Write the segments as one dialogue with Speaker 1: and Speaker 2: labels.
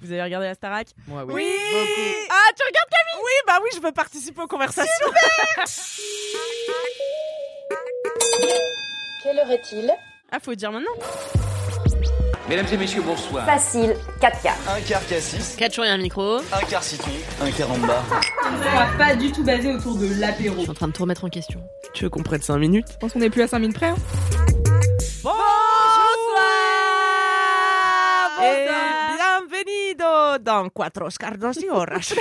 Speaker 1: Vous avez regardé la Starac
Speaker 2: Moi,
Speaker 3: Oui.
Speaker 2: Beaucoup.
Speaker 1: Ah, tu regardes Camille
Speaker 3: Oui, bah oui, je veux participer aux conversations.
Speaker 4: Quelle heure est-il
Speaker 1: Ah, faut dire maintenant.
Speaker 5: Mesdames et messieurs, bonsoir.
Speaker 4: Facile, 4K.
Speaker 6: Un quart cassis,
Speaker 1: 4 jours et un micro. Je
Speaker 6: un quart citron, un quart amba.
Speaker 1: suis en train de tout remettre en question.
Speaker 2: Tu veux qu'on prenne 5 minutes
Speaker 7: pense qu'on n'est plus à 5000 près. hein.
Speaker 3: Bonsoir Et
Speaker 1: Bonsoir.
Speaker 3: bienvenido dans Cuatro Cardos y Horas.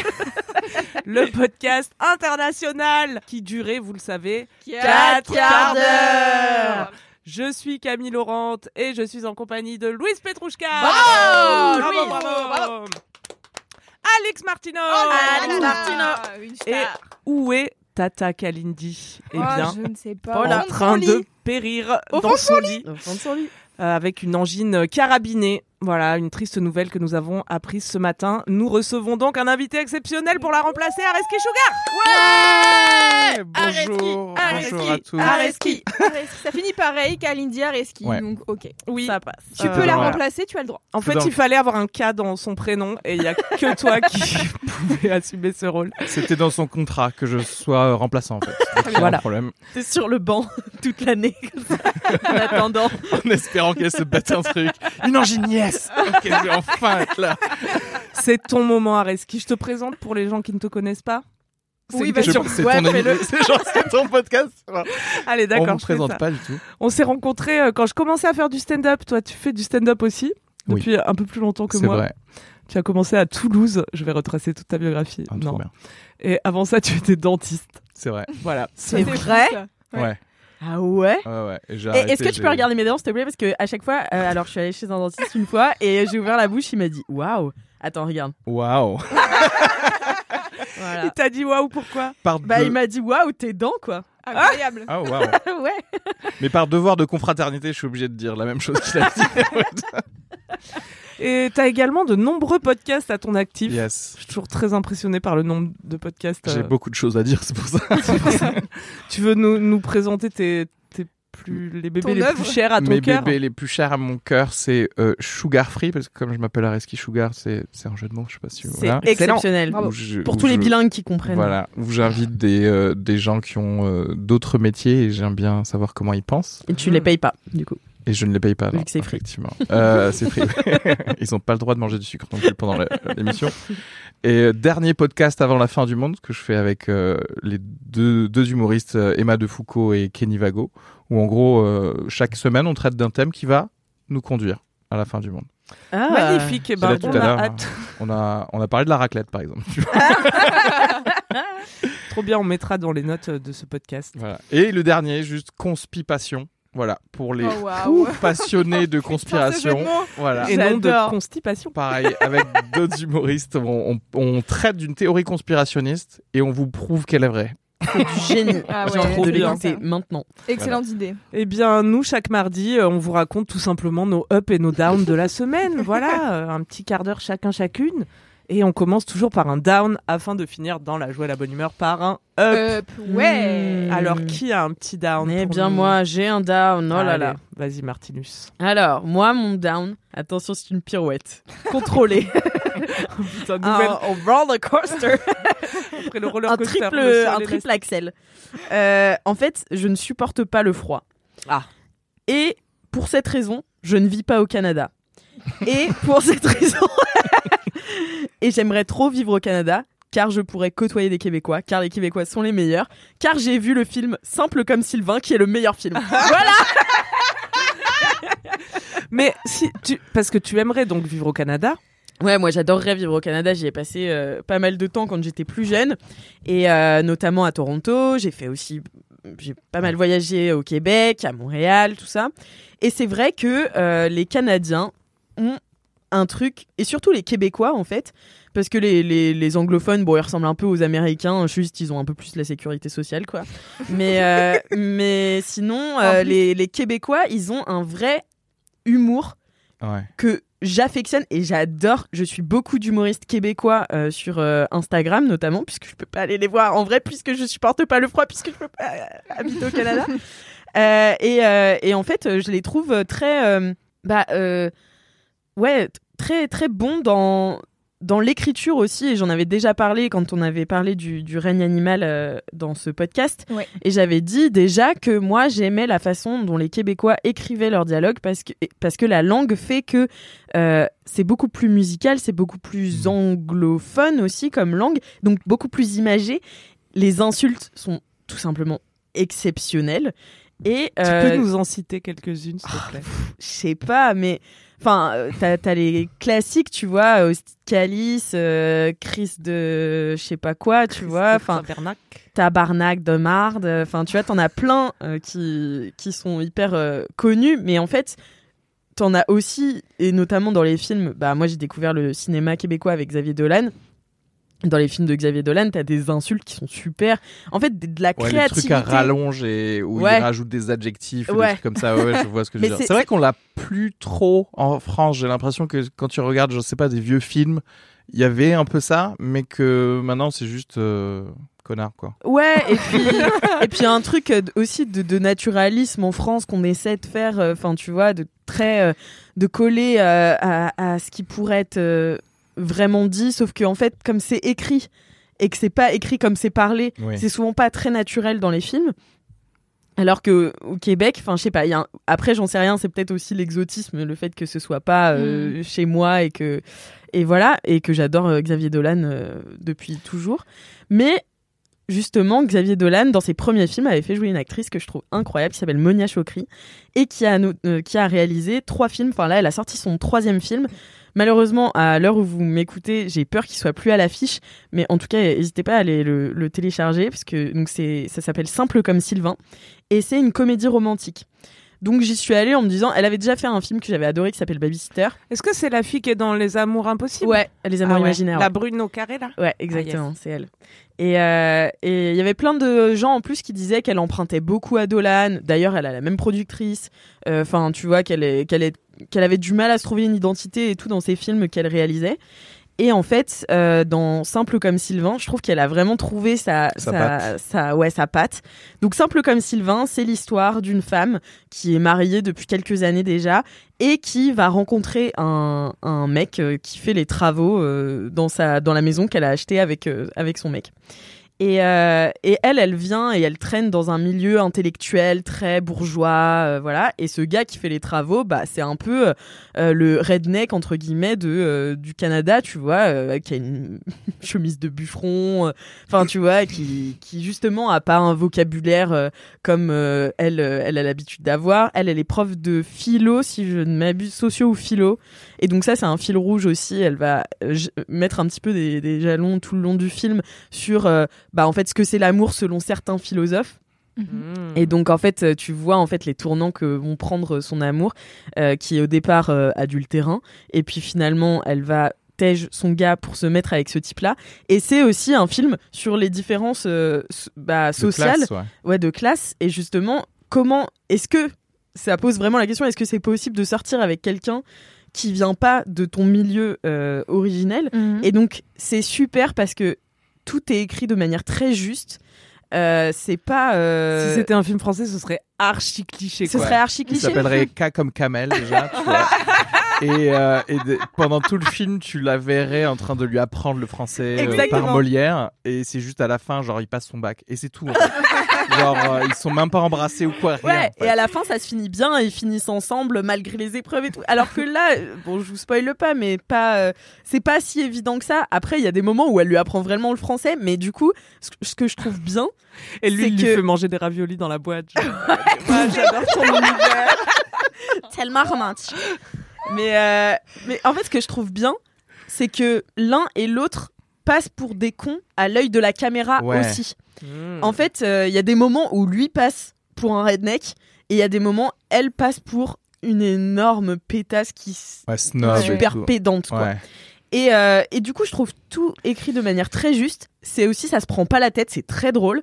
Speaker 3: le podcast international qui durait, vous le savez, Quatre quarts d'heure. Je suis Camille Laurent et je suis en compagnie de Louise Petrouchka.
Speaker 1: Bravo,
Speaker 3: bravo,
Speaker 1: Louise.
Speaker 3: bravo, bravo. Alex Martino.
Speaker 7: Oh
Speaker 1: Alex Martino.
Speaker 3: Et où est Tata Kalindi Eh
Speaker 7: Ah, Oh,
Speaker 3: bien,
Speaker 7: je ne sais pas.
Speaker 3: en train de périr dans son lit
Speaker 1: Au fond de son lit.
Speaker 3: euh, avec une angine carabinée. Voilà, une triste nouvelle que nous avons apprise ce matin. Nous recevons donc un invité exceptionnel pour la remplacer, Areski Sugar. Ouais
Speaker 2: Bonjour,
Speaker 7: Ah,
Speaker 1: Areski,
Speaker 2: bonjour à
Speaker 7: Areski.
Speaker 2: tous.
Speaker 7: Areski. Ah, Ça finit pareil qu'Alindia Areski.
Speaker 2: Ouais.
Speaker 7: Donc, ok.
Speaker 3: Oui, ça passe.
Speaker 7: Tu
Speaker 3: Euh,
Speaker 7: peux la
Speaker 2: voilà.
Speaker 7: remplacer, tu as le droit.
Speaker 3: En fait,
Speaker 2: Donc-
Speaker 3: il fallait avoir un K dans son prénom et il y a que toi qui pouvais assumer ce rôle.
Speaker 2: C'était dans son contrat que je sois euh, remplaçant en fait. Donc, c'est un
Speaker 3: Voilà.
Speaker 2: problème.
Speaker 1: T'es sur le banc toute l'année. en attendant.
Speaker 2: En espérant qu'elle se batte un truc. Une ingéniesse Ok, je vais enfin être là.
Speaker 3: C'est ton moment, Areski. Je te présente pour les gens qui ne te connaissent pas. C'est
Speaker 2: C'est
Speaker 3: une
Speaker 2: une question.
Speaker 3: question.
Speaker 2: C'est
Speaker 3: Ouais,
Speaker 2: ton, ami-
Speaker 3: fais-le.
Speaker 2: c'est genre, c'est ton podcast.
Speaker 3: Allez,
Speaker 2: On
Speaker 3: d'accord.
Speaker 2: ne me
Speaker 3: je fais
Speaker 2: présente
Speaker 3: ça.
Speaker 2: pas du tout.
Speaker 3: On s'est rencontrés euh, quand je commençais à faire du stand-up. Toi, tu fais du stand-up aussi
Speaker 2: Oui.
Speaker 3: depuis un peu plus longtemps que
Speaker 2: C'est
Speaker 3: moi.
Speaker 2: vrai.
Speaker 3: Tu as commencé à Toulouse. Je vais retracer toute ta biographie.
Speaker 2: Ah, trop
Speaker 3: non.
Speaker 2: bien.
Speaker 3: Et avant ça, tu étais dentiste.
Speaker 2: C'est vrai.
Speaker 3: Voilà.
Speaker 1: C'est
Speaker 7: C'était
Speaker 1: vrai
Speaker 7: fou, ça. Ouais.
Speaker 2: Ouais.
Speaker 1: Ah ouais
Speaker 2: ouais, ouais. Et j'ai
Speaker 1: Et
Speaker 2: arrêté,
Speaker 1: est-ce que tu
Speaker 2: j'ai-
Speaker 1: peux regarder mes dents, s'il te plaît Parce que à chaque fois, euh, alors je suis allée chez un dentiste une fois et j'ai ouvert la bouche, il m'a dit Waouh Attends, regarde.
Speaker 2: Waouh.
Speaker 1: Voilà.
Speaker 3: Il t'a dit waouh, pourquoi
Speaker 2: Par
Speaker 1: Bah,
Speaker 2: de-
Speaker 1: il m'a dit Waouh, tes dents, quoi
Speaker 7: Incroyable.
Speaker 2: Ah, waouh.
Speaker 1: Ouais
Speaker 2: Mais par devoir de confraternité, je suis obligé de dire la même chose qu'il a dit.
Speaker 3: Et t'as également de nombreux podcasts à ton actif.
Speaker 2: yes.
Speaker 3: Je suis toujours très impressionné par le nombre de podcasts. euh,
Speaker 2: J'ai beaucoup de choses à dire, c'est pour ça.
Speaker 3: Tu veux nous, nous présenter tes, tes plus, les bébés
Speaker 7: Ton
Speaker 3: les
Speaker 7: œuvre.
Speaker 3: plus chers à ton
Speaker 2: Mes
Speaker 3: cœur
Speaker 2: bébés les plus chers à mon cœur, c'est euh, Sugar Free, parce que comme je m'appelle Areski Sugar, c'est c'est un jeu de mots, je sais pas si...
Speaker 1: C'est
Speaker 2: voilà.
Speaker 1: exceptionnel.
Speaker 2: Où je-
Speaker 1: Pour
Speaker 2: où
Speaker 1: tous les
Speaker 2: je-
Speaker 1: bilingues qui comprennent.
Speaker 2: Voilà, où j'invite des, euh, des gens qui ont euh, d'autres métiers et j'aime bien savoir comment ils pensent.
Speaker 1: Et tu les payes pas, du coup.
Speaker 2: Et je ne les paye pas.
Speaker 1: Vu
Speaker 2: non,
Speaker 1: que c'est free.
Speaker 2: Effectivement. Euh, c'est free. ils n'ont pas le droit de manger du sucre non plus pendant la- l'émission. Et euh, dernier podcast avant la fin du monde que je fais avec euh, les deux, deux humoristes, euh, Emma de Foucault et Kenny Vago, où en gros, euh, chaque semaine, on traite d'un thème qui va nous conduire à la fin du monde.
Speaker 1: Ah.
Speaker 3: Magnifique. Et ben,
Speaker 2: C'est là, tout
Speaker 3: on
Speaker 2: à
Speaker 3: a
Speaker 2: l'heure. hein,
Speaker 3: hâte.
Speaker 2: On a, on a parlé de la raclette, par exemple.
Speaker 3: Trop bien, on mettra dans les notes euh, de ce podcast.
Speaker 2: Voilà. Et le dernier, juste conspipation. Voilà, pour les
Speaker 7: Oh, waouh. Putain, ce jeu
Speaker 2: passionnés de
Speaker 7: de
Speaker 2: conspiration.
Speaker 7: mots.
Speaker 2: Voilà.
Speaker 3: Et non de
Speaker 1: J'adore.
Speaker 3: constipation.
Speaker 2: Pareil, avec d'autres humoristes, on, on- on traite d'une théorie conspirationniste et on vous prouve qu'elle est vraie.
Speaker 1: Du génie.
Speaker 7: Ah
Speaker 1: J'ai
Speaker 7: ouais,
Speaker 1: envie
Speaker 3: trop
Speaker 1: de
Speaker 3: bien.
Speaker 1: l'écouter maintenant.
Speaker 7: Excellente idée.
Speaker 3: Eh bien, nous, chaque mardi, euh, on vous raconte tout simplement nos ups et nos downs de la semaine. Voilà, euh, un petit quart d'heure chacun, chacune. Et on commence toujours par un down afin de finir dans la joie et la bonne humeur par un up. Hmm.
Speaker 7: Up,
Speaker 3: Mm.
Speaker 7: ouais.
Speaker 1: Mmh.
Speaker 3: Alors, qui a un petit down
Speaker 1: Eh
Speaker 3: pour
Speaker 1: bien,
Speaker 3: nous
Speaker 1: moi, j'ai un down. Oh là là.
Speaker 3: Allez, Vas-y, Martinus.
Speaker 1: Alors, moi, mon down, attention, c'est une pirouette. Contrôlée.
Speaker 3: Putain,
Speaker 1: un, un roller coaster.
Speaker 3: après le roller
Speaker 1: un
Speaker 3: coaster,
Speaker 1: triple,
Speaker 3: le
Speaker 1: un
Speaker 3: sol
Speaker 1: triple axel. Euh, en fait, je ne supporte pas le froid.
Speaker 3: Ah.
Speaker 1: Et pour cette raison, je ne vis pas au Canada. Et pour cette raison. et j'aimerais trop vivre au Canada, car je pourrais côtoyer des Québécois, car les Québécois sont les meilleurs, car j'ai vu le film Simple comme Sylvain, qui est le meilleur film. voilà
Speaker 3: et- Mais si tu, parce que tu aimerais donc vivre au Canada.
Speaker 1: Ouais, moi j'adorerais vivre au Canada. J'y ai passé euh, pas mal de temps quand j'étais plus jeune, et euh, notamment à Toronto. J'ai fait aussi j'ai pas mal voyagé au Québec, à Montréal, tout ça. Et c'est vrai que euh, les Canadiens ont un truc, et surtout les Québécois en fait, parce que les, les, les anglophones, bon, ils ressemblent un peu aux Américains, juste ils ont un peu plus la sécurité sociale, quoi. Mais, euh, mais sinon,
Speaker 7: En
Speaker 1: euh,
Speaker 7: plus.
Speaker 1: les, les Québécois, ils ont un vrai humour
Speaker 2: Ouais.
Speaker 1: que j'affectionne et j'adore. Je suis beaucoup d'humoristes québécois euh, sur euh, Instagram notamment, puisque je peux pas aller les voir en vrai, puisque je supporte pas le froid, puisque je peux pas euh, habiter au Canada. Euh, et, euh, et en fait, euh, je les trouve euh, très, euh, bah, euh, ouais, t- très très bons dans dans l'écriture aussi. Et j'en avais déjà parlé quand on avait parlé du, du règne animal euh, dans ce podcast.
Speaker 7: Ouais.
Speaker 1: Et j'avais dit déjà que moi j'aimais la façon dont les Québécois écrivaient leurs dialogues parce que parce que la langue fait que euh, c'est beaucoup plus musical, c'est beaucoup plus
Speaker 3: Mmh.
Speaker 2: Mm.
Speaker 1: anglophone aussi comme langue, donc beaucoup plus imagé. Les insultes sont tout simplement exceptionnelles. Et
Speaker 3: Tu
Speaker 1: euh, Oh,
Speaker 3: peux nous en citer quelques-unes, s'il te plaît
Speaker 1: je sais pas, mais enfin, euh, t'as t'as les classiques, tu vois, Calice, Chris de, je sais pas quoi, tu vois, enfin, Tabarnak de Marde, euh, enfin, tu vois, t'en as plein euh, qui qui sont hyper euh, connus, mais en fait, t'en as aussi, et notamment dans les films. Bah, moi, j'ai découvert le cinéma québécois avec Xavier Dolan. Dans les films de Xavier Dolan, t'as des insultes qui sont super. En fait, de de la
Speaker 2: Ouais, les
Speaker 1: créativité.
Speaker 2: trucs à rallonge et où
Speaker 1: Ouais.
Speaker 2: ils rajoutent des adjectifs, ou
Speaker 1: Ouais.
Speaker 2: des trucs comme ça. Ouais, ouais, je vois ce que je
Speaker 1: Mais
Speaker 2: veux dire.
Speaker 1: c'est-
Speaker 2: C'est vrai qu'on l'a plus trop en France. J'ai l'impression que quand tu regardes, je sais pas, des vieux films, il y avait un peu ça, mais que maintenant c'est juste euh, connard quoi.
Speaker 1: Ouais, et puis et puis un truc euh, d- aussi de, de naturalisme en France qu'on essaie de faire, euh, enfin tu vois, de très euh, de coller euh, à, à ce qui pourrait être euh, vraiment dit, sauf que en fait comme c'est écrit et que c'est pas écrit comme c'est parlé, c'est souvent pas très naturel dans les films. Alors que au Québec, enfin je sais pas, il y a un- après j'en sais rien, c'est peut-être aussi l'exotisme, le fait que ce soit pas euh, chez moi et que et voilà et que j'adore euh, Xavier Dolan euh, depuis toujours. Mais justement, Xavier Dolan dans ses premiers films avait fait jouer une actrice que je trouve incroyable qui s'appelle Monia Chokri et qui a no- euh, qui a réalisé trois films. Enfin là, elle a sorti son troisième film. Malheureusement, à l'heure où vous m'écoutez, j'ai peur qu'il soit plus à l'affiche. Mais en tout cas, n'hésitez pas à aller le, le télécharger parce que donc c'est ça s'appelle Simple comme Sylvain et c'est une comédie romantique. Donc j'y suis allée en me disant, elle avait déjà fait un film que j'avais adoré qui s'appelle Babysitter.
Speaker 3: Est-ce que c'est la fille qui est dans Les Amours Impossibles
Speaker 1: Ouais, les amours
Speaker 3: Ah ouais,
Speaker 1: imaginaires.
Speaker 3: La Ah, brune au carré, là
Speaker 1: Ouais, exactement, c'est elle. Et euh, et il y avait plein de gens en plus qui disaient qu'elle empruntait beaucoup à Dolan. D'ailleurs, elle a la même productrice. Euh, Enfin, tu vois qu'elle est, qu'elle est, qu'elle avait du mal à se trouver une identité et tout dans ses films qu'elle réalisait. Et en fait, euh, dans Simple comme Sylvain, je trouve qu'elle a vraiment trouvé sa,
Speaker 2: Sa
Speaker 1: sa-
Speaker 2: patte.
Speaker 1: sa- ouais, sa patte. Donc Simple comme Sylvain, c'est l'histoire d'une femme qui est mariée depuis quelques années déjà et qui va rencontrer un, un mec euh, qui fait les travaux euh, dans, sa, dans la maison qu'elle a achetée avec, euh, avec son mec. Et, euh, et elle, elle vient et elle traîne dans un milieu intellectuel très bourgeois, euh, voilà. Et ce gars qui fait les travaux, bah, c'est un peu euh, le redneck entre guillemets de euh, du Canada, tu vois, euh, qui a une chemise de bûcheron, euh, enfin tu vois, qui, qui justement a pas un vocabulaire euh, comme euh, elle, euh, elle a l'habitude d'avoir. Elle, elle est prof de philo, si je ne m'abuse, sociaux ou philo. Et donc ça, c'est un fil rouge aussi. Elle va euh, j- mettre un petit peu des, des jalons tout le long du film sur, euh, bah, en fait, ce que c'est l'amour selon certains philosophes.
Speaker 7: Mm-hmm.
Speaker 3: Mm.
Speaker 1: Et donc en fait, euh, tu vois en fait les tournants que vont prendre euh, son amour, euh, qui est au départ euh, adultérin, et puis finalement elle va tège son gars pour se mettre avec ce type-là. Et c'est aussi un film sur les différences euh, so- bah,
Speaker 2: De
Speaker 1: sociales,
Speaker 2: classe, ouais.
Speaker 1: ouais, de classe, et justement comment est-ce que ça pose vraiment la question est-ce que c'est possible de sortir avec quelqu'un qui vient pas de ton milieu euh, originel
Speaker 7: Mm.
Speaker 1: et donc, c'est super parce que tout est écrit de manière très juste. Euh, c'est pas. euh,
Speaker 3: Si c'était un film français, ce serait archi cliché.
Speaker 1: ce
Speaker 3: quoi.
Speaker 1: serait archi
Speaker 2: Il
Speaker 1: cliché.
Speaker 2: s'appellerait K comme Kamel déjà, tu vois. Et, euh, et de- pendant tout le film, tu la verrais en train de lui apprendre le français euh, par
Speaker 1: Exactement.
Speaker 2: Molière. Et c'est juste à la fin, genre, il passe son bac. Et c'est tout. en fait. genre, euh, ils sont même pas embrassés ou quoi. rien,
Speaker 1: Ouais,
Speaker 2: en fait.
Speaker 1: et à la fin, ça se finit bien, ils finissent ensemble malgré les épreuves et tout. Alors que là, euh, bon, je vous spoile pas, mais pas, euh, c'est pas si évident que ça. Après, il y a des moments où elle lui apprend vraiment le français, mais du coup, ce que- ce que je trouve bien,
Speaker 3: Et lui,
Speaker 1: c'est
Speaker 3: il
Speaker 1: que-
Speaker 3: lui fait manger des raviolis dans la boîte. genre. Moi, j'adore son univers.
Speaker 1: tellement romantique. Mais, euh, mais en fait, ce que je trouve bien, c'est que l'un et l'autre passe pour des cons à l'œil de la caméra
Speaker 2: Ouais.
Speaker 1: aussi. En fait, euh, il y a des moments où lui passe pour un redneck et il y a des moments elle passe pour une énorme pétasse qui s-
Speaker 2: Ouais, snob. et
Speaker 1: super
Speaker 2: tout.
Speaker 1: pédante quoi.
Speaker 2: Ouais.
Speaker 1: Et, euh, et du coup, je trouve tout écrit de manière très juste. C'est aussi, ça se prend pas la tête, c'est très drôle.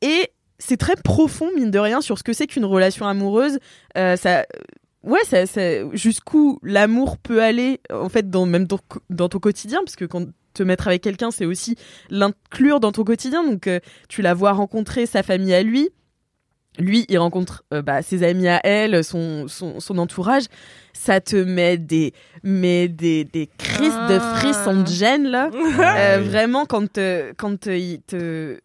Speaker 1: Et c'est très profond, mine de rien, sur ce que c'est qu'une relation amoureuse. Euh, ça. Ouais, ça, ça- jusqu'où l'amour peut aller, en fait, dans, même dans, dans ton quotidien, parce que quand te mettre avec quelqu'un, c'est aussi l'inclure dans ton quotidien. Donc, euh, tu la vois rencontrer sa famille à lui. Lui, il rencontre euh, bah, ses amis à elle, son, son, son entourage. Ça te met des, mais des, des crises de
Speaker 7: Ah.
Speaker 1: frissons de gêne, là.
Speaker 2: Ouais.
Speaker 1: Euh, vraiment, quand, te- quand te- il te.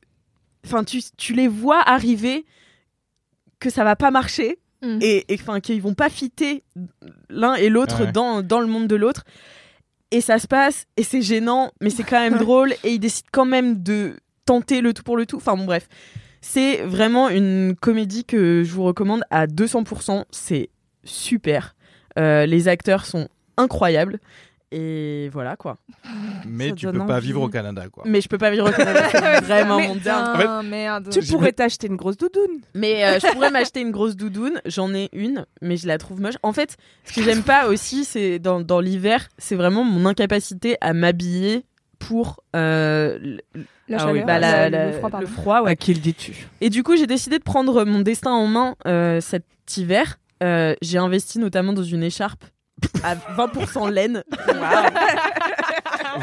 Speaker 1: Enfin, tu, tu les vois arriver que ça va pas marcher
Speaker 7: Mm.
Speaker 1: et et, enfin, qu'ils vont pas fitter l'un et l'autre
Speaker 2: Ouais.
Speaker 1: dans, dans le monde de l'autre. Et ça se passe, et c'est gênant, mais c'est quand même drôle, et ils décident quand même de tenter le tout pour le tout. Enfin, bon, bref. C'est vraiment une comédie que je vous recommande à 200%. C'est super. Euh, les acteurs sont incroyables. Et voilà quoi.
Speaker 2: Mais
Speaker 3: Ça
Speaker 2: tu
Speaker 3: donne
Speaker 2: peux pas
Speaker 3: envie.
Speaker 2: vivre au Canada, quoi.
Speaker 1: Mais je peux pas vivre au Canada, c'est vraiment
Speaker 7: Mais-
Speaker 1: mon dingue.
Speaker 2: En fait,
Speaker 7: Ah, merde.
Speaker 3: Tu
Speaker 2: J'ai-
Speaker 3: pourrais t'acheter une grosse doudoune.
Speaker 1: Mais euh, je pourrais m'acheter une grosse doudoune, j'en ai une, mais je la trouve moche. En fait, ce que j'aime pas aussi, c'est dans, dans l'hiver, c'est vraiment mon incapacité à m'habiller pour euh, l-
Speaker 3: Ah
Speaker 7: La
Speaker 3: oui,
Speaker 7: chaleur,
Speaker 1: bah,
Speaker 7: la-
Speaker 1: la- la-
Speaker 7: le froid, pardon.
Speaker 1: ouais.
Speaker 3: À qui le dis-tu
Speaker 1: Et du coup, j'ai décidé de prendre mon destin en main euh, cet hiver. Euh, j'ai investi notamment dans une écharpe à 20% laine.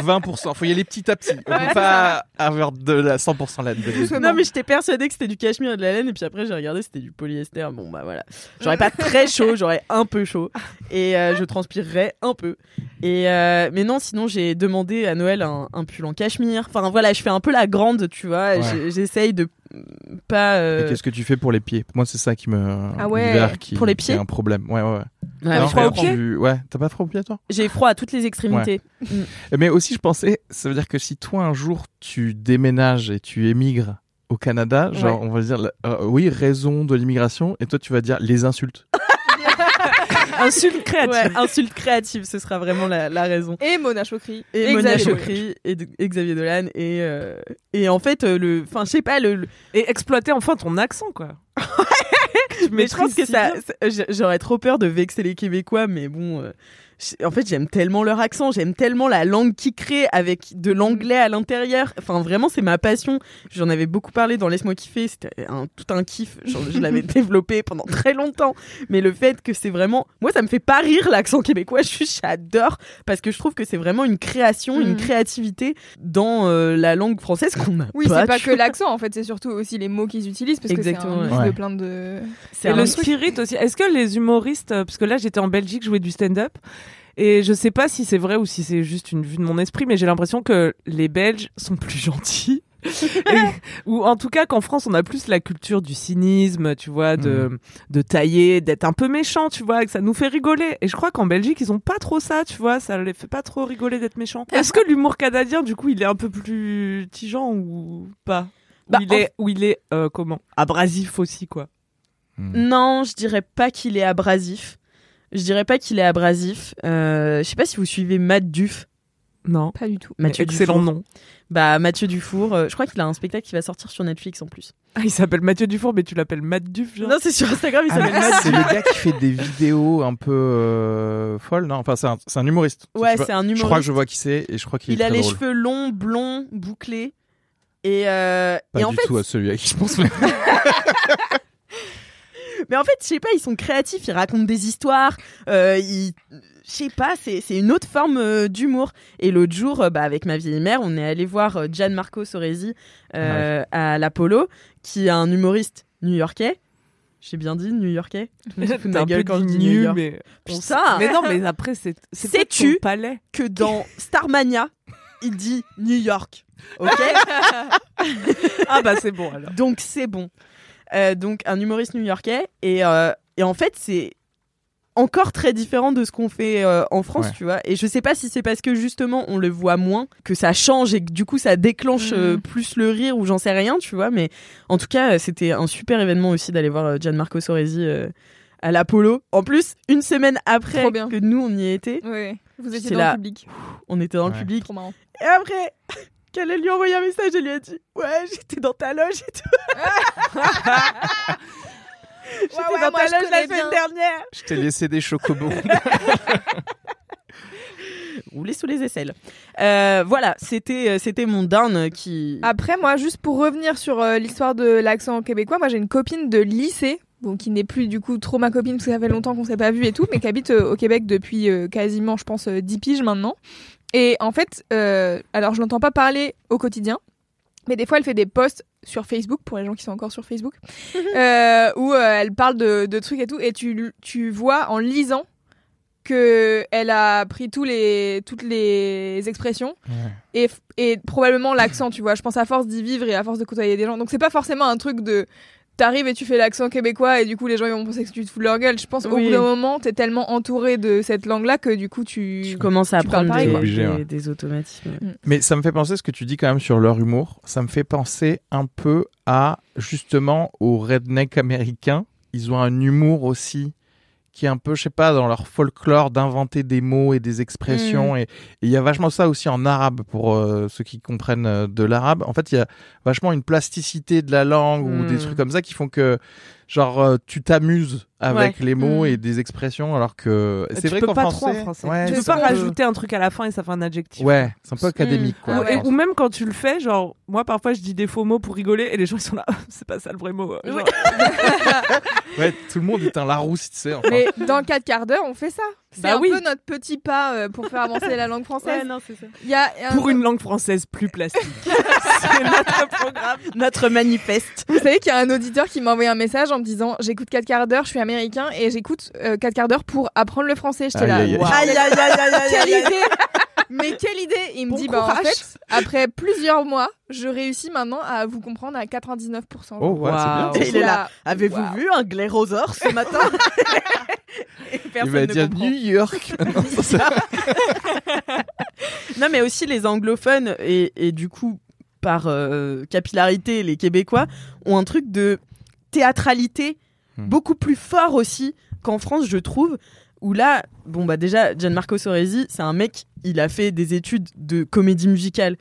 Speaker 2: 20%. Faut y aller petit à petit. On
Speaker 7: Ouais,
Speaker 2: peut pas avoir de la 100% là dedans
Speaker 1: Non, mais j'étais persuadée que c'était du cachemire et de la laine, et puis après j'ai regardé, c'était du polyester. Bon, bah voilà. J'aurais pas très chaud, j'aurais un peu chaud, et euh, je transpirerais un peu. Et euh, mais non, sinon j'ai demandé à Noël un, un pull en cachemire. Enfin voilà, je fais un peu la grande, tu vois.
Speaker 2: Ouais.
Speaker 1: J'ai- J'essaye de euh, pas. euh,
Speaker 2: Et qu'est-ce que tu fais pour les pieds Moi, c'est ça qui me.
Speaker 7: Ah ouais,
Speaker 2: l'hiver qui,
Speaker 1: pour les
Speaker 2: qui est
Speaker 1: pieds
Speaker 2: un problème. Ouais, ouais. ouais.
Speaker 1: Ouais,
Speaker 2: Non,
Speaker 1: mais
Speaker 3: froid
Speaker 2: j'ai
Speaker 3: aux pieds
Speaker 2: entendu- Ouais, t'as pas froid aux pieds, toi
Speaker 1: J'ai froid à toutes les extrémités.
Speaker 2: Mais aussi, je pensais, ça veut dire que si toi, un jour, tu déménages et tu émigres au Canada, genre, on va dire, la- euh, oui, raison de l'immigration, et toi, tu vas dire les insultes.
Speaker 3: Insulte créative.
Speaker 1: Ouais, insulte créative, ce sera vraiment la, la raison.
Speaker 7: Et Mona Chokri.
Speaker 1: Et Mona
Speaker 7: Xavier Dolan.
Speaker 1: Chokri et, de- et Xavier Dolan et euh, et en fait euh, le, enfin je sais pas le, le-
Speaker 3: Et exploiter enfin ton accent, quoi.
Speaker 1: Mais je pense que ça, ça- j'a- j'aurais trop peur de vexer les Québécois, mais bon. euh, j- en fait, j'aime tellement leur accent, j'aime tellement la langue qu'ils créent avec de l'anglais à l'intérieur. Enfin, vraiment, c'est ma passion. J'en avais beaucoup parlé dans Laisse-moi kiffer. C'était un, tout un kiff. Genre, je l'avais développé pendant très longtemps. Mais le fait que c'est vraiment. Moi, ça me fait pas rire l'accent québécois. Je- J'adore. Parce que je trouve que c'est vraiment une création, une
Speaker 7: Mm.
Speaker 1: créativité dans euh, la langue française qu'on n'a
Speaker 7: Oui, c'est pas
Speaker 1: tu
Speaker 7: que
Speaker 1: vois.
Speaker 7: l'accent en fait, c'est surtout aussi les mots qu'ils utilisent parce que
Speaker 1: Exactement,
Speaker 7: c'est un mix
Speaker 2: ouais.
Speaker 7: de plein de.
Speaker 1: C'est
Speaker 3: Et
Speaker 1: un
Speaker 3: le
Speaker 1: truc.
Speaker 3: spirit aussi. Est-ce que les humoristes, euh, parce que là j'étais en Belgique, je jouais du stand-up, et je sais pas si c'est vrai ou si c'est juste une vue de mon esprit, mais j'ai l'impression que les Belges sont plus gentils. Et- ou en tout cas qu'en France on a plus la culture du cynisme, tu vois, de,
Speaker 1: Mm.
Speaker 3: de tailler, d'être un peu méchant, tu vois, et que ça nous fait rigoler. Et je crois qu'en Belgique ils ont pas trop ça, tu vois, ça les fait pas trop rigoler d'être méchant. Est-ce que l'humour canadien du coup il est un peu plus tigeant ou pas
Speaker 1: Bah,
Speaker 3: ou il
Speaker 1: en-
Speaker 3: est, ou il est euh, comment abrasif aussi quoi.
Speaker 1: Non, je dirais pas qu'il est abrasif. Je dirais pas qu'il est abrasif. Euh, je sais pas si vous suivez Matt Duf.
Speaker 3: Non.
Speaker 7: Pas du tout.
Speaker 1: Mathieu
Speaker 3: Excellent
Speaker 1: Dufour.
Speaker 3: nom.
Speaker 1: Bah, Mathieu Dufour. euh, je crois qu'il a un spectacle qui va sortir sur Netflix en plus.
Speaker 3: Ah, il s'appelle Mathieu Dufour, mais tu l'appelles Matt Duf. genre.
Speaker 1: Non, Ah, c'est sur Instagram,
Speaker 2: Ah,
Speaker 1: il s'appelle Matt
Speaker 2: c'est le gars qui fait des vidéos un peu euh, folles, non Enfin, c'est un, c'est un humoriste.
Speaker 1: Duf. Ouais,
Speaker 2: Je-
Speaker 1: c'est un
Speaker 2: Je crois
Speaker 1: humoriste.
Speaker 2: que je vois qui c'est et je crois qu'il
Speaker 1: il
Speaker 2: est
Speaker 1: a
Speaker 2: très
Speaker 1: les
Speaker 2: drôle.
Speaker 1: cheveux longs, blonds, bouclés. Et, euh,
Speaker 2: Pas
Speaker 1: et en
Speaker 2: du
Speaker 1: fait,
Speaker 2: tout à celui à qui je pense. mais-
Speaker 1: mais en fait, je sais pas, ils sont créatifs, ils racontent des histoires, euh, ils, je sais pas, c'est c'est une autre forme euh, d'humour. Et l'autre jour, euh, bah, avec ma vieille mère, on est allé voir euh, Gianmarco Soresi euh, à l'Apollo, qui est un humoriste new-yorkais. J'ai bien dit new-yorkais. Tout le monde se fout de
Speaker 3: T'as
Speaker 1: ma
Speaker 3: un
Speaker 1: gueule
Speaker 3: peu
Speaker 1: quand je
Speaker 3: dit
Speaker 1: dis
Speaker 3: nu,
Speaker 1: new York.
Speaker 3: mais on
Speaker 1: Putain.
Speaker 3: sait- Mais non, mais après c'est c'est peut-être
Speaker 1: Sais-tu
Speaker 3: ton palais.
Speaker 1: Que dans Starmania, il dit New York. Ok
Speaker 3: Ah bah c'est bon alors.
Speaker 1: Donc c'est bon. Euh, donc un humoriste new-yorkais et, euh, et en fait c'est encore très différent de ce qu'on fait euh, en France,
Speaker 2: Ouais.
Speaker 1: tu vois. Et je sais pas si c'est parce que justement on le voit moins que ça change et que du coup ça déclenche euh,
Speaker 7: Mhm.
Speaker 1: plus le rire ou j'en sais rien, tu vois. Mais en tout cas euh, c'était un super événement aussi d'aller voir euh, Gianmarco Soresi euh, à l'Apollo. En plus une semaine après
Speaker 7: Trop bien.
Speaker 1: que nous on y était,
Speaker 7: Ouais. Vous étiez
Speaker 1: C'est
Speaker 7: dans
Speaker 1: là.
Speaker 7: le public.
Speaker 1: on était dans
Speaker 2: Ouais.
Speaker 1: le public
Speaker 7: Trop marrant.
Speaker 1: et après, qu'elle lui a envoyé un message et lui a dit Ouais, j'étais dans ta loge et tout. j'étais
Speaker 7: Ouais, ouais,
Speaker 1: dans
Speaker 7: moi,
Speaker 1: ta
Speaker 7: je
Speaker 1: loge la
Speaker 7: connais bien.
Speaker 1: semaine dernière.
Speaker 2: Je t'ai laissé des chocobos.
Speaker 1: Rouler sous les aisselles. Euh, voilà, c'était euh, c'était mon down qui.
Speaker 7: Après, moi, juste pour revenir sur euh, l'histoire de l'accent québécois, moi j'ai une copine de lycée, bon, qui n'est plus du coup trop ma copine parce que ça fait longtemps qu'on s'est pas vu et tout, mais qui habite euh, au Québec depuis euh, quasiment, je pense, euh, 10 piges maintenant. Et en fait, euh, alors je l'entends pas parler au quotidien, mais des fois elle fait des posts sur Facebook, pour les gens qui sont encore sur Facebook, euh, où euh, elle parle de, de trucs et tout, et tu, tu vois en lisant que elle a pris tous les, toutes les expressions et, f- et probablement l'accent, tu vois. Je pense à force d'y vivre et à force de côtoyer des gens. Donc c'est pas forcément un truc de t'arrives et tu fais l'accent québécois et du coup les gens ils vont penser que tu te fous de leur gueule. Je pense au
Speaker 1: Oui.
Speaker 7: bout d'un moment t'es tellement entouré de cette langue là que du coup
Speaker 1: Tu
Speaker 7: tu
Speaker 1: commences à
Speaker 7: tu parles
Speaker 1: apprendre
Speaker 7: pareil,
Speaker 1: des,
Speaker 2: quoi. Obligé,
Speaker 1: des-
Speaker 2: ouais.
Speaker 1: des automatismes.
Speaker 2: Mais ça me fait penser ce que tu dis quand même sur leur humour. Ça me fait penser un peu à justement aux rednecks américains. Ils ont un humour aussi qui est un peu, je sais pas, dans leur folklore d'inventer des mots et des
Speaker 3: Mm.
Speaker 2: expressions. Et et il y a vachement ça aussi en arabe pour euh, ceux qui comprennent euh, de l'arabe. En fait, il y a vachement une plasticité de la langue ou des
Speaker 1: Mm.
Speaker 2: trucs comme ça qui font que, genre, euh, tu t'amuses avec les mots
Speaker 7: Mm.
Speaker 2: et des expressions, alors que c'est
Speaker 3: Tu
Speaker 2: vrai
Speaker 3: peux
Speaker 2: qu'en
Speaker 3: pas
Speaker 2: français,
Speaker 3: trop en français.
Speaker 2: ouais,
Speaker 3: tu peux
Speaker 2: c'est
Speaker 3: pas
Speaker 2: un peu-
Speaker 3: rajouter un truc à la fin et ça fait un adjectif.
Speaker 2: Ouais, c'est un peu académique.
Speaker 1: Mm.
Speaker 2: Quoi,
Speaker 1: Ah
Speaker 2: en
Speaker 1: ouais.
Speaker 3: Et-
Speaker 2: France.
Speaker 3: ou même quand tu le fais, genre, moi parfois je dis des faux mots pour rigoler et les gens ils sont là, c'est pas ça le vrai mot. euh, Genre,
Speaker 1: euh,
Speaker 2: Ouais, tout le monde est un Larousse, tu sais. enfin.
Speaker 7: mais dans quatre quarts d'heure on fait ça. C'est
Speaker 3: Bah
Speaker 7: un
Speaker 3: oui.
Speaker 7: peu notre petit pas euh, pour faire avancer la langue française.
Speaker 1: non, c'est ça.
Speaker 7: Il y a un-
Speaker 3: Pour une langue française plus plastique. c'est notre programme.
Speaker 1: Notre manifeste.
Speaker 7: Vous savez qu'il y a un auditeur qui m'a envoyé un message en me disant j'écoute quatre quarts d'heure, je suis américain et j'écoute euh, quatre quarts d'heure pour apprendre le français. J'étais là.
Speaker 2: Aïe, aïe, aïe.
Speaker 7: waouh.
Speaker 1: aïe, aïe, aïe, aïe,
Speaker 7: Ah, quelle
Speaker 1: aïe, aïe.
Speaker 7: idée Mais quelle idée Il me
Speaker 3: Bon
Speaker 7: dit, bah, en
Speaker 3: courage.
Speaker 7: fait, après plusieurs mois, je réussis maintenant à vous comprendre à 99%.
Speaker 2: Oh, ouais, c'est bien.
Speaker 3: Waouh.
Speaker 1: Et
Speaker 7: Et
Speaker 1: il est là.
Speaker 7: là,
Speaker 1: Avez-vous
Speaker 7: Wow.
Speaker 1: vu un glairosaure ce matin Et
Speaker 2: Il
Speaker 1: personne
Speaker 2: va
Speaker 1: ne
Speaker 2: dire
Speaker 1: comprend.
Speaker 2: New York. maintenant, ça, ça-
Speaker 1: Non, mais aussi les anglophones et, et du coup, par euh, capillarité, les Québécois ont un truc de théâtralité
Speaker 2: Hmm.
Speaker 1: beaucoup plus fort aussi qu'en France, je trouve. Où là, bon, bah déjà, Gianmarco Soresi, c'est un mec, il a fait des études de comédie musicale.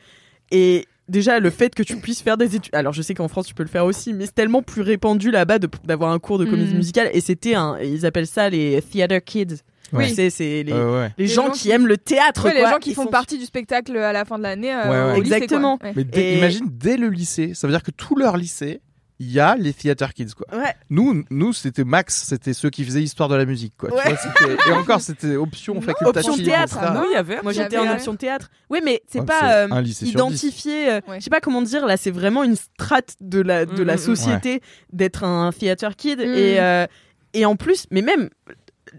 Speaker 1: Et déjà, le fait que tu puisses faire des études. Alors, je sais qu'en France, tu peux le faire aussi, mais c'est tellement plus répandu là-bas de- d'avoir un cours de comédie
Speaker 7: Hmm.
Speaker 1: musicale. Et c'était un. Ils appellent ça les theater kids.
Speaker 2: Ouais.
Speaker 1: Tu sais, c'est les.
Speaker 2: Euh, ouais.
Speaker 1: Les, gens, qui, aiment le théâtre,
Speaker 7: ouais, les
Speaker 1: quoi,
Speaker 7: gens qui
Speaker 1: ils
Speaker 7: font
Speaker 1: sont
Speaker 7: partie du spectacle à la fin de l'année. euh,
Speaker 2: Ouais, ouais.
Speaker 7: au lycée, quoi.
Speaker 1: Exactement.
Speaker 7: Ouais.
Speaker 2: Mais dès-
Speaker 1: Et-
Speaker 2: imagine dès le lycée, ça veut dire que tout leur lycée, il y a les theater kids quoi.
Speaker 1: Ouais.
Speaker 2: Nous, nous c'était max, c'était ceux qui faisaient histoire de la musique quoi. Tu
Speaker 1: Ouais.
Speaker 2: vois, c'était- et encore c'était option facultative.
Speaker 1: option théâtre,
Speaker 2: etc.
Speaker 7: Ah.
Speaker 3: Oui, il y avait.
Speaker 1: Moi
Speaker 7: Il y
Speaker 1: j'étais
Speaker 7: avait,
Speaker 1: en
Speaker 7: ouais.
Speaker 1: option théâtre. Oui, mais c'est
Speaker 2: Ouais,
Speaker 1: pas euh,
Speaker 2: un lycée sur dix.
Speaker 1: identifié. euh,
Speaker 7: Ouais.
Speaker 1: Je sais pas comment dire. Là, c'est vraiment une strate de la de
Speaker 3: Mm,
Speaker 1: la
Speaker 3: mm,
Speaker 1: société d'être un theater kid
Speaker 7: Mm.
Speaker 1: et euh, et en plus, mais même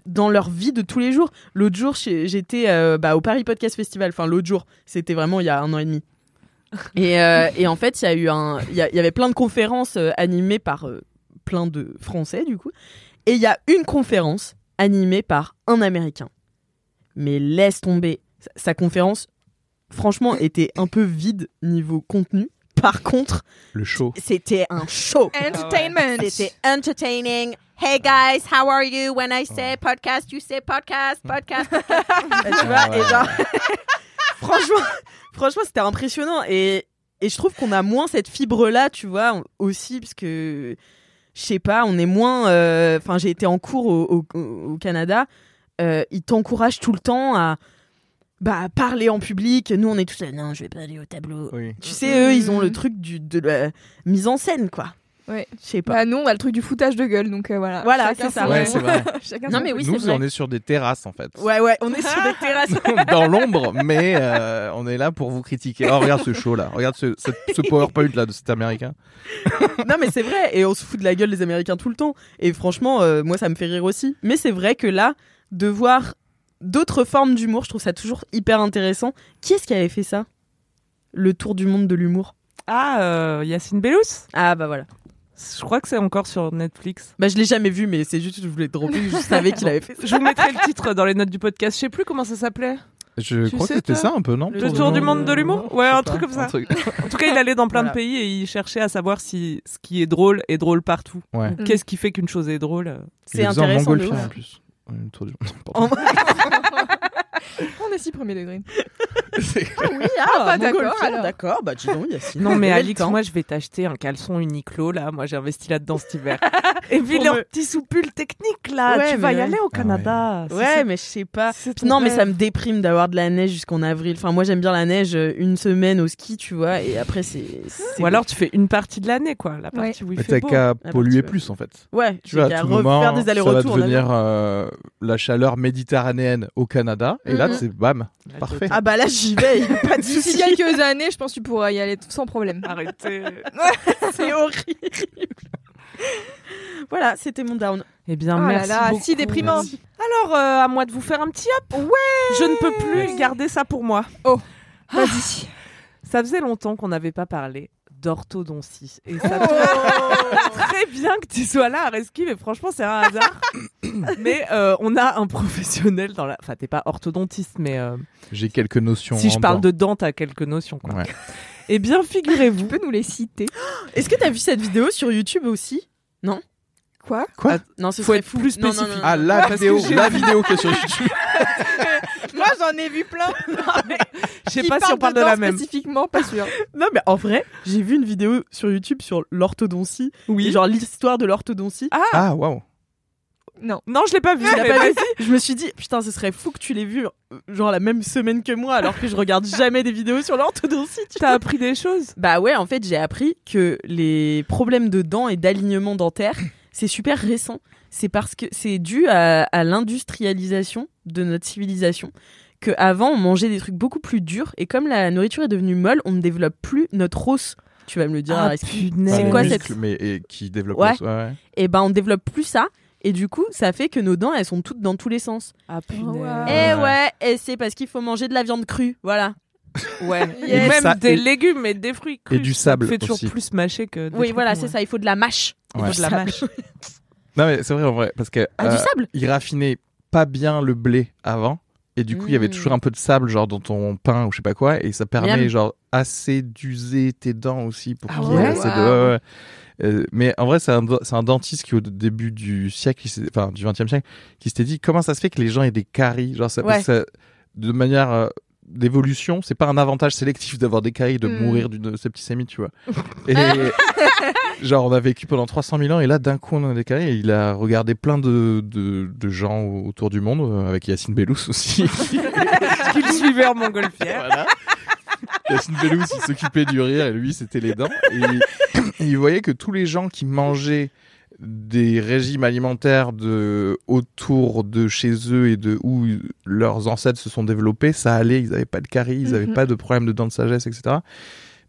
Speaker 1: dans leur vie de tous les jours. L'autre jour, chez- j'étais euh, bah, au Paris Podcast Festival. Enfin, l'autre jour, c'était vraiment il y a un an et demi. Et, euh, et en fait, il y a eu un, il y, a- il y avait plein de conférences euh, animées par euh, plein de Français du coup. Et il y a une conférence animée par un Américain. Mais laisse tomber. Sa, sa conférence, franchement, était un peu vide niveau contenu. Par contre,
Speaker 2: Le show.
Speaker 1: c'était un show.
Speaker 2: Ah
Speaker 7: Entertainment.
Speaker 1: C'était
Speaker 4: entertaining. Hey guys, how are you? When I say podcast, you say podcast, podcast.
Speaker 1: tu vois,
Speaker 2: Ah ouais.
Speaker 1: Oh. Hmm. et genre, franchement, franchement, c'était impressionnant. Et, et je trouve qu'on a moins cette fibre-là, tu vois, on- aussi, parce que, je sais pas, on est moins. euh, Enfin, j'ai été en cours au, au- au Canada. Euh, ils t'encouragent tout le temps à bah, à parler en public. Nous, on est tous là, non, je vais pas aller au tableau.
Speaker 2: Oui.
Speaker 1: Tu sais, eux, ils ont
Speaker 4: Mm-hmm.
Speaker 1: le truc du, de la mise en scène, quoi.
Speaker 7: Ouais.
Speaker 1: Je sais pas.
Speaker 7: Bah, nous, on a le truc du foutage de gueule, donc euh, voilà.
Speaker 1: Voilà,
Speaker 7: Chacun
Speaker 1: c'est ça.
Speaker 7: son-
Speaker 2: Ouais, c'est vrai.
Speaker 7: Chacun
Speaker 1: Non,
Speaker 7: son-
Speaker 1: mais oui, c'est
Speaker 2: nous
Speaker 1: vrai. Ah
Speaker 2: on est sur des terrasses en fait.
Speaker 1: Ouais, ouais, on est sur des terrasses.
Speaker 2: Dans l'ombre, mais euh, on est là pour vous critiquer. Oh regarde ce show là, regarde ce, ce, ce PowerPoint là de cet Américain.
Speaker 1: non mais c'est vrai et on se fout de la gueule des Américains tout le temps et franchement euh, moi ça me fait rire aussi mais c'est vrai que là de voir d'autres formes d'humour je trouve ça toujours hyper intéressant qui est-ce qui avait fait ça le tour du monde de l'humour
Speaker 3: Ah, euh, Yacine Bellous
Speaker 1: ah bah voilà
Speaker 3: Je crois que c'est encore sur Netflix.
Speaker 1: bah je l'ai jamais vu mais c'est juste que je voulais dropper je savais qu'il avait fait ça
Speaker 3: Je vous mettrai le titre dans les notes du podcast. Je sais plus comment ça s'appelait.
Speaker 2: Je
Speaker 3: Tu
Speaker 2: crois
Speaker 3: sais,
Speaker 2: que c'était
Speaker 3: toi,
Speaker 2: ça un peu non
Speaker 1: le
Speaker 3: Le tour du monde de l'humour Ouais,
Speaker 2: Je sais
Speaker 3: un
Speaker 2: pas,
Speaker 3: truc comme ça.
Speaker 2: un truc-
Speaker 3: En tout cas, il allait dans plein
Speaker 1: Voilà.
Speaker 3: de pays et il cherchait à savoir si ce qui est drôle est drôle partout.
Speaker 2: Ouais.
Speaker 3: Ou Qu'est-ce qui fait qu'une chose est drôle euh.
Speaker 1: c'est
Speaker 2: Il le faisait en
Speaker 1: intéressant de
Speaker 2: montgolfière,
Speaker 1: ouf.
Speaker 2: en plus. Ouais, le tour du- Pardon.
Speaker 7: On est si premier degré.
Speaker 4: Ah oui, ah, Montgolfière,
Speaker 7: bah, d'accord, alors.
Speaker 4: D'accord, bah dis donc, Yacine.
Speaker 3: Non, mais
Speaker 4: Quel
Speaker 3: Alix,
Speaker 4: temps.
Speaker 3: moi, je vais t'acheter un caleçon Uniqlo, là. Moi, j'ai investi là-dedans cet hiver. Et puis,
Speaker 1: Pour
Speaker 3: leur
Speaker 1: me-
Speaker 3: petit soupule technique, là.
Speaker 1: Ouais,
Speaker 3: tu vas
Speaker 1: mais
Speaker 3: y
Speaker 1: ouais.
Speaker 3: aller au
Speaker 2: Ah
Speaker 3: Canada. C'est-
Speaker 1: Ouais,
Speaker 3: c'est-
Speaker 1: mais je sais pas.
Speaker 3: c'est
Speaker 1: Puis
Speaker 3: ton
Speaker 1: Non, mais
Speaker 3: rêve.
Speaker 1: ça me déprime d'avoir de la neige jusqu'en avril. Enfin, moi, j'aime bien la neige euh, une semaine au ski, tu vois, et après, c'est. c'est-
Speaker 3: Ou alors, tu fais une partie de l'année, quoi. La
Speaker 7: Ouais.
Speaker 3: partie où il
Speaker 2: Mais
Speaker 3: fait
Speaker 2: t'as
Speaker 3: beau.
Speaker 2: qu'à
Speaker 1: bah,
Speaker 2: polluer
Speaker 1: tu vois.
Speaker 2: plus en fait.
Speaker 1: Ouais,
Speaker 2: Tu
Speaker 1: j'ai
Speaker 2: vois, à
Speaker 1: qu'à
Speaker 2: tout
Speaker 1: refaire
Speaker 2: moment,
Speaker 1: des
Speaker 2: ça va
Speaker 1: allers-retours. en avion.
Speaker 2: devenir euh, la chaleur méditerranéenne au Canada. Et là,
Speaker 4: Mhm.
Speaker 2: c'est bam,
Speaker 3: Là,
Speaker 2: parfait.
Speaker 1: Ah bah là, j'y vais, y a pas de
Speaker 7: D'ici
Speaker 1: souci.
Speaker 7: quelques années, je pense que tu pourras y aller t- sans problème.
Speaker 3: je-
Speaker 1: Ah,
Speaker 3: Arrêtez.
Speaker 1: c'est horrible. voilà, c'était mon down.
Speaker 3: Eh bien,
Speaker 7: Oh là
Speaker 3: merci.
Speaker 7: là,
Speaker 3: beaucoup.
Speaker 7: si déprimant.
Speaker 3: Merci. Alors, euh, à moi de vous faire un petit hop. Ouais. Je ne peux plus garder ça pour moi.
Speaker 7: Vas-y.
Speaker 3: Ça faisait longtemps qu'on n'avait pas parlé d'orthodontie. Et ça
Speaker 7: Oh.
Speaker 3: tombe très bien que tu sois là, Reski, mais franchement, c'est un hasard. mais euh, on a un professionnel dans la. Enfin, t'es pas orthodontiste, mais euh,
Speaker 2: J'ai quelques notions.
Speaker 3: si je
Speaker 2: en
Speaker 3: parle
Speaker 2: dents.
Speaker 3: de dents, t'as quelques notions. Quoi.
Speaker 2: Ouais.
Speaker 3: Eh bien, figurez-vous.
Speaker 7: Tu peux nous les citer
Speaker 1: Est-ce que t'as vu cette vidéo sur YouTube aussi Ah,
Speaker 7: Quoi
Speaker 1: Non, ce
Speaker 3: Faut
Speaker 1: serait
Speaker 3: être
Speaker 1: fou.
Speaker 3: plus
Speaker 1: Non, non,
Speaker 3: spécifique.
Speaker 1: non, non.
Speaker 2: Ah, la vidéo, la vidéo qui est sur YouTube.
Speaker 7: Moi, j'en ai vu plein.
Speaker 3: Je sais pas si on parle de, la même.
Speaker 7: Spécifiquement, pas sûr.
Speaker 1: Non, mais en vrai, j'ai vu une vidéo sur YouTube sur l'orthodontie.
Speaker 3: Oui.
Speaker 1: Genre l'histoire de l'orthodontie.
Speaker 2: Ah, waouh.
Speaker 7: Non.
Speaker 3: Non, je l'ai pas vu.
Speaker 1: Tu l'as
Speaker 3: mais
Speaker 1: pas
Speaker 3: vas-y.
Speaker 1: vu je me suis dit, putain, ce serait fou que tu l'aies vu euh, genre la même semaine que moi, alors que je regarde jamais des vidéos sur l'orthodontie. tu
Speaker 3: T'as
Speaker 1: vois.
Speaker 3: appris des choses.
Speaker 1: Bah ouais, en fait, j'ai appris que les problèmes de dents et d'alignement dentaire, c'est super récent. C'est parce que c'est dû à, à l'industrialisation de notre civilisation. Que avant, on mangeait des trucs beaucoup plus durs et comme la nourriture est devenue molle, on ne développe plus notre os. Tu vas me le dire. Aris.
Speaker 3: punaise.
Speaker 2: Ah, le
Speaker 1: quoi
Speaker 2: muscle,
Speaker 1: cette-
Speaker 2: mais et qui développe
Speaker 1: Ouais.
Speaker 2: le- ouais.
Speaker 1: et ben, on ne développe plus ça. Et du coup, ça fait que nos dents, elles sont toutes dans tous les sens.
Speaker 3: Ah,
Speaker 7: punaise.
Speaker 2: Ouais.
Speaker 1: Eh ouais, et c'est parce qu'il faut manger de la viande crue, voilà.
Speaker 3: Ouais.
Speaker 7: Yes.
Speaker 3: Et même
Speaker 2: Ça-
Speaker 3: des
Speaker 2: et-
Speaker 3: légumes et des fruits.
Speaker 2: Et
Speaker 3: crus.
Speaker 2: du sable
Speaker 3: Fait toujours
Speaker 2: aussi.
Speaker 3: plus mâcher que. des
Speaker 1: oui,
Speaker 3: trucs
Speaker 1: voilà,
Speaker 3: mous,
Speaker 1: c'est
Speaker 3: hein.
Speaker 1: ça, il faut de la mâche.
Speaker 3: Il faut
Speaker 2: Ouais.
Speaker 3: de la
Speaker 1: Sable.
Speaker 3: mâche.
Speaker 2: Non, mais c'est vrai en vrai. Parce que
Speaker 1: Ah,
Speaker 2: euh,
Speaker 1: du sable
Speaker 2: ils raffinaient pas bien le blé avant. Et du coup, il y avait
Speaker 1: Mm.
Speaker 2: toujours un peu de sable, genre dans ton pain ou je sais pas quoi. Et ça permet,
Speaker 1: Miam.
Speaker 2: genre, assez d'user tes dents aussi pour
Speaker 3: Ah
Speaker 2: qu'il y ait
Speaker 3: ouais
Speaker 2: assez de.
Speaker 7: Waouh.
Speaker 2: ouais, ouais. Euh, mais en vrai, c'est un, c'est un dentiste qui, au début du siècle, il s'est- enfin du 20e siècle, qui s'était dit comment ça se fait que les gens aient des caries Genre, ça,
Speaker 1: Ouais.
Speaker 2: ça- de manière euh, d'évolution, c'est pas un avantage sélectif d'avoir des caries, de
Speaker 7: Mm.
Speaker 2: mourir d'une septicémie, tu vois. Et, Genre, on a vécu pendant 300 000 ans et là, d'un coup, on a des caries. Et il a regardé plein de, de, de gens au- autour du monde, euh, avec Yacine Bellous aussi.
Speaker 3: Qu'il suivait en montgolfière.
Speaker 2: voilà. Yacine Bellous, il s'occupait du rire et lui, c'était les dents. Et il, et il voyait que tous les gens qui mangeaient des régimes alimentaires de autour de chez eux et de où leurs ancêtres se sont développés, ça allait, ils n'avaient pas de caries, ils n'avaient
Speaker 7: Mhm.
Speaker 2: pas de problème de dents de sagesse, etc.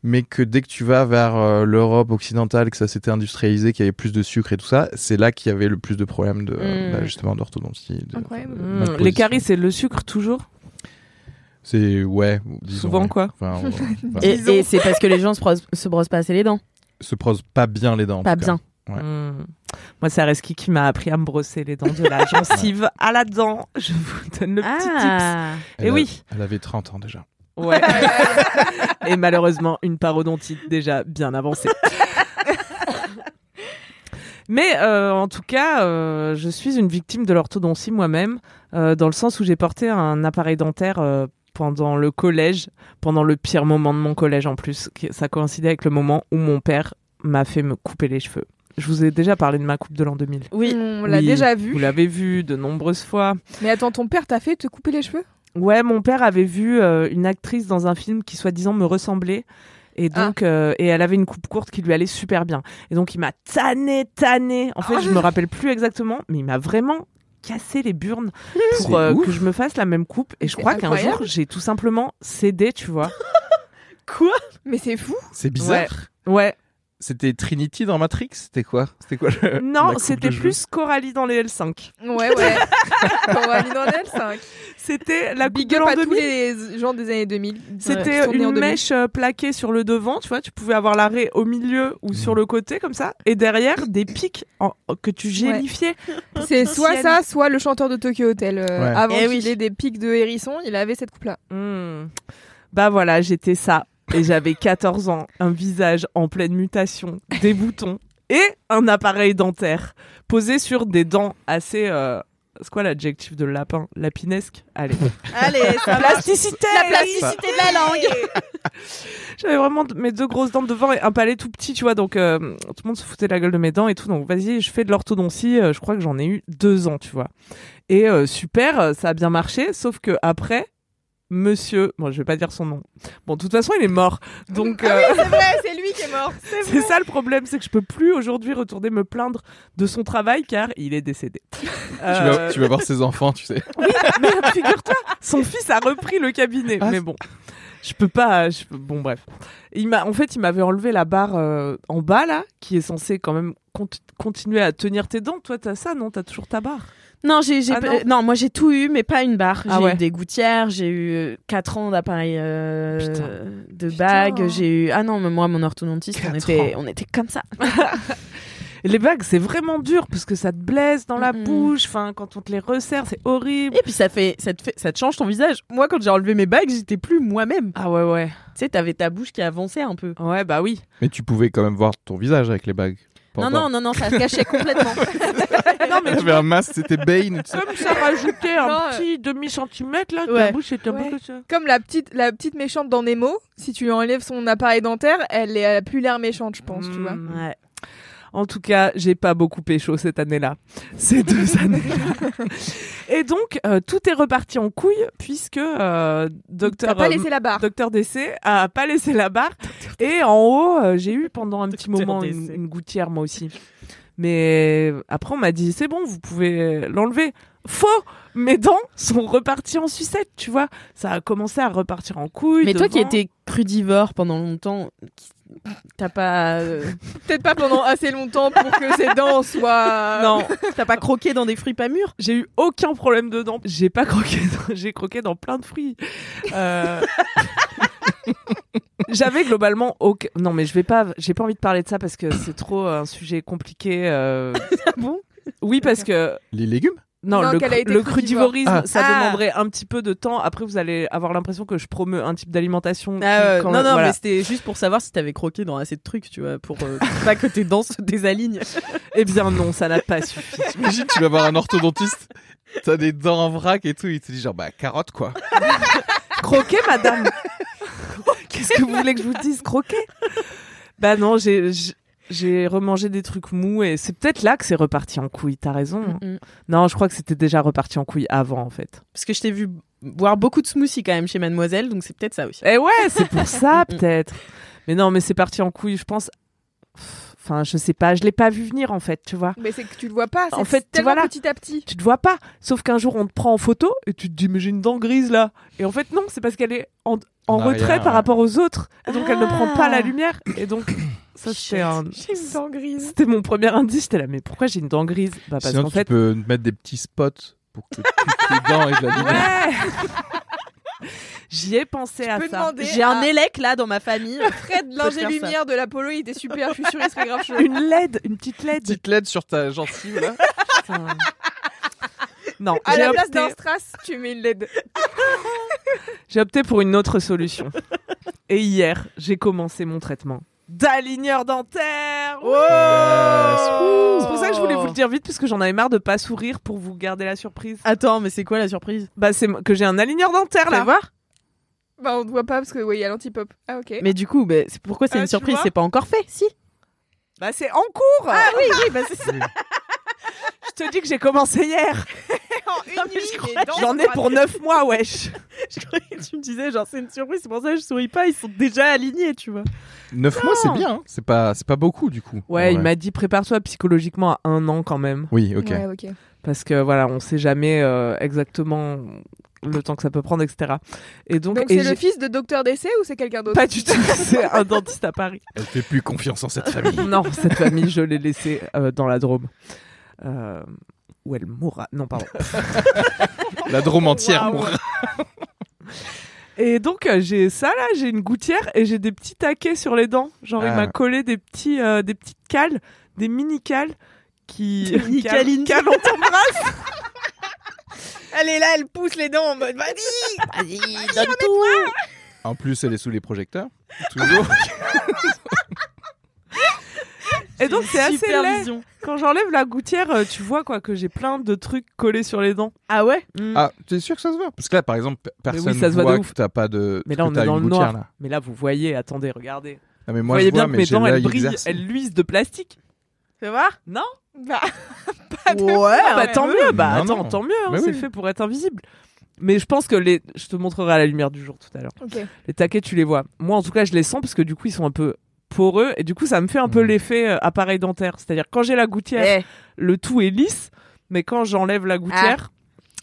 Speaker 2: Mais que dès que tu vas vers euh, l'Europe occidentale, que ça s'était industrialisé, qu'il y avait plus de sucre et tout ça, c'est là qu'il y avait le plus de problèmes de
Speaker 1: Mm.
Speaker 2: bah, justement d'orthodontie. de-
Speaker 7: Incroyable.
Speaker 2: de
Speaker 3: Mm,
Speaker 2: malposition.
Speaker 3: les caries, c'est le sucre toujours
Speaker 2: c'est ouais, disons,
Speaker 3: Souvent
Speaker 2: ouais.
Speaker 3: quoi
Speaker 2: Enfin, on- enfin,
Speaker 1: Et, et c'est parce que les gens se brossent, se brossent pas assez les dents.
Speaker 2: se prose pas bien les dents. en
Speaker 1: Pas
Speaker 2: tout cas.
Speaker 1: bien.
Speaker 2: Ouais.
Speaker 3: Mm. Moi, c'est Areski qui m'a appris à me brosser les dents de la gencive à la dent. Je vous donne le
Speaker 1: Ah.
Speaker 3: petit
Speaker 2: Elle
Speaker 3: Eh
Speaker 2: a-
Speaker 3: oui.
Speaker 2: Elle avait 30 ans déjà.
Speaker 3: tips. Ouais. Et malheureusement, une parodontite déjà bien avancée. Mais euh, en tout cas, euh, je suis une victime de l'orthodontie moi-même, euh, dans le sens où j'ai porté un appareil dentaire euh, pendant le collège, pendant le pire moment de mon collège en plus. qui- Ça coïncidait avec le moment où mon père m'a fait me couper les cheveux. Je vous ai déjà parlé de ma coupe de l'an 2000.
Speaker 1: Oui.
Speaker 7: On l'a
Speaker 3: Oui,
Speaker 7: déjà vu.
Speaker 3: Vous l'avez vu de nombreuses fois.
Speaker 7: Mais attends, ton père t'a fait te couper les cheveux
Speaker 3: Ouais, mon père avait vu euh, une actrice dans un film qui soi-disant me ressemblait. Et
Speaker 7: Ah.
Speaker 3: donc, euh, et elle avait une coupe courte qui lui allait super bien. Et donc, il m'a tanné, tanné. En fait,
Speaker 7: Ah.
Speaker 3: je me rappelle plus exactement, mais il m'a vraiment cassé les burnes
Speaker 2: C'est
Speaker 3: pour euh,
Speaker 2: ouf.
Speaker 3: que je me fasse la même coupe. Et je
Speaker 7: C'est
Speaker 3: crois qu'un jour,
Speaker 7: incroyable.
Speaker 3: j'ai tout simplement cédé, tu vois.
Speaker 1: Quoi
Speaker 7: Mais c'est fou.
Speaker 2: C'est bizarre.
Speaker 3: Ouais.
Speaker 2: C'était Trinity dans Matrix C'était quoi C'était quoi le- Euh, la
Speaker 3: Non,
Speaker 2: coupe
Speaker 3: c'était
Speaker 2: de jeu
Speaker 3: plus Coralie dans les L5.
Speaker 7: Ouais, ouais. on va aller dans le 5.
Speaker 3: C'était la coupe
Speaker 7: hein. Big
Speaker 3: de
Speaker 7: up
Speaker 3: l'an
Speaker 7: à tous
Speaker 3: 2000.
Speaker 7: les gens des années 2000.
Speaker 3: C'était
Speaker 7: Ouais, qui sont nés en
Speaker 3: une
Speaker 7: 2000.
Speaker 3: mèche euh, plaquée sur le devant, tu vois, tu pouvais avoir l'arrêt au milieu ou sur le côté comme ça, et derrière des pics en- que tu gélifiais.
Speaker 7: C'est soit
Speaker 3: Ciel.
Speaker 7: ça, soit le chanteur de Tokyo Hotel. euh,
Speaker 2: Ouais.
Speaker 7: Avant
Speaker 1: Eh
Speaker 7: qu'il
Speaker 1: oui.
Speaker 7: ait des pics de hérisson, il avait cette coupe-là. Mmh.
Speaker 3: Hmm. Bah voilà, j'étais ça, et j'avais 14 ans, un visage en pleine mutation, des boutons et un appareil dentaire posé sur des dents assez euh, C'est quoi l'adjectif de lapin Lapinesque Allez.
Speaker 4: Allez, ça marche.
Speaker 3: Plasticité
Speaker 4: La plasticité de la langue.
Speaker 3: J'avais vraiment d- mes deux grosses dents devant et un palais tout petit, tu vois. Donc euh, tout le monde se foutait de la gueule de mes dents et tout. Donc vas-y, je fais de l'orthodontie. euh, je crois que j'en ai eu deux ans, tu vois. Et euh, super, euh, ça a bien marché. Sauf que après, monsieur, bon, je vais pas dire son nom. Bon, de toute façon, il est mort. Donc euh,
Speaker 7: C'est vrai, c'est lui qui est mort.
Speaker 3: c'est ça le problème, c'est que je peux plus aujourd'hui retourner me plaindre de son travail car il est décédé.
Speaker 2: Tu,
Speaker 3: Euh,
Speaker 2: vas, tu vas voir ses enfants, tu sais.
Speaker 3: mais figure-toi, son fils a repris le cabinet.
Speaker 2: Ah,
Speaker 3: mais bon, je peux pas. je peux- Bon, bref. Il m'a, en fait, il m'avait enlevé la barre euh, en bas là, qui est censée quand même cont- continuer à tenir tes dents. Toi, t'as ça, non T'as toujours ta barre.
Speaker 1: Non, j'ai, j'ai
Speaker 3: Ah
Speaker 1: pas-
Speaker 3: non.
Speaker 1: euh, non. moi j'ai tout eu, mais pas une barre.
Speaker 3: Ah
Speaker 1: j'ai
Speaker 3: ouais.
Speaker 1: eu des gouttières, j'ai eu 4 ans d'appareil euh,
Speaker 3: Putain.
Speaker 1: de
Speaker 3: Putain.
Speaker 1: bague, j'ai eu. Ah non, mais moi, mon orthodontiste, on
Speaker 3: Quatre
Speaker 1: était, on était comme ça.
Speaker 3: Et les bagues, c'est vraiment dur parce que ça te blesse dans la
Speaker 1: Mm-mm.
Speaker 3: bouche. Enfin, quand on te les resserre, c'est horrible.
Speaker 1: Et puis ça, fait, ça, te fait, ça te change ton visage. Moi, quand j'ai enlevé mes bagues, j'étais plus moi-même.
Speaker 3: Ah ouais, ouais.
Speaker 1: Tu sais, t'avais ta bouche qui avançait un peu.
Speaker 3: Ouais, bah oui.
Speaker 2: Mais tu pouvais quand même voir ton visage avec les bagues.
Speaker 1: Non, non, non, non, ça se cachait complètement.
Speaker 3: non, mais
Speaker 2: J'avais un masque, c'était Bane. tu sais.
Speaker 3: comme ça rajoutait un
Speaker 7: Non, euh,
Speaker 3: petit demi-centimètre là, ta
Speaker 1: Ouais.
Speaker 3: bouche était un peu
Speaker 7: Ouais.
Speaker 3: comme ça.
Speaker 7: Comme la petite, la petite méchante dans Nemo, si tu lui enlèves son appareil dentaire, elle, est- elle a plus l'air méchante, je pense, tu vois.
Speaker 3: Mm.
Speaker 1: Ouais.
Speaker 3: En tout cas, j'ai pas beaucoup pécho cette année-là. Ces deux années-là. Et donc, euh, tout est reparti en couille puisque euh,
Speaker 7: T'as
Speaker 3: docteur,
Speaker 7: pas
Speaker 3: euh,
Speaker 7: laissé la barre.
Speaker 3: docteur DC a pas laissé la barre. Et en haut, euh, j'ai eu pendant un petit
Speaker 1: Docteur
Speaker 3: moment une,
Speaker 1: DC.
Speaker 3: une gouttière moi aussi. Mais après, on m'a dit c'est bon, vous pouvez l'enlever. Faux Mes dents sont reparties en sucette, tu vois. Ça a commencé à repartir en couille.
Speaker 1: mais toi qui
Speaker 3: devant.
Speaker 1: étais crudivore pendant longtemps, qui- t'as pas, euh,
Speaker 7: Peut-être pas pendant assez longtemps pour que ses dents soient.
Speaker 3: Non,
Speaker 1: t'as pas croqué dans des fruits pas mûrs
Speaker 3: J'ai eu aucun problème dedans. J'ai pas croqué. dans- J'ai croqué dans plein de fruits. Euh, J'avais globalement aucun. Non, mais je vais pas. J'ai pas envie de parler de ça parce que c'est trop un sujet compliqué. euh.
Speaker 1: Ah bon
Speaker 3: Oui, parce que
Speaker 2: Les légumes
Speaker 3: non,
Speaker 7: Non,
Speaker 3: le,
Speaker 7: qu'elle a
Speaker 3: cru-
Speaker 7: été
Speaker 3: le
Speaker 7: crudivore.
Speaker 3: crudivorisme,
Speaker 2: Ah.
Speaker 3: ça
Speaker 1: Ah.
Speaker 3: demanderait un petit peu de temps. Après, vous allez avoir l'impression que je promeus un type d'alimentation. qui,
Speaker 1: Ah ouais,
Speaker 3: quand-
Speaker 1: non, non,
Speaker 3: voilà.
Speaker 1: mais c'était juste pour savoir si t'avais croqué dans assez de trucs, tu vois, pour euh, pas que tes dents se désalignent.
Speaker 3: Eh bien, non, ça n'a pas suffi.
Speaker 2: T'imagines, tu vas voir un orthodontiste, t'as des dents en vrac et tout, il te dit genre, bah, carotte quoi.
Speaker 3: Croquer, madame. Qu'est-ce que vous voulez que je vous dise Croquer Bah non, j'ai j'ai- j'ai remangé des trucs mous et c'est peut-être là que c'est reparti en couille. T'as raison. hein. Non, je crois que c'était déjà reparti en couille avant en fait.
Speaker 1: Mm. Parce que je t'ai vu boire beaucoup de smoothies quand même chez Mademoiselle, donc c'est peut-être ça aussi.
Speaker 3: Et Eh ouais, c'est pour ça peut-être. Mais non, mais c'est parti en couille. Je pense. Enfin, je sais pas. Je l'ai pas vu venir en fait. Tu vois.
Speaker 7: Mais c'est que tu le vois pas.
Speaker 3: En
Speaker 7: En
Speaker 3: fait,
Speaker 7: fait, tellement
Speaker 3: voilà.
Speaker 7: petit à petit.
Speaker 3: Tu te vois pas. Sauf qu'un jour on te prend en photo et tu te dis mais j'ai une dent grise là. Et en fait non, c'est parce qu'elle est en, en
Speaker 2: En arrière,
Speaker 3: retrait par
Speaker 2: ouais.
Speaker 3: rapport aux autres. Et donc elle ne prend pas la
Speaker 1: Ah.
Speaker 3: lumière. Et donc ça c'est un
Speaker 7: J'ai une dent grise.
Speaker 3: C'était mon premier indice. J'étais là, mais pourquoi j'ai une dent grise Bah parce
Speaker 2: Sinon,
Speaker 3: qu'en
Speaker 2: tu
Speaker 3: fait.
Speaker 2: peux mettre des petits spots pour que tes dents aient de la lumière.
Speaker 3: Ouais J'y ai pensé à
Speaker 7: peux
Speaker 3: ça.
Speaker 7: demander-
Speaker 1: J'ai un élec là dans ma famille.
Speaker 7: Fred,
Speaker 1: faire ça.
Speaker 7: l'ingé lumière de l'Apollo, il était super. Je suis sûre, il serait grave chaud.
Speaker 3: Une LED, une petite LED.
Speaker 2: Petite LED sur ta gencive là.
Speaker 3: Putain. non,
Speaker 7: À
Speaker 3: j'ai
Speaker 7: la place
Speaker 3: opté,
Speaker 7: d'un strass, tu mets une LED.
Speaker 3: j'ai opté pour une autre solution. Et hier, j'ai commencé mon traitement d'aligneur dentaire.
Speaker 1: Oh
Speaker 3: Oui
Speaker 7: Oh.
Speaker 3: C'est pour ça que je voulais vous le dire vite, puisque j'en avais marre de pas sourire pour vous garder la surprise.
Speaker 1: Attends, mais c'est quoi la surprise
Speaker 3: Bah, c'est que j'ai un aligneur dentaire
Speaker 1: Fais
Speaker 3: là.
Speaker 1: voir.
Speaker 7: Bah, on ne voit pas parce que, oui, il y a l'antipop. Ah, ok.
Speaker 1: Mais du coup, bah, c'est pourquoi c'est
Speaker 3: Ah,
Speaker 1: une
Speaker 3: tu
Speaker 1: surprise
Speaker 3: vois
Speaker 1: C'est pas encore fait, si
Speaker 3: Bah, c'est en cours.
Speaker 7: Ah
Speaker 1: oui, oui, bah c'est ça.
Speaker 3: Je te dis que j'ai commencé hier.
Speaker 7: En une nuit,
Speaker 3: je
Speaker 7: les
Speaker 3: crois-
Speaker 7: dents
Speaker 3: J'en ai
Speaker 7: sont
Speaker 3: pour 9 mois, wesh.
Speaker 1: je croyais que tu me disais, genre, c'est une surprise, c'est pour ça que je souris pas, ils sont déjà alignés, tu vois.
Speaker 2: 9 mois, c'est bien. hein. C'est pas, c'est pas beaucoup du coup.
Speaker 3: Ouais, il m'a dit prépare-toi psychologiquement à un an quand même.
Speaker 2: Oui, ok.
Speaker 7: Ouais, ok.
Speaker 3: Parce que voilà, on sait jamais euh, exactement le temps que ça peut prendre, etc. Et donc,
Speaker 7: Donc,
Speaker 3: et
Speaker 7: c'est le
Speaker 3: j'ai-
Speaker 7: fils de Docteur DC ou c'est quelqu'un d'autre
Speaker 3: pas du tout, c'est un dentiste à Paris.
Speaker 2: Elle fait plus confiance en cette famille.
Speaker 3: Non, cette famille, je l'ai laissée euh, dans la Drôme. Euh, où elle mourra. Non, pardon.
Speaker 2: La drôme entière.
Speaker 3: Waouh. Et donc, euh, j'ai ça là, j'ai une gouttière et j'ai des petits taquets sur les dents. Genre, il
Speaker 2: Ah.
Speaker 3: m'a collé des, petits, euh, des petites cales, des mini-cales qui.
Speaker 1: Des mini
Speaker 3: cales-
Speaker 1: calines.
Speaker 3: cales, on t'embrasse.
Speaker 7: Elle est là, elle pousse les dents en mode vas-y
Speaker 2: En plus, elle est sous les projecteurs. Toujours.
Speaker 3: Et donc, c'est assez
Speaker 1: Super
Speaker 3: laid.
Speaker 1: vision.
Speaker 3: Quand j'enlève la gouttière, euh, tu vois quoi que j'ai plein de trucs collés sur les dents.
Speaker 1: Ah ouais Mm.
Speaker 2: Ah, t'es sûr que ça se voit Parce que là, par exemple, pe-
Speaker 3: oui,
Speaker 2: personne
Speaker 3: ça se voit
Speaker 2: voit
Speaker 3: de
Speaker 2: que
Speaker 3: ouf.
Speaker 2: t'as pas de.
Speaker 3: Mais là,
Speaker 2: que
Speaker 3: on
Speaker 2: t'as
Speaker 3: est dans
Speaker 2: une
Speaker 3: le
Speaker 2: gouttière,
Speaker 3: noir.
Speaker 2: Là.
Speaker 3: Mais là, vous voyez, attendez, regardez.
Speaker 2: Ah, mais
Speaker 3: Vous
Speaker 2: moi,
Speaker 3: voyez
Speaker 2: je vois,
Speaker 3: bien que
Speaker 2: mais
Speaker 3: mes
Speaker 2: j'ai
Speaker 3: dents, elles
Speaker 2: l'œil
Speaker 3: brillent,
Speaker 2: exercé.
Speaker 3: elles luisent de plastique.
Speaker 1: Fais voir
Speaker 3: Non
Speaker 7: Bah,
Speaker 1: Ouais,
Speaker 3: Ah bah tant mieux, bah
Speaker 2: Non,
Speaker 3: attends,
Speaker 2: non.
Speaker 3: tant mieux, hein,
Speaker 2: Mais
Speaker 3: c'est
Speaker 2: oui.
Speaker 3: fait pour être invisible. Mais je pense que les. Je te montrerai à la lumière du jour tout à l'heure.
Speaker 7: ok.
Speaker 3: Les taquets, tu les vois. Moi, en tout cas, je les sens parce que du coup, ils sont un peu poreux et du coup, ça me fait un peu
Speaker 2: Mhm.
Speaker 3: l'effet euh, appareil dentaire. C'est-à-dire, quand j'ai la gouttière,
Speaker 1: Eh.
Speaker 3: le tout est lisse, mais quand j'enlève la gouttière,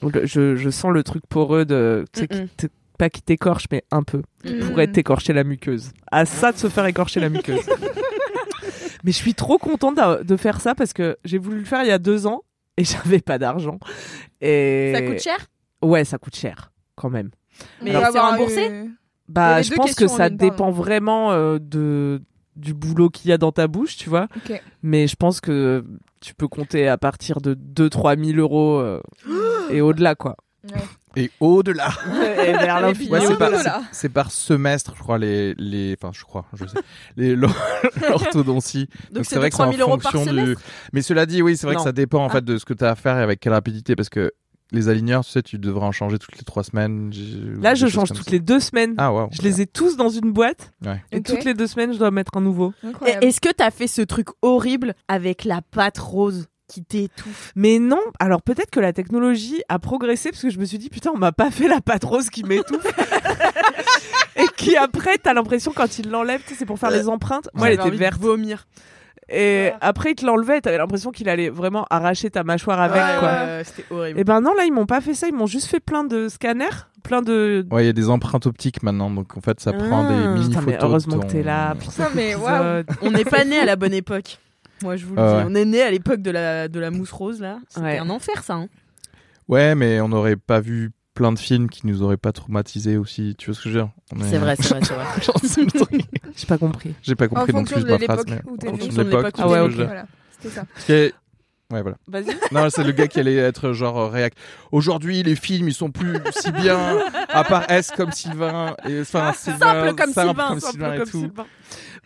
Speaker 3: le- je, je sens le truc poreux de. tu sais, qui
Speaker 1: Mm-mm.
Speaker 3: t- Pas qui t'écorche, mais un peu.
Speaker 7: Mm.
Speaker 3: Pourrait t'écorcher la muqueuse. À ça de se faire écorcher la muqueuse. mais je suis trop contente d'a- de faire ça parce que j'ai voulu le faire il y a deux ans et j'avais pas d'argent. Et...
Speaker 4: Ça coûte cher
Speaker 3: Ouais, ça coûte cher quand même.
Speaker 7: Mais
Speaker 4: Alors,
Speaker 7: on va
Speaker 4: c'est
Speaker 7: avoir
Speaker 4: remboursé
Speaker 7: une- Il y
Speaker 3: Bah,
Speaker 7: avait
Speaker 3: je
Speaker 7: deux
Speaker 3: pense que
Speaker 7: questions en
Speaker 3: ça
Speaker 7: une, pardon.
Speaker 3: dépend vraiment euh, de du boulot qu'il y a dans ta bouche, tu vois.
Speaker 7: Ok.
Speaker 3: Mais je pense que tu peux compter à partir de 2-3 000 euros euh, et au-delà, quoi.
Speaker 2: Et au-delà
Speaker 3: et vers l'infini.
Speaker 2: Ouais,
Speaker 7: Et
Speaker 2: c'est par,
Speaker 7: au-delà.
Speaker 2: c'est- c'est par semestre, je crois, les, les, enfin, je crois, je sais, les, l'or- l'orthodontie.
Speaker 1: Donc
Speaker 2: c'est
Speaker 1: c'est
Speaker 2: vrai
Speaker 1: de
Speaker 2: que c'est en
Speaker 1: 3000 euros par Ah.
Speaker 2: fonction du, mais cela dit, oui, c'est vrai
Speaker 3: Non.
Speaker 2: que ça dépend, en fait, de ce que t'as à faire et avec quelle rapidité, parce que les aligneurs, tu sais, tu devrais en changer toutes les trois semaines.
Speaker 3: Là, je change toutes les deux semaines.
Speaker 2: Ah, waouh.
Speaker 3: Je les ai tous dans une boîte.
Speaker 2: Ouais.
Speaker 3: Et
Speaker 7: Ok.
Speaker 3: toutes les deux semaines, je dois mettre un nouveau.
Speaker 7: Incroyable.
Speaker 1: Est-ce que t'as fait ce truc horrible avec la pâte rose qui t'étouffe
Speaker 3: Mais non, alors peut-être que la technologie a progressé parce que je me suis dit putain, on m'a pas fait la pâte rose qui m'étouffe. et qui après, t'as l'impression quand ils l'enlèvent, tu sais, c'est pour faire les empreintes. Moi, elle
Speaker 1: J'avais
Speaker 3: était
Speaker 1: envie de
Speaker 3: verte.
Speaker 1: Vomir.
Speaker 3: Et après, il te l'enlevait, t'avais l'impression qu'il allait vraiment arracher ta mâchoire avec,
Speaker 1: Ouais,
Speaker 3: quoi.
Speaker 1: ouais, ouais, C'était horrible.
Speaker 3: Et ben non, là, ils m'ont pas fait ça, ils m'ont juste fait plein de scanners, plein de.
Speaker 2: Ouais, il y a des empreintes optiques maintenant, donc en fait, ça prend des
Speaker 3: Ah,
Speaker 2: mini
Speaker 3: putain, mais
Speaker 2: photos.
Speaker 3: heureusement
Speaker 2: de
Speaker 3: que
Speaker 2: ton-
Speaker 3: t'es là. pour
Speaker 7: Putain,
Speaker 3: cet
Speaker 7: mais waouh.
Speaker 3: épisode.
Speaker 1: On n'est pas né à la bonne époque. Moi, je vous le
Speaker 2: Ah ouais.
Speaker 1: dis. On est né à l'époque de la, de la mousse rose, là. C'était
Speaker 3: Ouais.
Speaker 1: un enfer, ça. hein.
Speaker 2: Ouais, mais on n'aurait pas vu plein de films qui nous auraient pas traumatisés aussi. Tu vois ce que je veux dire On est-
Speaker 1: C'est vrai, c'est vrai, c'est vrai.
Speaker 2: Genre, c'est le truc.
Speaker 3: J'ai pas compris.
Speaker 2: J'ai pas
Speaker 7: En
Speaker 2: compris non
Speaker 7: fonction
Speaker 2: plus
Speaker 7: de
Speaker 2: ma
Speaker 7: l'époque
Speaker 2: phrase. mais
Speaker 7: où t'es
Speaker 2: en
Speaker 7: né.
Speaker 2: fonction de l'époque.
Speaker 1: Ah
Speaker 2: c'est
Speaker 1: ouais,
Speaker 2: ce
Speaker 3: ok.
Speaker 2: que je veux dire.
Speaker 7: Voilà, c'était ça.
Speaker 2: Parce que- Ouais, voilà.
Speaker 3: Vas-y.
Speaker 2: Non, c'est le gars qui allait être genre euh, réac. Aujourd'hui, les films, ils sont plus si bien, à part S comme Sylvain. Et, enfin, Sylvain,
Speaker 3: Simple comme
Speaker 2: simple
Speaker 3: Sylvain,
Speaker 2: comme
Speaker 3: simple
Speaker 2: Sylvain et
Speaker 3: comme
Speaker 2: tout.
Speaker 3: Sylvain.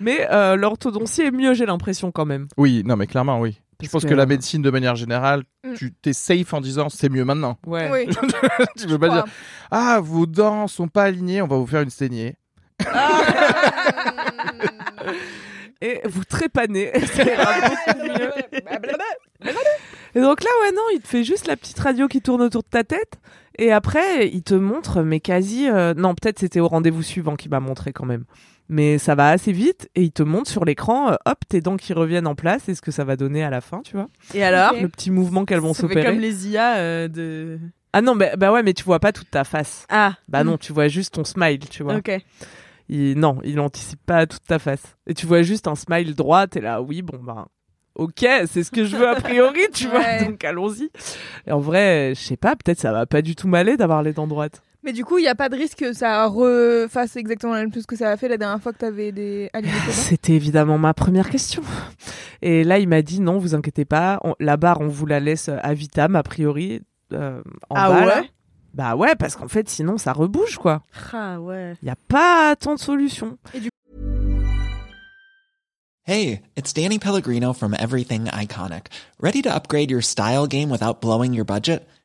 Speaker 3: Mais euh, l'orthodontie est mieux, j'ai l'impression quand même.
Speaker 2: Oui, non, mais clairement, oui. je
Speaker 3: Parce
Speaker 2: pense que,
Speaker 3: que-
Speaker 2: la médecine, de manière générale,
Speaker 7: Mm.
Speaker 2: tu t'es safe en disant c'est mieux maintenant.
Speaker 3: Ouais.
Speaker 7: Oui.
Speaker 2: tu veux pas dire ah vos dents sont pas alignées, on va vous faire une saignée.
Speaker 3: Et vous trépanez. C'est vraiment mieux.
Speaker 1: Ah,
Speaker 3: Et donc là, ouais, non, il te fait juste la petite radio qui tourne autour de ta tête. Et après, il te montre, mais quasi. euh, Non, peut-être c'était au rendez-vous suivant qu'il m'a montré quand même. Mais ça va assez vite. Et il te montre sur l'écran, euh, hop, tes dents qui reviennent en place. Et ce que ça va donner à la fin, tu vois.
Speaker 1: Et alors
Speaker 3: Le petit mouvement qu'elles vont
Speaker 1: Ça fait
Speaker 3: s'opérer.
Speaker 1: comme les IA euh, de.
Speaker 3: Ah non, bah, bah ouais, mais tu vois pas toute ta face.
Speaker 1: Ah,
Speaker 3: Bah non, tu vois juste ton smile, tu vois.
Speaker 1: ok.
Speaker 3: Il- non, il anticipe pas toute ta face. Et tu vois juste un smile droit, t'es là, oui, bon, bah, ok, c'est ce que je veux a priori, tu vois,
Speaker 7: Ouais.
Speaker 3: donc allons-y. Et en vrai, je sais pas, peut-être ça va pas du tout m'aller d'avoir les dents droites.
Speaker 7: Mais du coup, il n'y a pas de risque que ça refasse exactement la même chose que ça a fait la dernière fois que tu avais des aliments.
Speaker 3: C'était évidemment ma première question. Et là, il m'a dit, non, vous inquiétez pas, on- la barre, on vous la laisse à vitam, a priori, euh, en
Speaker 1: Ah
Speaker 3: bas,
Speaker 1: ouais
Speaker 3: là. Bah ouais, parce qu'en fait, sinon, ça rebouge, quoi.
Speaker 1: Ah ouais.
Speaker 3: Il n'y a pas tant de solutions.
Speaker 8: Hey, it's Danny Pellegrino from Everything Iconic. Ready to upgrade your style game without blowing your budget?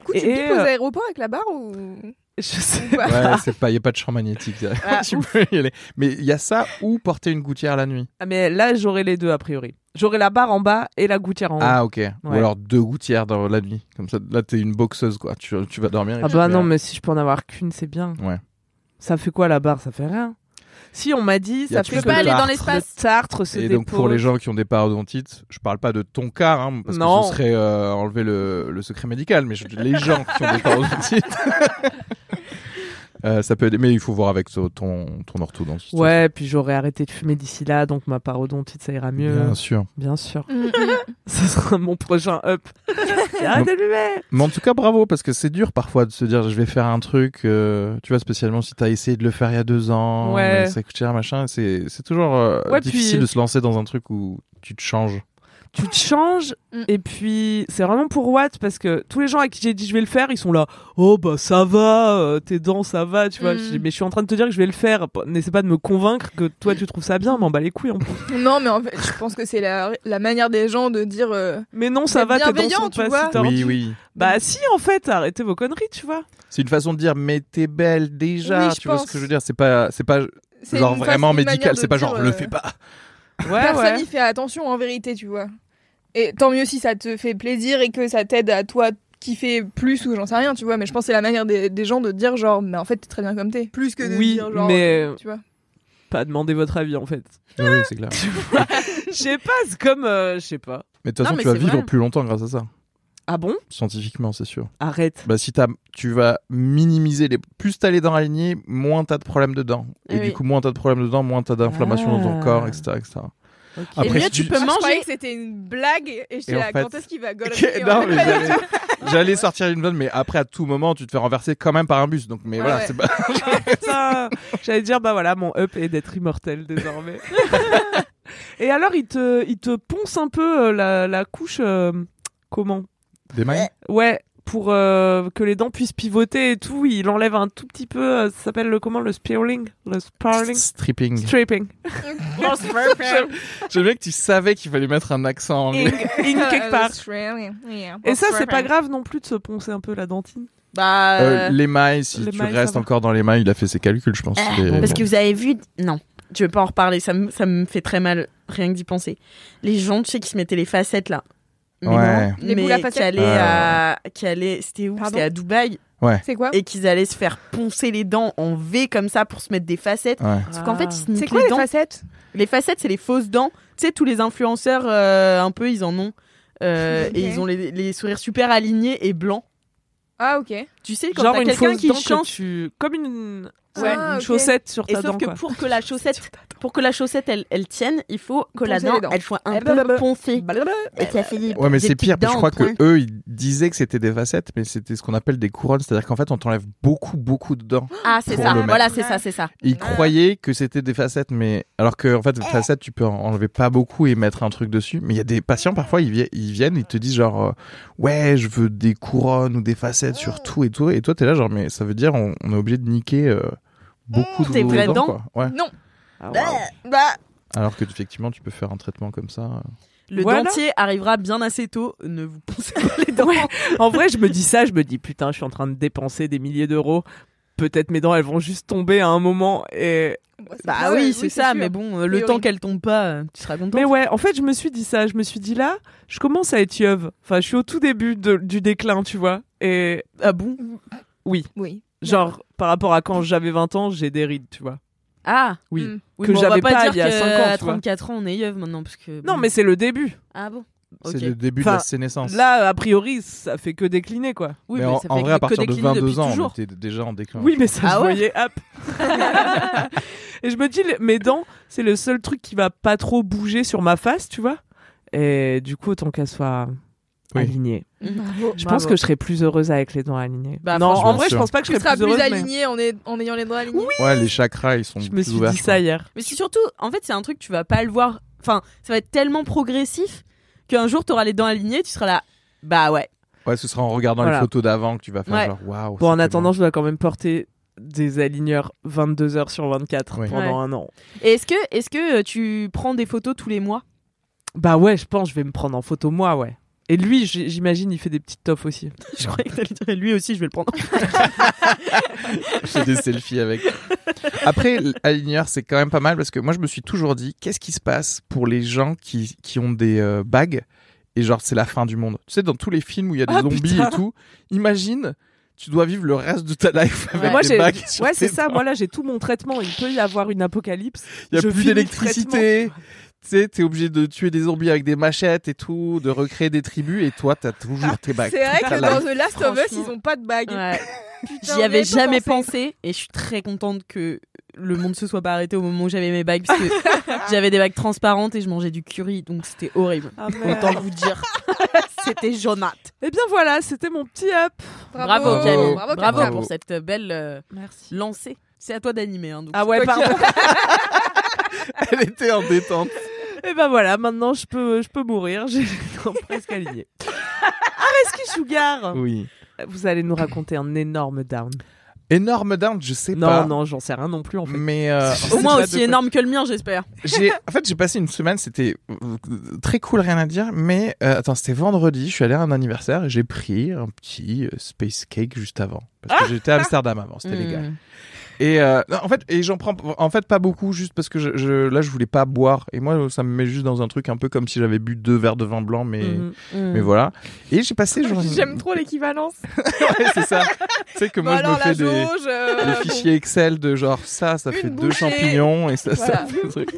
Speaker 7: Du coup, tu
Speaker 3: Et,
Speaker 7: piques
Speaker 3: euh,
Speaker 7: aux aéroports avec la barre ou.
Speaker 3: Je sais
Speaker 7: ou pas
Speaker 2: Ouais, c'est pas, il y a pas de champ magnétique. tu peux y aller. Mais il y a ça ou porter une gouttière la nuit.
Speaker 3: Ah, mais là, j'aurai les deux, a priori. J'aurais la barre en bas et la gouttière en haut.
Speaker 2: Ah, ok. Ou
Speaker 3: Ouais.
Speaker 2: alors deux gouttières dans la nuit. Comme ça, là, t'es une boxeuse, quoi. Tu, tu vas dormir. et
Speaker 3: Ah
Speaker 2: tu
Speaker 3: bah
Speaker 2: fais-
Speaker 3: non, mais si je peux en avoir qu'une, c'est bien.
Speaker 2: Ouais.
Speaker 3: Ça fait quoi la barre Ça fait rien. Si on m'a dit,
Speaker 2: Y
Speaker 3: ça
Speaker 2: a tout
Speaker 3: fait
Speaker 2: le
Speaker 3: que
Speaker 1: pas aller
Speaker 2: tartre.
Speaker 1: dans
Speaker 3: le
Speaker 1: l'espace.
Speaker 3: tartre se
Speaker 2: Et donc, pour
Speaker 3: dépose.
Speaker 2: les gens qui ont des parodontites, je parle pas de ton cas, hein, parce
Speaker 3: Non.
Speaker 2: que ce serait euh, enlever le, le secret médical, mais je- les gens qui ont des parodontites. euh, ça peut aider, mais il faut voir avec ton, ton ton orthodontiste.
Speaker 3: Ouais, puis j'aurais arrêté de fumer d'ici là, donc ma parodontite, ça ira mieux.
Speaker 2: Bien sûr.
Speaker 3: Bien sûr.
Speaker 7: Mm, mm.
Speaker 3: Ce sera mon prochain up. Arrête de fumer
Speaker 2: Mais en tout cas, bravo, parce que c'est dur parfois de se dire je vais faire un truc, euh, tu vois, spécialement si t'as essayé de le faire il y a deux ans,
Speaker 3: Ouais.
Speaker 2: mais ça coûte cher, machin. C'est c'est toujours euh,
Speaker 3: Ouais,
Speaker 2: difficile
Speaker 3: puis-
Speaker 2: de se lancer dans un truc où tu te changes.
Speaker 3: tu te changes
Speaker 7: Mm.
Speaker 3: et puis c'est vraiment pour Watt parce que tous les gens à qui j'ai dit je vais le faire ils sont là oh bah ça va euh, tes dents ça va tu vois
Speaker 7: Mm.
Speaker 3: Je dis, mais je suis en train de te dire que je vais le faire Bah, n'essaie pas de me convaincre que toi tu trouves ça bien m'en bats les couilles en plus.
Speaker 7: Non, mais en fait, je pense que c'est la, la manière des gens de dire. euh,
Speaker 3: mais non ça
Speaker 7: D'être
Speaker 3: va tes dents
Speaker 7: bienveillant,
Speaker 3: sont
Speaker 7: tu
Speaker 3: pas
Speaker 7: vois.
Speaker 3: si tordues.
Speaker 2: oui, oui.
Speaker 3: bah si en fait arrêtez vos conneries tu vois
Speaker 2: C'est une façon de dire mais t'es belle déjà,
Speaker 7: Oui, je
Speaker 2: tu vois ce
Speaker 7: pense.
Speaker 2: que je veux dire, c'est pas c'est pas
Speaker 7: c'est
Speaker 2: genre
Speaker 7: une
Speaker 2: vraiment
Speaker 7: façon- une manière
Speaker 2: médical,
Speaker 7: de
Speaker 2: c'est pas
Speaker 7: dire,
Speaker 2: genre
Speaker 7: euh,
Speaker 2: le fais pas.
Speaker 3: ouais
Speaker 7: Personne
Speaker 3: ouais
Speaker 7: y fait attention en vérité, tu vois. Et tant mieux si ça te fait plaisir et que ça t'aide à toi kiffer plus ou j'en sais rien, tu vois. Mais je pense que c'est la manière des, des gens de dire genre, mais en fait, t'es très bien comme t'es. Plus que de
Speaker 3: Oui,
Speaker 7: dire genre.
Speaker 3: mais-
Speaker 7: Tu vois.
Speaker 3: pas demander votre avis en fait
Speaker 2: Oui, oui, c'est clair.
Speaker 3: je sais pas c'est comme euh, je sais pas
Speaker 2: Mais de toute façon,
Speaker 1: Non, mais
Speaker 2: tu vas
Speaker 1: c'est
Speaker 2: vivre
Speaker 1: vrai.
Speaker 2: plus longtemps grâce à ça,
Speaker 3: ah bon
Speaker 2: scientifiquement, c'est sûr.
Speaker 3: arrête
Speaker 2: Bah si t'as tu vas minimiser les plus t'as les dents alignées, moins t'as de problèmes dedans. Et
Speaker 1: Eh
Speaker 2: du
Speaker 1: oui.
Speaker 2: coup, moins t'as de problèmes dedans, moins t'as d'inflammation dans ton
Speaker 3: Ah.
Speaker 2: corps, etc., etc.
Speaker 3: Ok.
Speaker 1: Et
Speaker 2: Après,
Speaker 1: mieux,
Speaker 2: si
Speaker 1: tu
Speaker 2: tu-
Speaker 1: peux
Speaker 7: Ah, je croyais
Speaker 1: manger.
Speaker 7: que c'était une blague et j'étais
Speaker 2: Et en
Speaker 7: là,
Speaker 2: fait-
Speaker 7: quand est-ce qu'il va
Speaker 2: Ok,
Speaker 7: golosser Et en
Speaker 2: non,
Speaker 7: fait,
Speaker 2: mais
Speaker 7: pas du
Speaker 2: j'allais-
Speaker 7: tout.
Speaker 2: J'allais sortir une bonne, mais après à tout moment, tu te fais renverser quand même par un bus. Donc, mais
Speaker 7: Ouais,
Speaker 2: voilà,
Speaker 7: ouais.
Speaker 2: c'est pas.
Speaker 3: Putain. J'allais dire, bah voilà, mon up est d'être immortel désormais. Et alors, il te, il te ponce un peu euh, la, la couche. euh, comment
Speaker 2: Des mailles
Speaker 3: Ouais, pour euh, que les dents puissent pivoter et tout, il enlève un tout petit peu. euh, ça s'appelle le comment Le spearling Le sparling
Speaker 2: Stripping.
Speaker 3: Stripping.
Speaker 2: J'aime bien que tu savais qu'il fallait mettre un accent anglais.
Speaker 3: Ing, ing quelque part.
Speaker 7: Australian, yeah.
Speaker 3: Et ça, c'est pas
Speaker 1: Stripping.
Speaker 3: grave non plus de se poncer un peu la dentine.
Speaker 1: Bah.
Speaker 2: Euh, les mailles, si
Speaker 3: les
Speaker 2: tu
Speaker 3: mailles, ça
Speaker 2: restes
Speaker 3: va.
Speaker 2: encore dans les mailles, il a fait ses calculs, je pense.
Speaker 1: Ah,
Speaker 2: Il est-
Speaker 1: parce
Speaker 2: bon.
Speaker 1: que vous avez vu. Non, je veux pas en reparler. Ça me, ça me fait très mal rien que d'y penser. Les gens, tu sais, qui se mettaient les facettes là. Mais
Speaker 2: Ouais.
Speaker 1: non,
Speaker 7: Les
Speaker 1: mais
Speaker 7: boules à
Speaker 1: qui
Speaker 7: facettes.
Speaker 1: allaient à, qui allaient, c'était où
Speaker 7: Pardon
Speaker 1: C'était à Dubaï
Speaker 7: C'est quoi
Speaker 1: et qu'ils allaient se faire poncer les dents en V comme ça pour se mettre des facettes. Ah.
Speaker 2: Ouais.
Speaker 1: Parce qu'en fait, ils se niquent
Speaker 7: C'est quoi les
Speaker 1: dents.
Speaker 7: facettes
Speaker 1: Les facettes, c'est les fausses dents. Tu sais, tous les influenceurs, euh, un peu, ils en ont. Euh,
Speaker 7: Ok.
Speaker 1: Et ils ont les, les sourires super alignés et blancs.
Speaker 7: Ah, ok.
Speaker 1: Tu sais, quand
Speaker 3: Genre
Speaker 1: t'as
Speaker 3: une
Speaker 1: quelqu'un
Speaker 3: fausse
Speaker 1: qui
Speaker 3: dent que
Speaker 1: chante.
Speaker 3: tu- comme une,
Speaker 7: Ouais.
Speaker 3: une
Speaker 7: Ah, ok.
Speaker 3: chaussette sur
Speaker 1: Et
Speaker 3: ta
Speaker 1: sauf
Speaker 3: dent.
Speaker 1: que
Speaker 3: quoi.
Speaker 1: pour que la chaussette, pour que la chaussette elle, elle tienne, il faut que la
Speaker 7: Poncer les
Speaker 1: dent
Speaker 7: dents.
Speaker 1: elle soit un
Speaker 7: Eh
Speaker 1: peu
Speaker 7: blablabla.
Speaker 1: poncée.
Speaker 7: Blablabla.
Speaker 1: Et ça fait des-
Speaker 2: Ouais, mais
Speaker 1: des
Speaker 2: c'est pire
Speaker 1: petites
Speaker 2: parce que je
Speaker 1: dents
Speaker 2: crois
Speaker 1: en point.
Speaker 2: que eux ils disaient que c'était des facettes, mais c'était ce qu'on appelle des couronnes, c'est-à-dire qu'en fait on t'enlève beaucoup beaucoup de dents.
Speaker 1: Ah, c'est
Speaker 2: pour
Speaker 1: ça.
Speaker 2: le mettre.
Speaker 1: Voilà, c'est ça, c'est ça.
Speaker 2: Ils croyaient que c'était des facettes, mais alors que en
Speaker 1: Eh.
Speaker 2: fait facettes tu peux en- enlever pas beaucoup et mettre un truc dessus. Mais il y a des patients parfois ils, vi- ils viennent, ils te disent genre euh, ouais je veux des couronnes ou des facettes
Speaker 1: Ah.
Speaker 2: sur tout et tout, et toi t'es là genre mais ça veut dire on, on est obligé de niquer euh, beaucoup de
Speaker 1: Ah, Tes
Speaker 2: vos
Speaker 1: vraies
Speaker 2: dents,
Speaker 1: dents
Speaker 2: quoi. Ouais.
Speaker 7: Non.
Speaker 3: Ah, waouh.
Speaker 2: Alors que effectivement tu peux faire un traitement comme ça. euh.
Speaker 1: Le
Speaker 3: Voilà.
Speaker 1: dentier arrivera bien assez tôt. Ne vous poncez pas les dents.
Speaker 3: En vrai, je me dis ça, je me dis putain, je suis en train de dépenser des milliers d'euros. Peut-être mes dents, elles vont juste tomber à un moment. Et...
Speaker 1: Bah oui, c'est ça. Mais bon, euh, le
Speaker 7: Théorie.
Speaker 1: temps qu'elle tombe pas, euh, tu seras content.
Speaker 3: Mais ouais, en fait, je me suis dit ça. Je me suis dit là, je commence à être yeuve. Enfin, je suis au tout début de- du déclin, tu vois. Et
Speaker 1: Ah bon
Speaker 7: Oui.
Speaker 3: genre, par rapport à quand j'avais 20 ans, j'ai des rides, tu vois.
Speaker 1: Ah.
Speaker 3: Oui.
Speaker 7: Mm.
Speaker 1: Oui,
Speaker 3: Que
Speaker 1: bon, on va
Speaker 3: j'avais pas
Speaker 1: dire
Speaker 3: il y a
Speaker 1: que
Speaker 3: cinq ans,
Speaker 1: À
Speaker 3: tu vois.
Speaker 1: 34 ans, on est yeuve maintenant parce que.
Speaker 3: Non, mais c'est le début.
Speaker 1: ah bon. Ok.
Speaker 2: C'est le début de
Speaker 3: Enfin,
Speaker 2: la sénescence.
Speaker 3: Là, a priori, ça fait que décliner, quoi.
Speaker 1: Oui,
Speaker 2: mais en,
Speaker 1: ça
Speaker 2: en
Speaker 1: fait
Speaker 2: vrai, à
Speaker 1: que
Speaker 2: partir de
Speaker 1: décliner
Speaker 2: 22
Speaker 1: depuis
Speaker 2: ans, on
Speaker 1: toujours.
Speaker 2: était déjà en déclin.
Speaker 3: Oui, mais ça
Speaker 1: Ah
Speaker 3: se
Speaker 1: ouais
Speaker 3: voyait. Hop. et je me dis, les- mes dents, c'est le seul truc qui va pas trop bouger sur ma face, tu vois. Et du coup, autant qu'elles soient
Speaker 2: Oui.
Speaker 3: alignées.
Speaker 7: Bravo.
Speaker 3: Je
Speaker 1: Bravo.
Speaker 3: pense que je serais plus heureuse avec les dents alignées.
Speaker 1: Bah,
Speaker 3: non,
Speaker 1: franchement,
Speaker 3: en vrai,
Speaker 2: Bien
Speaker 3: je pense pas que je
Speaker 7: Tu
Speaker 3: serais
Speaker 7: seras
Speaker 3: plus
Speaker 7: plus
Speaker 3: heureuse. mais
Speaker 7: aligné en, est- en ayant les doigts alignés.
Speaker 2: Ouais, les chakras, ils sont
Speaker 3: Je me suis
Speaker 2: ouverts.
Speaker 3: dit ça hier.
Speaker 1: Mais c'est surtout, en fait, c'est un truc, tu vas pas le voir. Enfin, ça va être tellement progressif qu'un jour, t'auras les dents alignées, tu seras là. Bah ouais.
Speaker 2: Ouais, ce sera en regardant
Speaker 3: Voilà.
Speaker 2: les photos d'avant que tu vas faire
Speaker 1: Ouais.
Speaker 2: genre waouh.
Speaker 3: Bon, en
Speaker 2: c'était
Speaker 3: attendant,
Speaker 2: bon.
Speaker 3: je dois quand même porter des aligneurs 22 heures sur 24
Speaker 2: Oui.
Speaker 3: pendant
Speaker 1: Ouais.
Speaker 3: un an.
Speaker 1: Et est-ce que, est-ce que euh, tu prends des photos tous les mois
Speaker 3: Bah ouais, je pense, je vais me prendre en photo moi, ouais. Et lui, j- j'imagine, il fait des petites toffes aussi.
Speaker 9: Je croyais que t'allais dire, lui aussi, je vais le prendre.
Speaker 2: J'ai des selfies avec. Après, aligneur, c'est quand même pas mal parce que moi, je me suis toujours dit, qu'est-ce qui se passe pour les gens qui, qui ont des euh, bagues et genre, c'est la fin du monde. Tu sais, dans tous les films où il y a des
Speaker 3: Ah,
Speaker 2: zombies
Speaker 3: putain.
Speaker 2: et tout, imagine, tu dois vivre le reste de ta life avec
Speaker 3: moi,
Speaker 2: des
Speaker 3: j'ai...
Speaker 2: bagues. sur
Speaker 3: ouais,
Speaker 2: tes
Speaker 3: c'est ça.
Speaker 2: bras.
Speaker 3: Moi, là, j'ai tout mon traitement. Il peut y avoir une apocalypse.
Speaker 2: Il y a
Speaker 3: Je
Speaker 2: plus
Speaker 3: finis le
Speaker 2: d'électricité. Tu sais, t'es obligé de tuer des zombies avec des machettes et tout, de recréer des tribus et toi, t'as
Speaker 3: Ah,
Speaker 2: toujours tes bagues.
Speaker 7: C'est vrai
Speaker 2: toute ta
Speaker 7: que
Speaker 2: life.
Speaker 7: dans The Last of Us,
Speaker 3: Franchement.
Speaker 7: ils ont pas de bague.
Speaker 1: Ouais.
Speaker 7: Putain, on
Speaker 1: J'y avais
Speaker 7: pas
Speaker 1: jamais pensé et je suis très contente que le monde se soit pas arrêté au moment où j'avais mes bagues parce que j'avais des bagues transparentes et je mangeais du curry donc c'était horrible. Autant vous dire, c'était jaunâtre.
Speaker 3: Ah, Eh bien, voilà, c'était mon petit up.
Speaker 1: Bravo,
Speaker 7: Bravo,
Speaker 1: Camille,
Speaker 7: bravo,
Speaker 1: bravo,
Speaker 2: Camille.
Speaker 1: pour cette belle euh,
Speaker 3: Merci.
Speaker 1: lancée. C'est à toi d'animer. hein, donc
Speaker 3: Ah
Speaker 1: c'est
Speaker 3: ouais,
Speaker 1: toi qui-
Speaker 3: pardon.
Speaker 2: Elle était en détente.
Speaker 3: Et ben voilà, maintenant, je peux, je peux mourir. J'ai non, presque aligné. Areski Sugar.
Speaker 2: Oui.
Speaker 3: Vous allez nous raconter un énorme down.
Speaker 2: Énorme down, je sais
Speaker 3: Non,
Speaker 2: pas.
Speaker 3: non, j'en sais rien non plus, en fait.
Speaker 2: Mais euh,
Speaker 1: Au moins aussi hein. énorme que le mien, j'espère.
Speaker 2: J'ai, en fait, j'ai passé une semaine, c'était euh, très cool, rien à dire, mais euh, attends, c'était vendredi, je suis allé à un anniversaire et j'ai pris un petit euh, space cake juste avant. Parce que j'étais à Amsterdam avant, c'était
Speaker 1: Hmm.
Speaker 2: légal. Et euh, non, en fait, et j'en prends en fait pas beaucoup, juste parce que je, je- là, je voulais pas boire. Et moi, ça me met juste dans un truc un peu comme si j'avais bu deux verres de vin blanc, mais,
Speaker 3: Mhm.
Speaker 2: mais voilà. Et j'ai passé, genre.
Speaker 7: J'aime trop l'équivalence.
Speaker 2: Ouais, c'est ça. Tu sais que
Speaker 7: Bon,
Speaker 2: moi, je me
Speaker 7: alors la
Speaker 2: fais des
Speaker 7: jauge. euh,
Speaker 2: les fichiers Excel de genre ça, ça
Speaker 7: Une
Speaker 2: fait deux
Speaker 7: bouchée.
Speaker 2: champignons et ça, ça
Speaker 7: Voilà.
Speaker 2: fait un truc.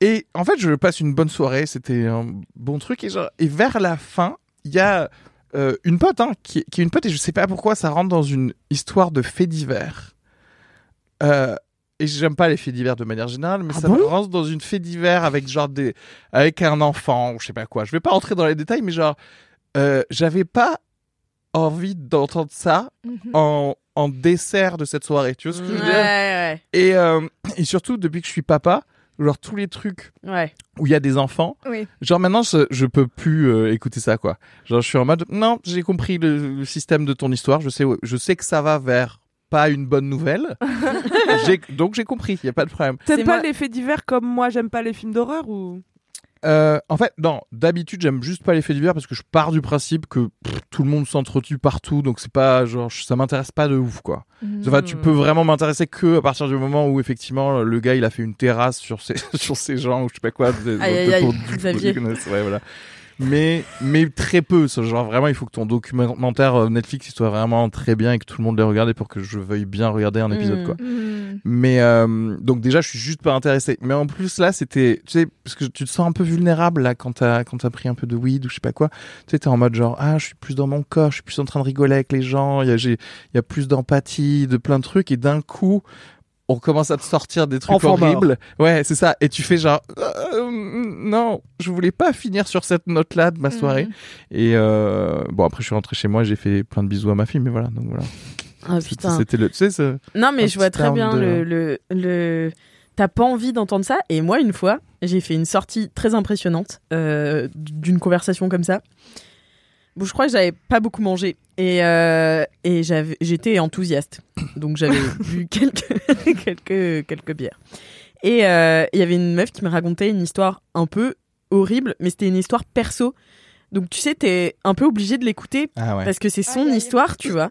Speaker 2: Et en fait, je passe une bonne soirée, c'était un bon truc. Et, genre, et vers la fin, il y a euh, une pote, hein, qui, qui est une pote, et je sais pas pourquoi ça rentre dans une histoire de faits divers. Euh, et j'aime pas les faits divers de manière générale, mais
Speaker 3: Ah
Speaker 2: ça
Speaker 3: bon
Speaker 2: rentre dans une fait divers avec genre des, avec un enfant ou je sais pas quoi. Je vais pas rentrer dans les détails, mais genre, euh, j'avais pas envie d'entendre ça
Speaker 7: Mhm.
Speaker 2: en, en dessert de cette soirée. Tu vois ce que je veux
Speaker 1: Ouais,
Speaker 2: dire
Speaker 1: ouais,
Speaker 2: et, euh, et surtout, depuis que je suis papa, genre tous les trucs
Speaker 1: ouais.
Speaker 2: où il y a des enfants,
Speaker 7: Oui.
Speaker 2: genre maintenant, je, je peux plus euh, écouter ça, quoi. Genre, je suis en mode, non, j'ai compris le, le système de ton histoire, je sais, où- je sais que ça va vers pas une bonne nouvelle. J'ai- donc j'ai compris, il n'y a pas de problème.
Speaker 3: T'aimes
Speaker 1: C'est
Speaker 3: pas
Speaker 1: moi-
Speaker 3: les faits divers comme moi, j'aime pas les films d'horreur ou
Speaker 2: Euh, en fait, non, d'habitude, j'aime juste pas les faits divers parce que je pars du principe que pff, tout le monde s'entretue partout, donc c'est pas, genre, je- ça m'intéresse pas de ouf, quoi. Enfin,
Speaker 1: Hmm.
Speaker 2: tu peux vraiment m'intéresser que à partir du moment où effectivement le gars il a fait une terrasse sur ses sur ses gens ou je sais pas quoi. Vous-
Speaker 1: Aïe,
Speaker 2: vous-
Speaker 1: aïe,
Speaker 2: vous-
Speaker 1: aïe,
Speaker 2: vous-
Speaker 1: Xavier.
Speaker 2: vous- vous- Ouais, voilà. Mais mais très peu. ce Genre vraiment, il faut que ton documentaire euh, Netflix il soit vraiment très bien et que tout le monde l'ait regardé pour que je veuille bien regarder un épisode
Speaker 1: Mm.
Speaker 2: quoi.
Speaker 7: Mhm.
Speaker 2: Mais euh, donc déjà, je suis juste pas intéressé. Mais en plus là, c'était, tu sais, parce que tu te sens un peu vulnérable là quand t'as quand t'as pris un peu de weed ou je sais pas quoi. Tu sais, t'es en mode genre ah, je suis plus dans mon corps, je suis plus en train de rigoler avec les gens. Il y a j'ai il y a plus d'empathie, de plein de trucs. Et d'un coup, on commence à te sortir des trucs
Speaker 3: Enfant mort.
Speaker 2: horribles. Ouais, c'est ça. Et tu fais genre Euh, non, je voulais pas finir sur cette note là de
Speaker 1: Mhm.
Speaker 2: ma soirée.
Speaker 7: Mm.
Speaker 2: Et euh, bon après, je suis rentré chez moi, j'ai fait plein de bisous à ma fille. Mais voilà, donc voilà.
Speaker 1: Ah
Speaker 2: C'était
Speaker 1: putain.
Speaker 2: c'était le, tu sais, ce-
Speaker 1: Non,
Speaker 2: Un
Speaker 1: mais je vois
Speaker 2: petit
Speaker 1: très
Speaker 2: down
Speaker 1: bien
Speaker 2: de-
Speaker 1: le. le, le- T'as pas envie d'entendre ça. Et moi, une fois, j'ai fait une sortie très impressionnante euh, d'une conversation comme ça. Bon, je crois que j'avais pas beaucoup mangé. Et, euh, et j'avais- j'étais enthousiaste. Donc j'avais bu quelques, quelques, quelques bières. Et euh, il y avait une meuf qui me racontait une histoire un peu horrible, mais c'était une histoire perso. Donc tu sais, t'es un peu obligé de l'écouter
Speaker 2: ah ouais.
Speaker 1: parce que c'est son
Speaker 7: Aïe, aïe.
Speaker 1: histoire, tu vois.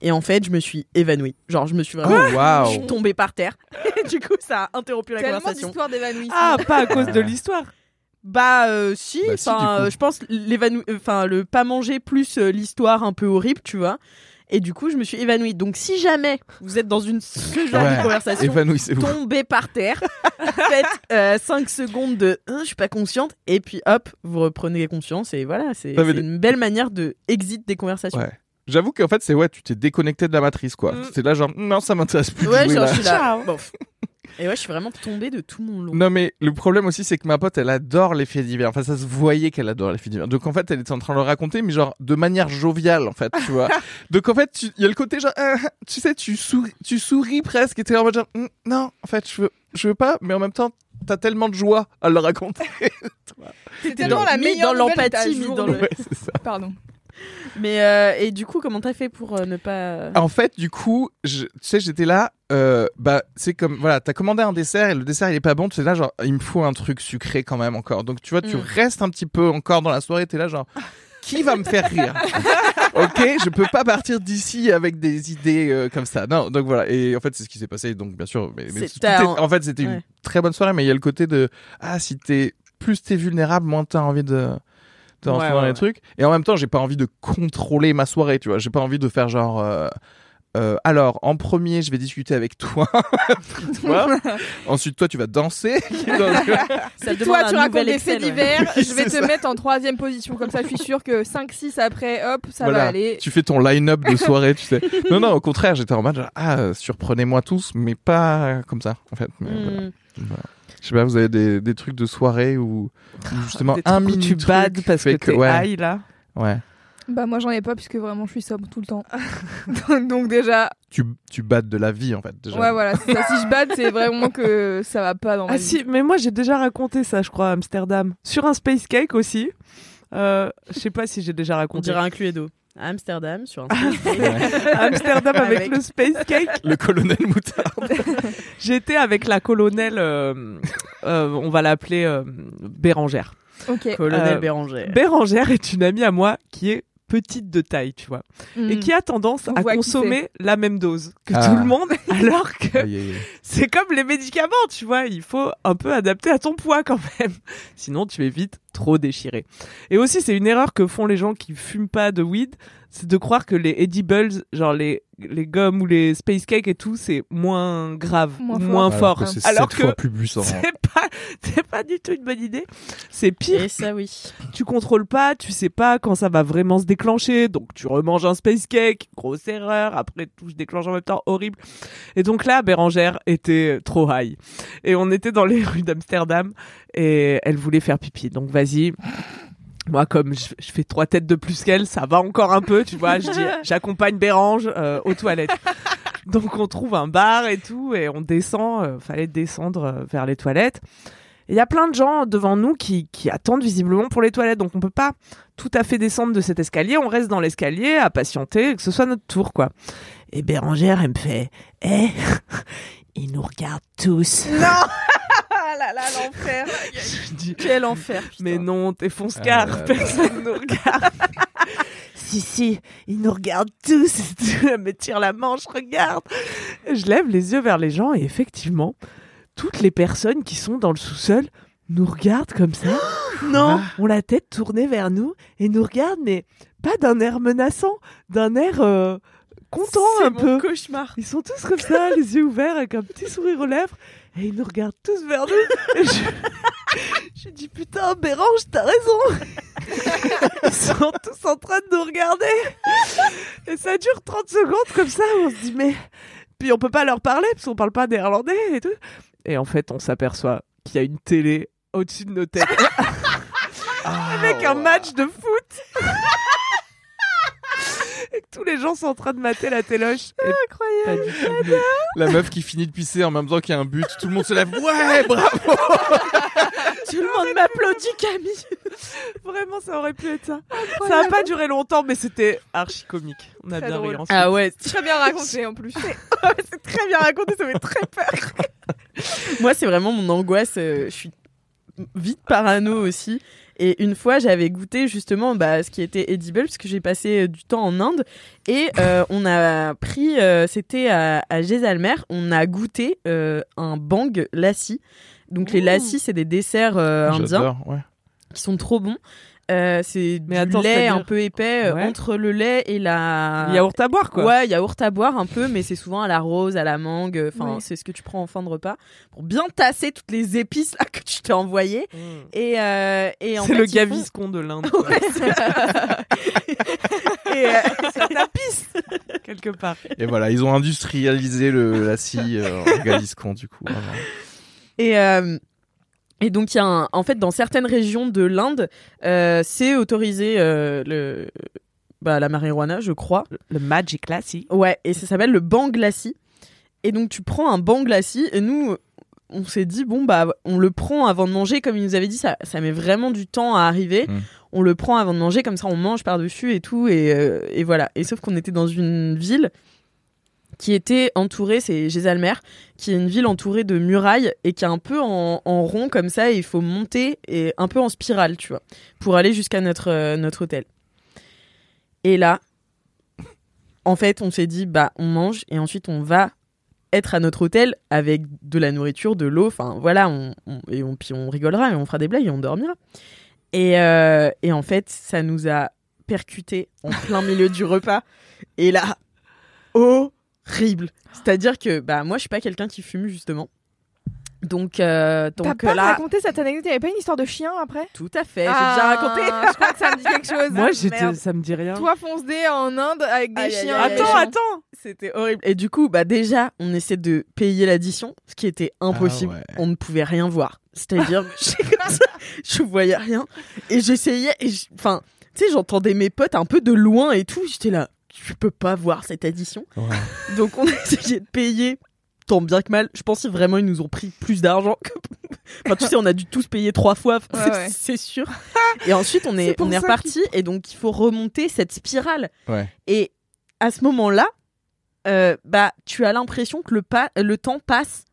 Speaker 1: Et en fait, je me suis évanouie. Genre, je me suis vraiment.
Speaker 2: Oh, waouh.
Speaker 1: Je suis tombée par terre. Et du coup, ça a interrompu la
Speaker 7: Tellement
Speaker 1: conversation.
Speaker 7: d'histoires d'évanouissement.
Speaker 3: Ah, pas à cause de l'histoire.
Speaker 1: Bah, euh, si.
Speaker 2: Bah, si, du
Speaker 1: Enfin,
Speaker 2: coup.
Speaker 1: euh, je pense l'évanou... Enfin, le pas manger plus euh, l'histoire un peu horrible, tu vois. Et du coup, je me suis évanouie. Donc, si jamais vous êtes dans une ce genre
Speaker 2: Ouais.
Speaker 1: de conversation,
Speaker 2: Évanouissez-vous.
Speaker 1: tombez par terre, faites 5 secondes de euh, je suis pas consciente, et puis hop, vous reprenez conscience. Et voilà, c'est
Speaker 2: Ça veut
Speaker 1: c'est
Speaker 2: dire-
Speaker 1: une belle manière de exit des conversations.
Speaker 2: Ouais. J'avoue qu'en fait, c'est ouais, tu t'es déconnecté de la matrice, quoi.
Speaker 3: Mm.
Speaker 2: C'est là, genre, non, ça m'intéresse plus. de
Speaker 1: Ouais,
Speaker 2: jouer,
Speaker 1: genre,
Speaker 2: là.
Speaker 1: je suis là. Bon. Et ouais, je suis vraiment tombée de tout mon long.
Speaker 2: Non, mais le problème aussi, c'est que ma pote, elle adore les faits divers. Enfin, ça se voyait qu'elle adore les faits divers. Donc, en fait, elle était en train de le raconter, mais genre, de manière joviale, en fait, tu vois. Donc, en fait, tu- il y a le côté, genre, euh, tu sais, tu, souris, tu souris presque, et t'es là en mode, genre, Mm, non, en fait, je veux, je veux pas, mais en même temps, t'as tellement de joie à le raconter.
Speaker 7: C'est tellement
Speaker 1: dans-
Speaker 7: la
Speaker 1: mis
Speaker 7: meilleure
Speaker 1: dans
Speaker 7: nouvelle de ta
Speaker 1: l'empathie, mis dans
Speaker 7: journée.
Speaker 1: le-
Speaker 2: Ouais, c'est ça.
Speaker 7: Pardon.
Speaker 1: Mais euh, et du coup, comment t'as fait pour euh, ne pas
Speaker 2: En fait, du coup, je, tu sais, j'étais là. euh, bah, c'est comme voilà, t'as commandé un dessert et le dessert il est pas bon. Tu es là genre, il me faut un truc sucré quand même encore. Donc tu vois, tu
Speaker 1: Mm.
Speaker 2: restes un petit peu encore dans la soirée. T'es là genre, qui va me faire rire Ok, je peux pas partir d'ici avec des idées euh, comme ça. Non, donc voilà. Et en fait, c'est ce qui s'est passé. Donc bien sûr, mais, mais
Speaker 1: C'est
Speaker 2: tout est-
Speaker 1: un-
Speaker 2: en fait, c'était une
Speaker 1: ouais.
Speaker 2: très bonne soirée. Mais il y a le côté de ah, si t'es plus t'es vulnérable, moins t'as envie de de rentrer
Speaker 3: Ouais,
Speaker 2: dans
Speaker 3: ouais,
Speaker 2: les
Speaker 3: ouais.
Speaker 2: trucs. Et en même temps, j'ai pas envie de contrôler ma soirée. Tu vois, j'ai pas envie de faire genre. euh, euh, alors, en premier, je vais discuter avec toi. Toi. Ensuite, toi, tu vas danser.
Speaker 1: Ça demande
Speaker 7: Ah, Toi,
Speaker 1: un
Speaker 7: tu racontes
Speaker 1: nouvel
Speaker 7: des
Speaker 1: Excel,
Speaker 7: faits
Speaker 1: ouais.
Speaker 7: divers.
Speaker 2: Oui,
Speaker 7: je vais
Speaker 2: c'est
Speaker 7: te
Speaker 2: ça.
Speaker 7: mettre en troisième position. Comme ça, je suis sûre que 5-6 après, hop, ça
Speaker 2: Voilà.
Speaker 7: va aller.
Speaker 2: tu fais ton line-up de soirée, tu sais. Non, non, au contraire, j'étais en mode genre, ah, euh, surprenez-moi tous, mais pas comme ça, en fait. Mais
Speaker 3: Mm.
Speaker 2: voilà.
Speaker 1: Hmm.
Speaker 2: Je sais pas, vous avez des, des trucs de soirée où, où justement
Speaker 3: Ah, Des trucs
Speaker 2: un
Speaker 3: où
Speaker 2: mini
Speaker 3: tu
Speaker 2: truc
Speaker 3: bades parce que,
Speaker 2: fait
Speaker 3: t'es
Speaker 2: ouais,
Speaker 3: high là.
Speaker 2: ouais.
Speaker 7: Bah, moi, j'en ai pas puisque vraiment, je suis sobre tout le temps. Donc, déjà,
Speaker 2: Tu tu bades de la vie en fait. Déjà.
Speaker 7: ouais, voilà. c'est ça. Si je batte, c'est vraiment que ça va pas dans ma
Speaker 3: Ah
Speaker 7: vie.
Speaker 3: si, mais moi j'ai déjà raconté ça, je crois, à Amsterdam. Sur un space cake aussi. Euh, je sais pas si j'ai déjà
Speaker 1: On
Speaker 3: raconté.
Speaker 1: dirait un Cluedo. À Amsterdam, sur un
Speaker 3: Amsterdam avec,
Speaker 1: Avec.
Speaker 3: le space cake.
Speaker 2: Le colonel Moutard.
Speaker 3: J'étais avec la colonelle, euh, euh, on va l'appeler euh, Bérangère.
Speaker 7: Ok.
Speaker 1: colonel
Speaker 3: Euh,
Speaker 1: Béranger.
Speaker 3: Bérangère est une amie à moi qui est petite de taille, tu vois, et
Speaker 7: Mm.
Speaker 3: qui a tendance
Speaker 7: On
Speaker 3: à
Speaker 7: voit qui
Speaker 3: consommer la même dose que
Speaker 2: Ah.
Speaker 3: tout le monde, alors que
Speaker 2: Aïe, aïe, aïe.
Speaker 3: c'est comme les médicaments, tu vois, il faut un peu adapter à ton poids quand même. Sinon, tu es vite trop déchiré. Et aussi, c'est une erreur que font les gens qui fument pas de weed, c'est de croire que les edibles, genre les, les gommes ou les space cakes et tout, c'est moins grave,
Speaker 7: Moins
Speaker 3: moins,
Speaker 7: fort.
Speaker 2: Alors
Speaker 3: fort.
Speaker 2: que c'est sept
Speaker 3: Alors que
Speaker 2: fois plus puissant. hein.
Speaker 3: c'est pas, c'est pas du tout une bonne idée. C'est pire
Speaker 1: Et ça, oui.
Speaker 3: tu contrôles pas, tu sais pas quand ça va vraiment se déclencher, donc tu remanges un space cake, grosse erreur, après tout se déclenche en même temps, horrible. Et donc là, Bérangère était trop high. Et on était dans les rues d'Amsterdam et elle voulait faire pipi. Donc vas-y. Moi, comme je, je fais trois têtes de plus qu'elle, ça va encore un peu, tu vois. Je dis, j'accompagne Bérange euh, aux toilettes. Donc on trouve un bar et tout, et on descend, euh, fallait descendre euh, vers les toilettes. Et Il y a plein de gens devant nous qui, qui attendent visiblement pour les toilettes, donc on peut pas tout à fait descendre de cet escalier, on reste dans l'escalier à patienter, que ce soit notre tour, quoi. Et Bérangère, elle me fait, eh, ils nous regardent tous.
Speaker 1: Ah là là, l'enfer.
Speaker 3: Je dis,
Speaker 1: Quel enfer. putain.
Speaker 3: mais non, t'es fonce
Speaker 2: Ah là là.
Speaker 3: personne nous regarde. si, si, ils nous regardent tous. Elle me tire la manche, regarde. Je lève les yeux vers les gens et effectivement, toutes les personnes qui sont dans le sous-sol nous regardent comme ça. non, ont la tête tournée vers nous et nous regardent, mais pas d'un air menaçant, d'un air euh, content
Speaker 1: C'est
Speaker 3: un
Speaker 1: mon
Speaker 3: peu.
Speaker 1: cauchemar.
Speaker 3: Ils sont tous comme ça, les yeux ouverts, avec un petit sourire aux lèvres, et ils nous regardent tous vers nous. Et je... je dis putain, Bérange, t'as raison. ils sont tous en train de nous regarder. Et ça dure 30 secondes comme ça, on se dit mais. Puis on peut pas leur parler, parce qu'on parle pas néerlandais et tout. Et en fait, on s'aperçoit qu'il y a une télé au-dessus de nos têtes. avec un match de foot. Et que tous les gens sont en train de mater la téloche. Et pas du tout nous.
Speaker 2: La meuf qui finit de pisser en même temps qu'il y a un but, tout le monde se lève. Ouais, bravo.
Speaker 1: Tout le monde m'applaudit, Camille.
Speaker 3: Vraiment, ça aurait pu être ça. Ça n'a pas duré longtemps, mais c'était archi comique. On a
Speaker 7: Très
Speaker 3: bien ri
Speaker 7: drôle.
Speaker 3: ensuite.
Speaker 1: Ah ouais.
Speaker 7: Très bien raconté en plus.
Speaker 1: C'est très bien raconté, ça fait très peur. Moi, c'est vraiment mon angoisse. euh, je suis vite parano aussi. Et une fois, j'avais goûté justement bah, ce qui était edible, parce que j'ai passé euh, du temps en Inde. Et euh, on a pris, euh, c'était à, à Jaisalmer, on a goûté euh, un bang lassi. Donc les lassi, c'est des desserts euh, indiens
Speaker 2: J'adore, ouais.
Speaker 1: qui sont trop bons. Euh, c'est du
Speaker 3: Mais attends,
Speaker 1: lait
Speaker 3: c'est-à-dire-
Speaker 1: un peu épais euh,
Speaker 3: Ouais.
Speaker 1: entre le lait et la
Speaker 3: Yaourt à boire, quoi.
Speaker 1: Ouais, yaourt à boire un peu, mais c'est souvent à la rose, à la mangue. euh, Enfin,
Speaker 7: Oui.
Speaker 1: c'est ce que tu prends en fin de repas pour bien tasser toutes les épices là que tu t'es envoyées.
Speaker 3: Mm.
Speaker 1: Et, euh, et en
Speaker 3: C'est
Speaker 1: fait,
Speaker 3: le
Speaker 1: ils font-
Speaker 3: gaviscon de l'Inde. quoi,
Speaker 1: Ouais, c'est- et, euh,
Speaker 3: quelque part.
Speaker 2: Et voilà, ils ont industrialisé le la scie euh, en Galiscon du coup. vraiment.
Speaker 1: Et, euh, et donc, il y a un- en fait, dans certaines régions de l'Inde, euh, c'est autorisé euh, le, bah, la marijuana, je crois.
Speaker 3: Le Magic Lassie.
Speaker 1: Ouais, et ça s'appelle le banc glacis. Et donc tu prends un banc glacis et nous on s'est dit bon bah on le prend avant de manger comme il nous avait dit ça ça met vraiment du temps à arriver.
Speaker 2: Mm.
Speaker 1: On le prend avant de manger comme ça on mange par-dessus et tout et, euh, et voilà. Et sauf qu'on était dans une ville qui était entourée, c'est Gézalmer, qui est une ville entourée de murailles et qui est un peu en, en rond comme ça et il faut monter et un peu en spirale, tu vois, pour aller jusqu'à notre, euh, notre hôtel. Et là, en fait, on s'est dit, bah, on mange et ensuite on va être à notre hôtel avec de la nourriture, de l'eau, enfin voilà, on, on- et on, puis on rigolera et on fera des blagues et on dormira. Et, euh, et en fait, ça nous a percuté en plein milieu du repas. Et là, horrible. C'est-à-dire que bah, moi, je suis pas quelqu'un qui fume, justement. Donc, euh,
Speaker 7: T'as
Speaker 1: donc
Speaker 7: pas
Speaker 1: là,
Speaker 7: raconté cette anecdote Il y avait pas une histoire de chien après Ah,
Speaker 1: tout à fait, j'ai déjà raconté.
Speaker 7: Je crois que ça me dit quelque chose.
Speaker 3: Moi, j'étais-
Speaker 7: Merde.
Speaker 3: ça me dit rien.
Speaker 7: Toi, fonce dé en Inde avec des
Speaker 1: Aïe, aïe,
Speaker 7: chiens. et
Speaker 1: aïe, aïe.
Speaker 7: des
Speaker 3: attends,
Speaker 7: gens.
Speaker 3: attends.
Speaker 1: C'était horrible. Et du coup, bah déjà, on essaie de payer l'addition, ce qui était impossible.
Speaker 2: Ah ouais.
Speaker 1: On ne pouvait rien voir. C'est-à-dire, que j'ai comme ça, je voyais rien. Et j'essayais, et je- enfin, tu sais, j'entendais mes potes un peu de loin et tout. J'étais là, je peux pas voir cette addition.
Speaker 2: Ouais.
Speaker 1: Donc on essayait de payer, tant bien que mal. Je pensais vraiment ils nous ont pris plus d'argent. Que... Enfin, tu sais, on a dû tous payer trois fois,
Speaker 7: Ouais, ouais.
Speaker 1: c'est sûr. Et ensuite, on
Speaker 7: C'est
Speaker 1: est,
Speaker 7: pour
Speaker 1: on est
Speaker 7: ça
Speaker 1: reparti. Et donc, il faut remonter cette spirale.
Speaker 2: Ouais.
Speaker 1: Et à ce moment-là, euh, bah, tu as l'impression que le, pa- le temps passe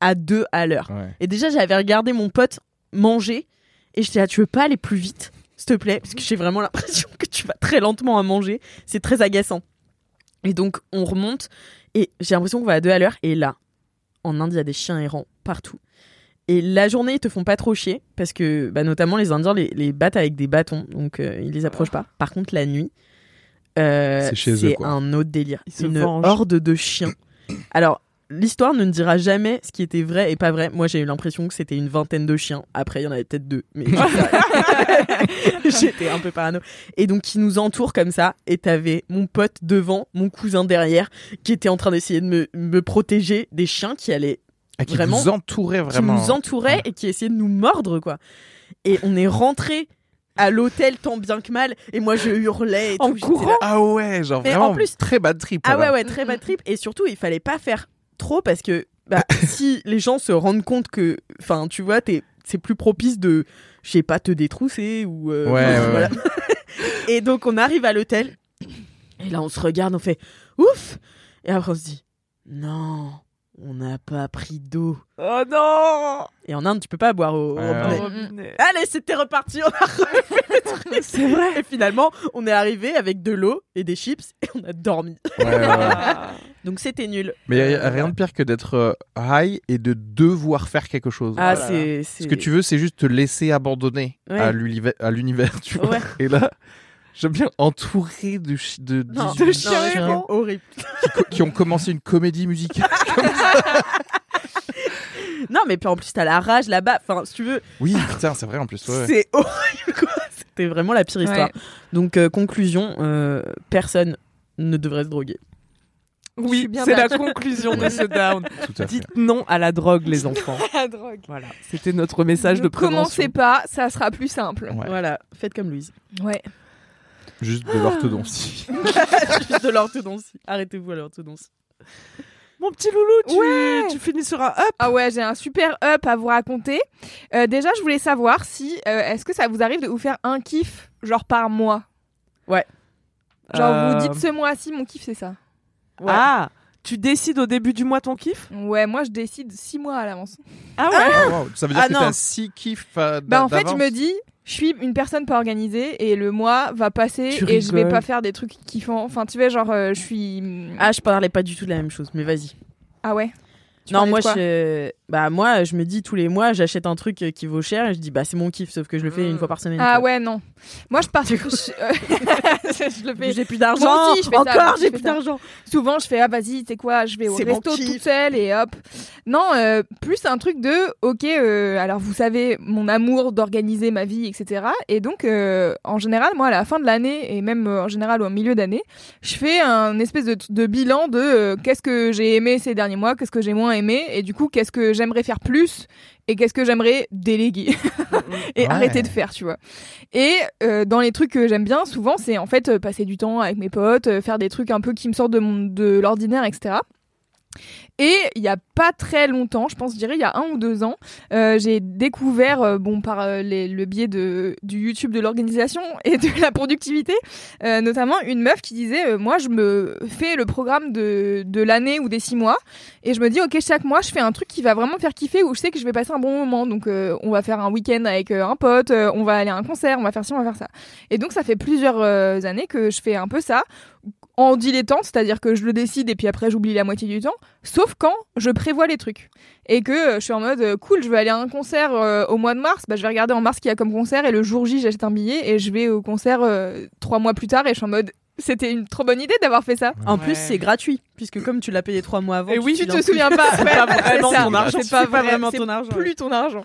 Speaker 1: à deux à l'heure.
Speaker 2: Ah Ouais.
Speaker 1: Et déjà, j'avais regardé mon pote manger et j'étais là, tu veux pas aller plus vite, s'il te plaît, parce que j'ai vraiment l'impression que tu vas très lentement à manger. C'est très agaçant. Et donc, on remonte et j'ai l'impression qu'on va à deux à l'heure. Et là, en Inde, il y a des chiens errants partout. Et la journée, ils te font pas trop chier parce que, bah, notamment, les Indiens les, les battent avec des bâtons, donc euh, ils les approchent pas. Par contre, la nuit, euh,
Speaker 2: C'est chez eux,
Speaker 1: c'est
Speaker 2: quoi.
Speaker 1: un autre délire.
Speaker 3: Ils se
Speaker 1: Une
Speaker 3: vengent.
Speaker 1: horde de chiens. Alors, l'histoire ne dira jamais ce qui était vrai et pas vrai. Moi, j'ai eu l'impression que c'était une vingtaine de chiens. Après, il y en avait peut-être deux, mais j'étais un peu parano. Et donc, qui nous entourent comme ça. Et t'avais mon pote devant, mon cousin derrière, qui était en train d'essayer de me, me protéger des chiens qui allaient,
Speaker 2: Ah, qui
Speaker 1: Vraiment.
Speaker 2: nous entourait vraiment.
Speaker 1: qui nous entouraient et qui essayaient de nous mordre, quoi. Et on est rentré à l'hôtel tant bien que mal. Et moi, je hurlais. Et
Speaker 3: En
Speaker 1: tout, j'étais là,
Speaker 3: courant.
Speaker 2: Ah ouais, genre
Speaker 1: Mais
Speaker 2: vraiment
Speaker 1: en plus-
Speaker 2: très bad trip.
Speaker 1: ah ouais,
Speaker 2: alors.
Speaker 1: ouais, très bad trip. Et surtout, il fallait pas faire trop parce que bah, si les gens se rendent compte que, enfin, tu vois, t'es- c'est plus propice de, je sais pas, te détrousser ou. euh,
Speaker 2: Ouais, ouais,
Speaker 1: voilà. et donc, on arrive à l'hôtel. Et là, on se regarde, on fait ouf. Et après, on se dit, non, on n'a pas pris d'eau.
Speaker 3: Oh non.
Speaker 1: Et en Inde, tu peux pas boire au, au
Speaker 2: Ouais,
Speaker 1: robinet.
Speaker 7: Oh,
Speaker 2: ouais.
Speaker 1: Allez, c'était reparti, on a refait le truc. C'est vrai. Et finalement, on est arrivé avec de l'eau et des chips et on a dormi.
Speaker 2: Ouais, ouais, ouais.
Speaker 1: Donc c'était nul.
Speaker 2: Mais y a rien de pire que d'être euh, high et de devoir faire quelque chose.
Speaker 1: Ah,
Speaker 3: Voilà.
Speaker 1: c'est.
Speaker 2: Ce que tu veux, c'est juste te laisser abandonner
Speaker 1: Ouais.
Speaker 2: à l'univers, à l'univers, tu vois.
Speaker 1: Ouais.
Speaker 2: Et là, j'aime bien entouré de, chi- de,
Speaker 1: Non,
Speaker 2: 18
Speaker 1: non,
Speaker 2: chiens
Speaker 1: c'est horrible.
Speaker 2: qui, co- qui ont commencé une comédie musicale.
Speaker 1: Non, mais puis en plus, t'as la rage là-bas. Enfin, si tu veux,
Speaker 2: Oui, putain, c'est vrai en plus. ouais, ouais.
Speaker 1: c'est horrible, quoi. C'était vraiment la pire histoire. Donc, euh, conclusion, euh, personne ne devrait se droguer.
Speaker 7: Je
Speaker 3: Oui,
Speaker 7: suis bien
Speaker 3: c'est la
Speaker 7: d'accord.
Speaker 3: conclusion de ce down.
Speaker 2: Tout à fait.
Speaker 3: Dites non à la drogue, les enfants.
Speaker 7: La drogue.
Speaker 3: Voilà, c'était notre message de
Speaker 7: Ne
Speaker 3: prévention.
Speaker 7: Commencez pas, ça sera plus simple.
Speaker 2: Ouais.
Speaker 1: Voilà, faites comme Louise.
Speaker 7: Ouais.
Speaker 2: Juste de l'orthodontie.
Speaker 1: Juste de l'orthodontie. Arrêtez-vous à l'orthodontie.
Speaker 3: Mon petit loulou, tu,
Speaker 7: Ouais.
Speaker 3: tu finis sur un up.
Speaker 7: Ah ouais, j'ai un super up à vous raconter. Euh, déjà, je voulais savoir si euh, est-ce que ça vous arrive de vous faire un kiff genre par mois. Genre vous
Speaker 3: Euh,
Speaker 7: dites ce mois-ci mon kiff c'est ça.
Speaker 1: Ouais.
Speaker 3: Ah, tu décides au début du mois ton kiff
Speaker 7: Ouais, moi je décide six mois à l'avance.
Speaker 3: Ah ouais.
Speaker 2: Oh, wow. Ça veut dire
Speaker 1: Ah,
Speaker 2: que
Speaker 1: non.
Speaker 2: t'as six kiffs euh, d'a-
Speaker 7: Bah en fait, je
Speaker 2: d'avance.
Speaker 7: me dis, je suis une personne pas organisée et le mois va passer
Speaker 3: Tu
Speaker 7: et je vais
Speaker 3: rigoles.
Speaker 7: pas faire des trucs kiffants. Enfin, tu vois, genre euh, je suis
Speaker 1: Ah, je parlais pas du tout de la même chose, mais vas-y.
Speaker 7: ah ouais. Tu
Speaker 1: Non,
Speaker 7: parlais de
Speaker 1: moi
Speaker 7: quoi
Speaker 1: je... Bah, moi, je me dis tous les mois, j'achète un truc euh, qui vaut cher et je dis, bah, c'est mon kiff, sauf que je le fais une fois par semaine.
Speaker 7: Ah
Speaker 1: quoi.
Speaker 7: ouais, non. Moi je pars je, euh, je le fais
Speaker 1: J'ai plus d'argent.
Speaker 7: Moi aussi, je fais ça,
Speaker 1: Encore,
Speaker 7: je
Speaker 1: j'ai
Speaker 7: fais
Speaker 1: plus
Speaker 7: ça.
Speaker 1: d'argent.
Speaker 7: Souvent, je fais ah vas-y, c'est quoi, je vais au
Speaker 1: C'est mon
Speaker 7: resto
Speaker 1: kiff.
Speaker 7: toute seule et hop. Non, euh, plus un truc de ok, euh, alors vous savez mon amour d'organiser ma vie, etc. Et donc euh, en général, moi à la fin de l'année et même euh, en général au milieu d'année, je fais un espèce de, de bilan de euh, qu'est-ce que j'ai aimé ces derniers mois, qu'est-ce que j'ai moins aimé et du coup qu'est-ce que j'aimerais faire plus et qu'est-ce que j'aimerais déléguer et
Speaker 2: Ouais.
Speaker 7: arrêter de faire, tu vois. Et euh, dans les trucs que j'aime bien, souvent, c'est en fait euh, passer du temps avec mes potes, euh, faire des trucs un peu qui me sortent de, mon- de l'ordinaire, etc. Et il n'y a pas très longtemps, je pense, je dirais il y a un ou deux ans, euh, j'ai découvert, euh, bon, par euh, les- le biais de, du YouTube de l'organisation et de la productivité, euh, notamment une meuf qui disait, euh, moi, je me fais le programme de, de l'année ou des six mois, et je me dis, ok, chaque mois, je fais un truc qui va vraiment faire kiffer, où je sais que je vais passer un bon moment. Donc, euh, on va faire un week-end avec euh, un pote, euh, on va aller à un concert, on va faire ci, on va faire ça. Et donc, ça fait plusieurs euh, années que je fais un peu ça en dilettante, c'est-à-dire que je le décide et puis après j'oublie la moitié du temps, sauf quand je prévois les trucs. Et que euh, je suis en mode euh, cool, je vais aller à un concert euh, au mois de mars, bah, je vais regarder en mars ce qu'il y a comme concert et le jour J j'achète un billet et je vais au concert euh, trois mois plus tard et je suis en mode c'était une trop bonne idée d'avoir fait ça.
Speaker 1: En
Speaker 3: Ouais.
Speaker 1: plus, c'est gratuit, puisque comme tu l'as payé trois mois avant,
Speaker 3: Et oui,
Speaker 7: Tu
Speaker 1: t'en
Speaker 7: te souviens pas,
Speaker 1: C'est
Speaker 7: ouais,
Speaker 1: pas
Speaker 7: c'est
Speaker 1: vraiment
Speaker 7: ça.
Speaker 1: Ah ton argent.
Speaker 7: C'est pas,
Speaker 1: C'est pas
Speaker 7: vrai-
Speaker 1: vraiment
Speaker 7: c'est
Speaker 1: ton argent,
Speaker 7: Plus ton argent.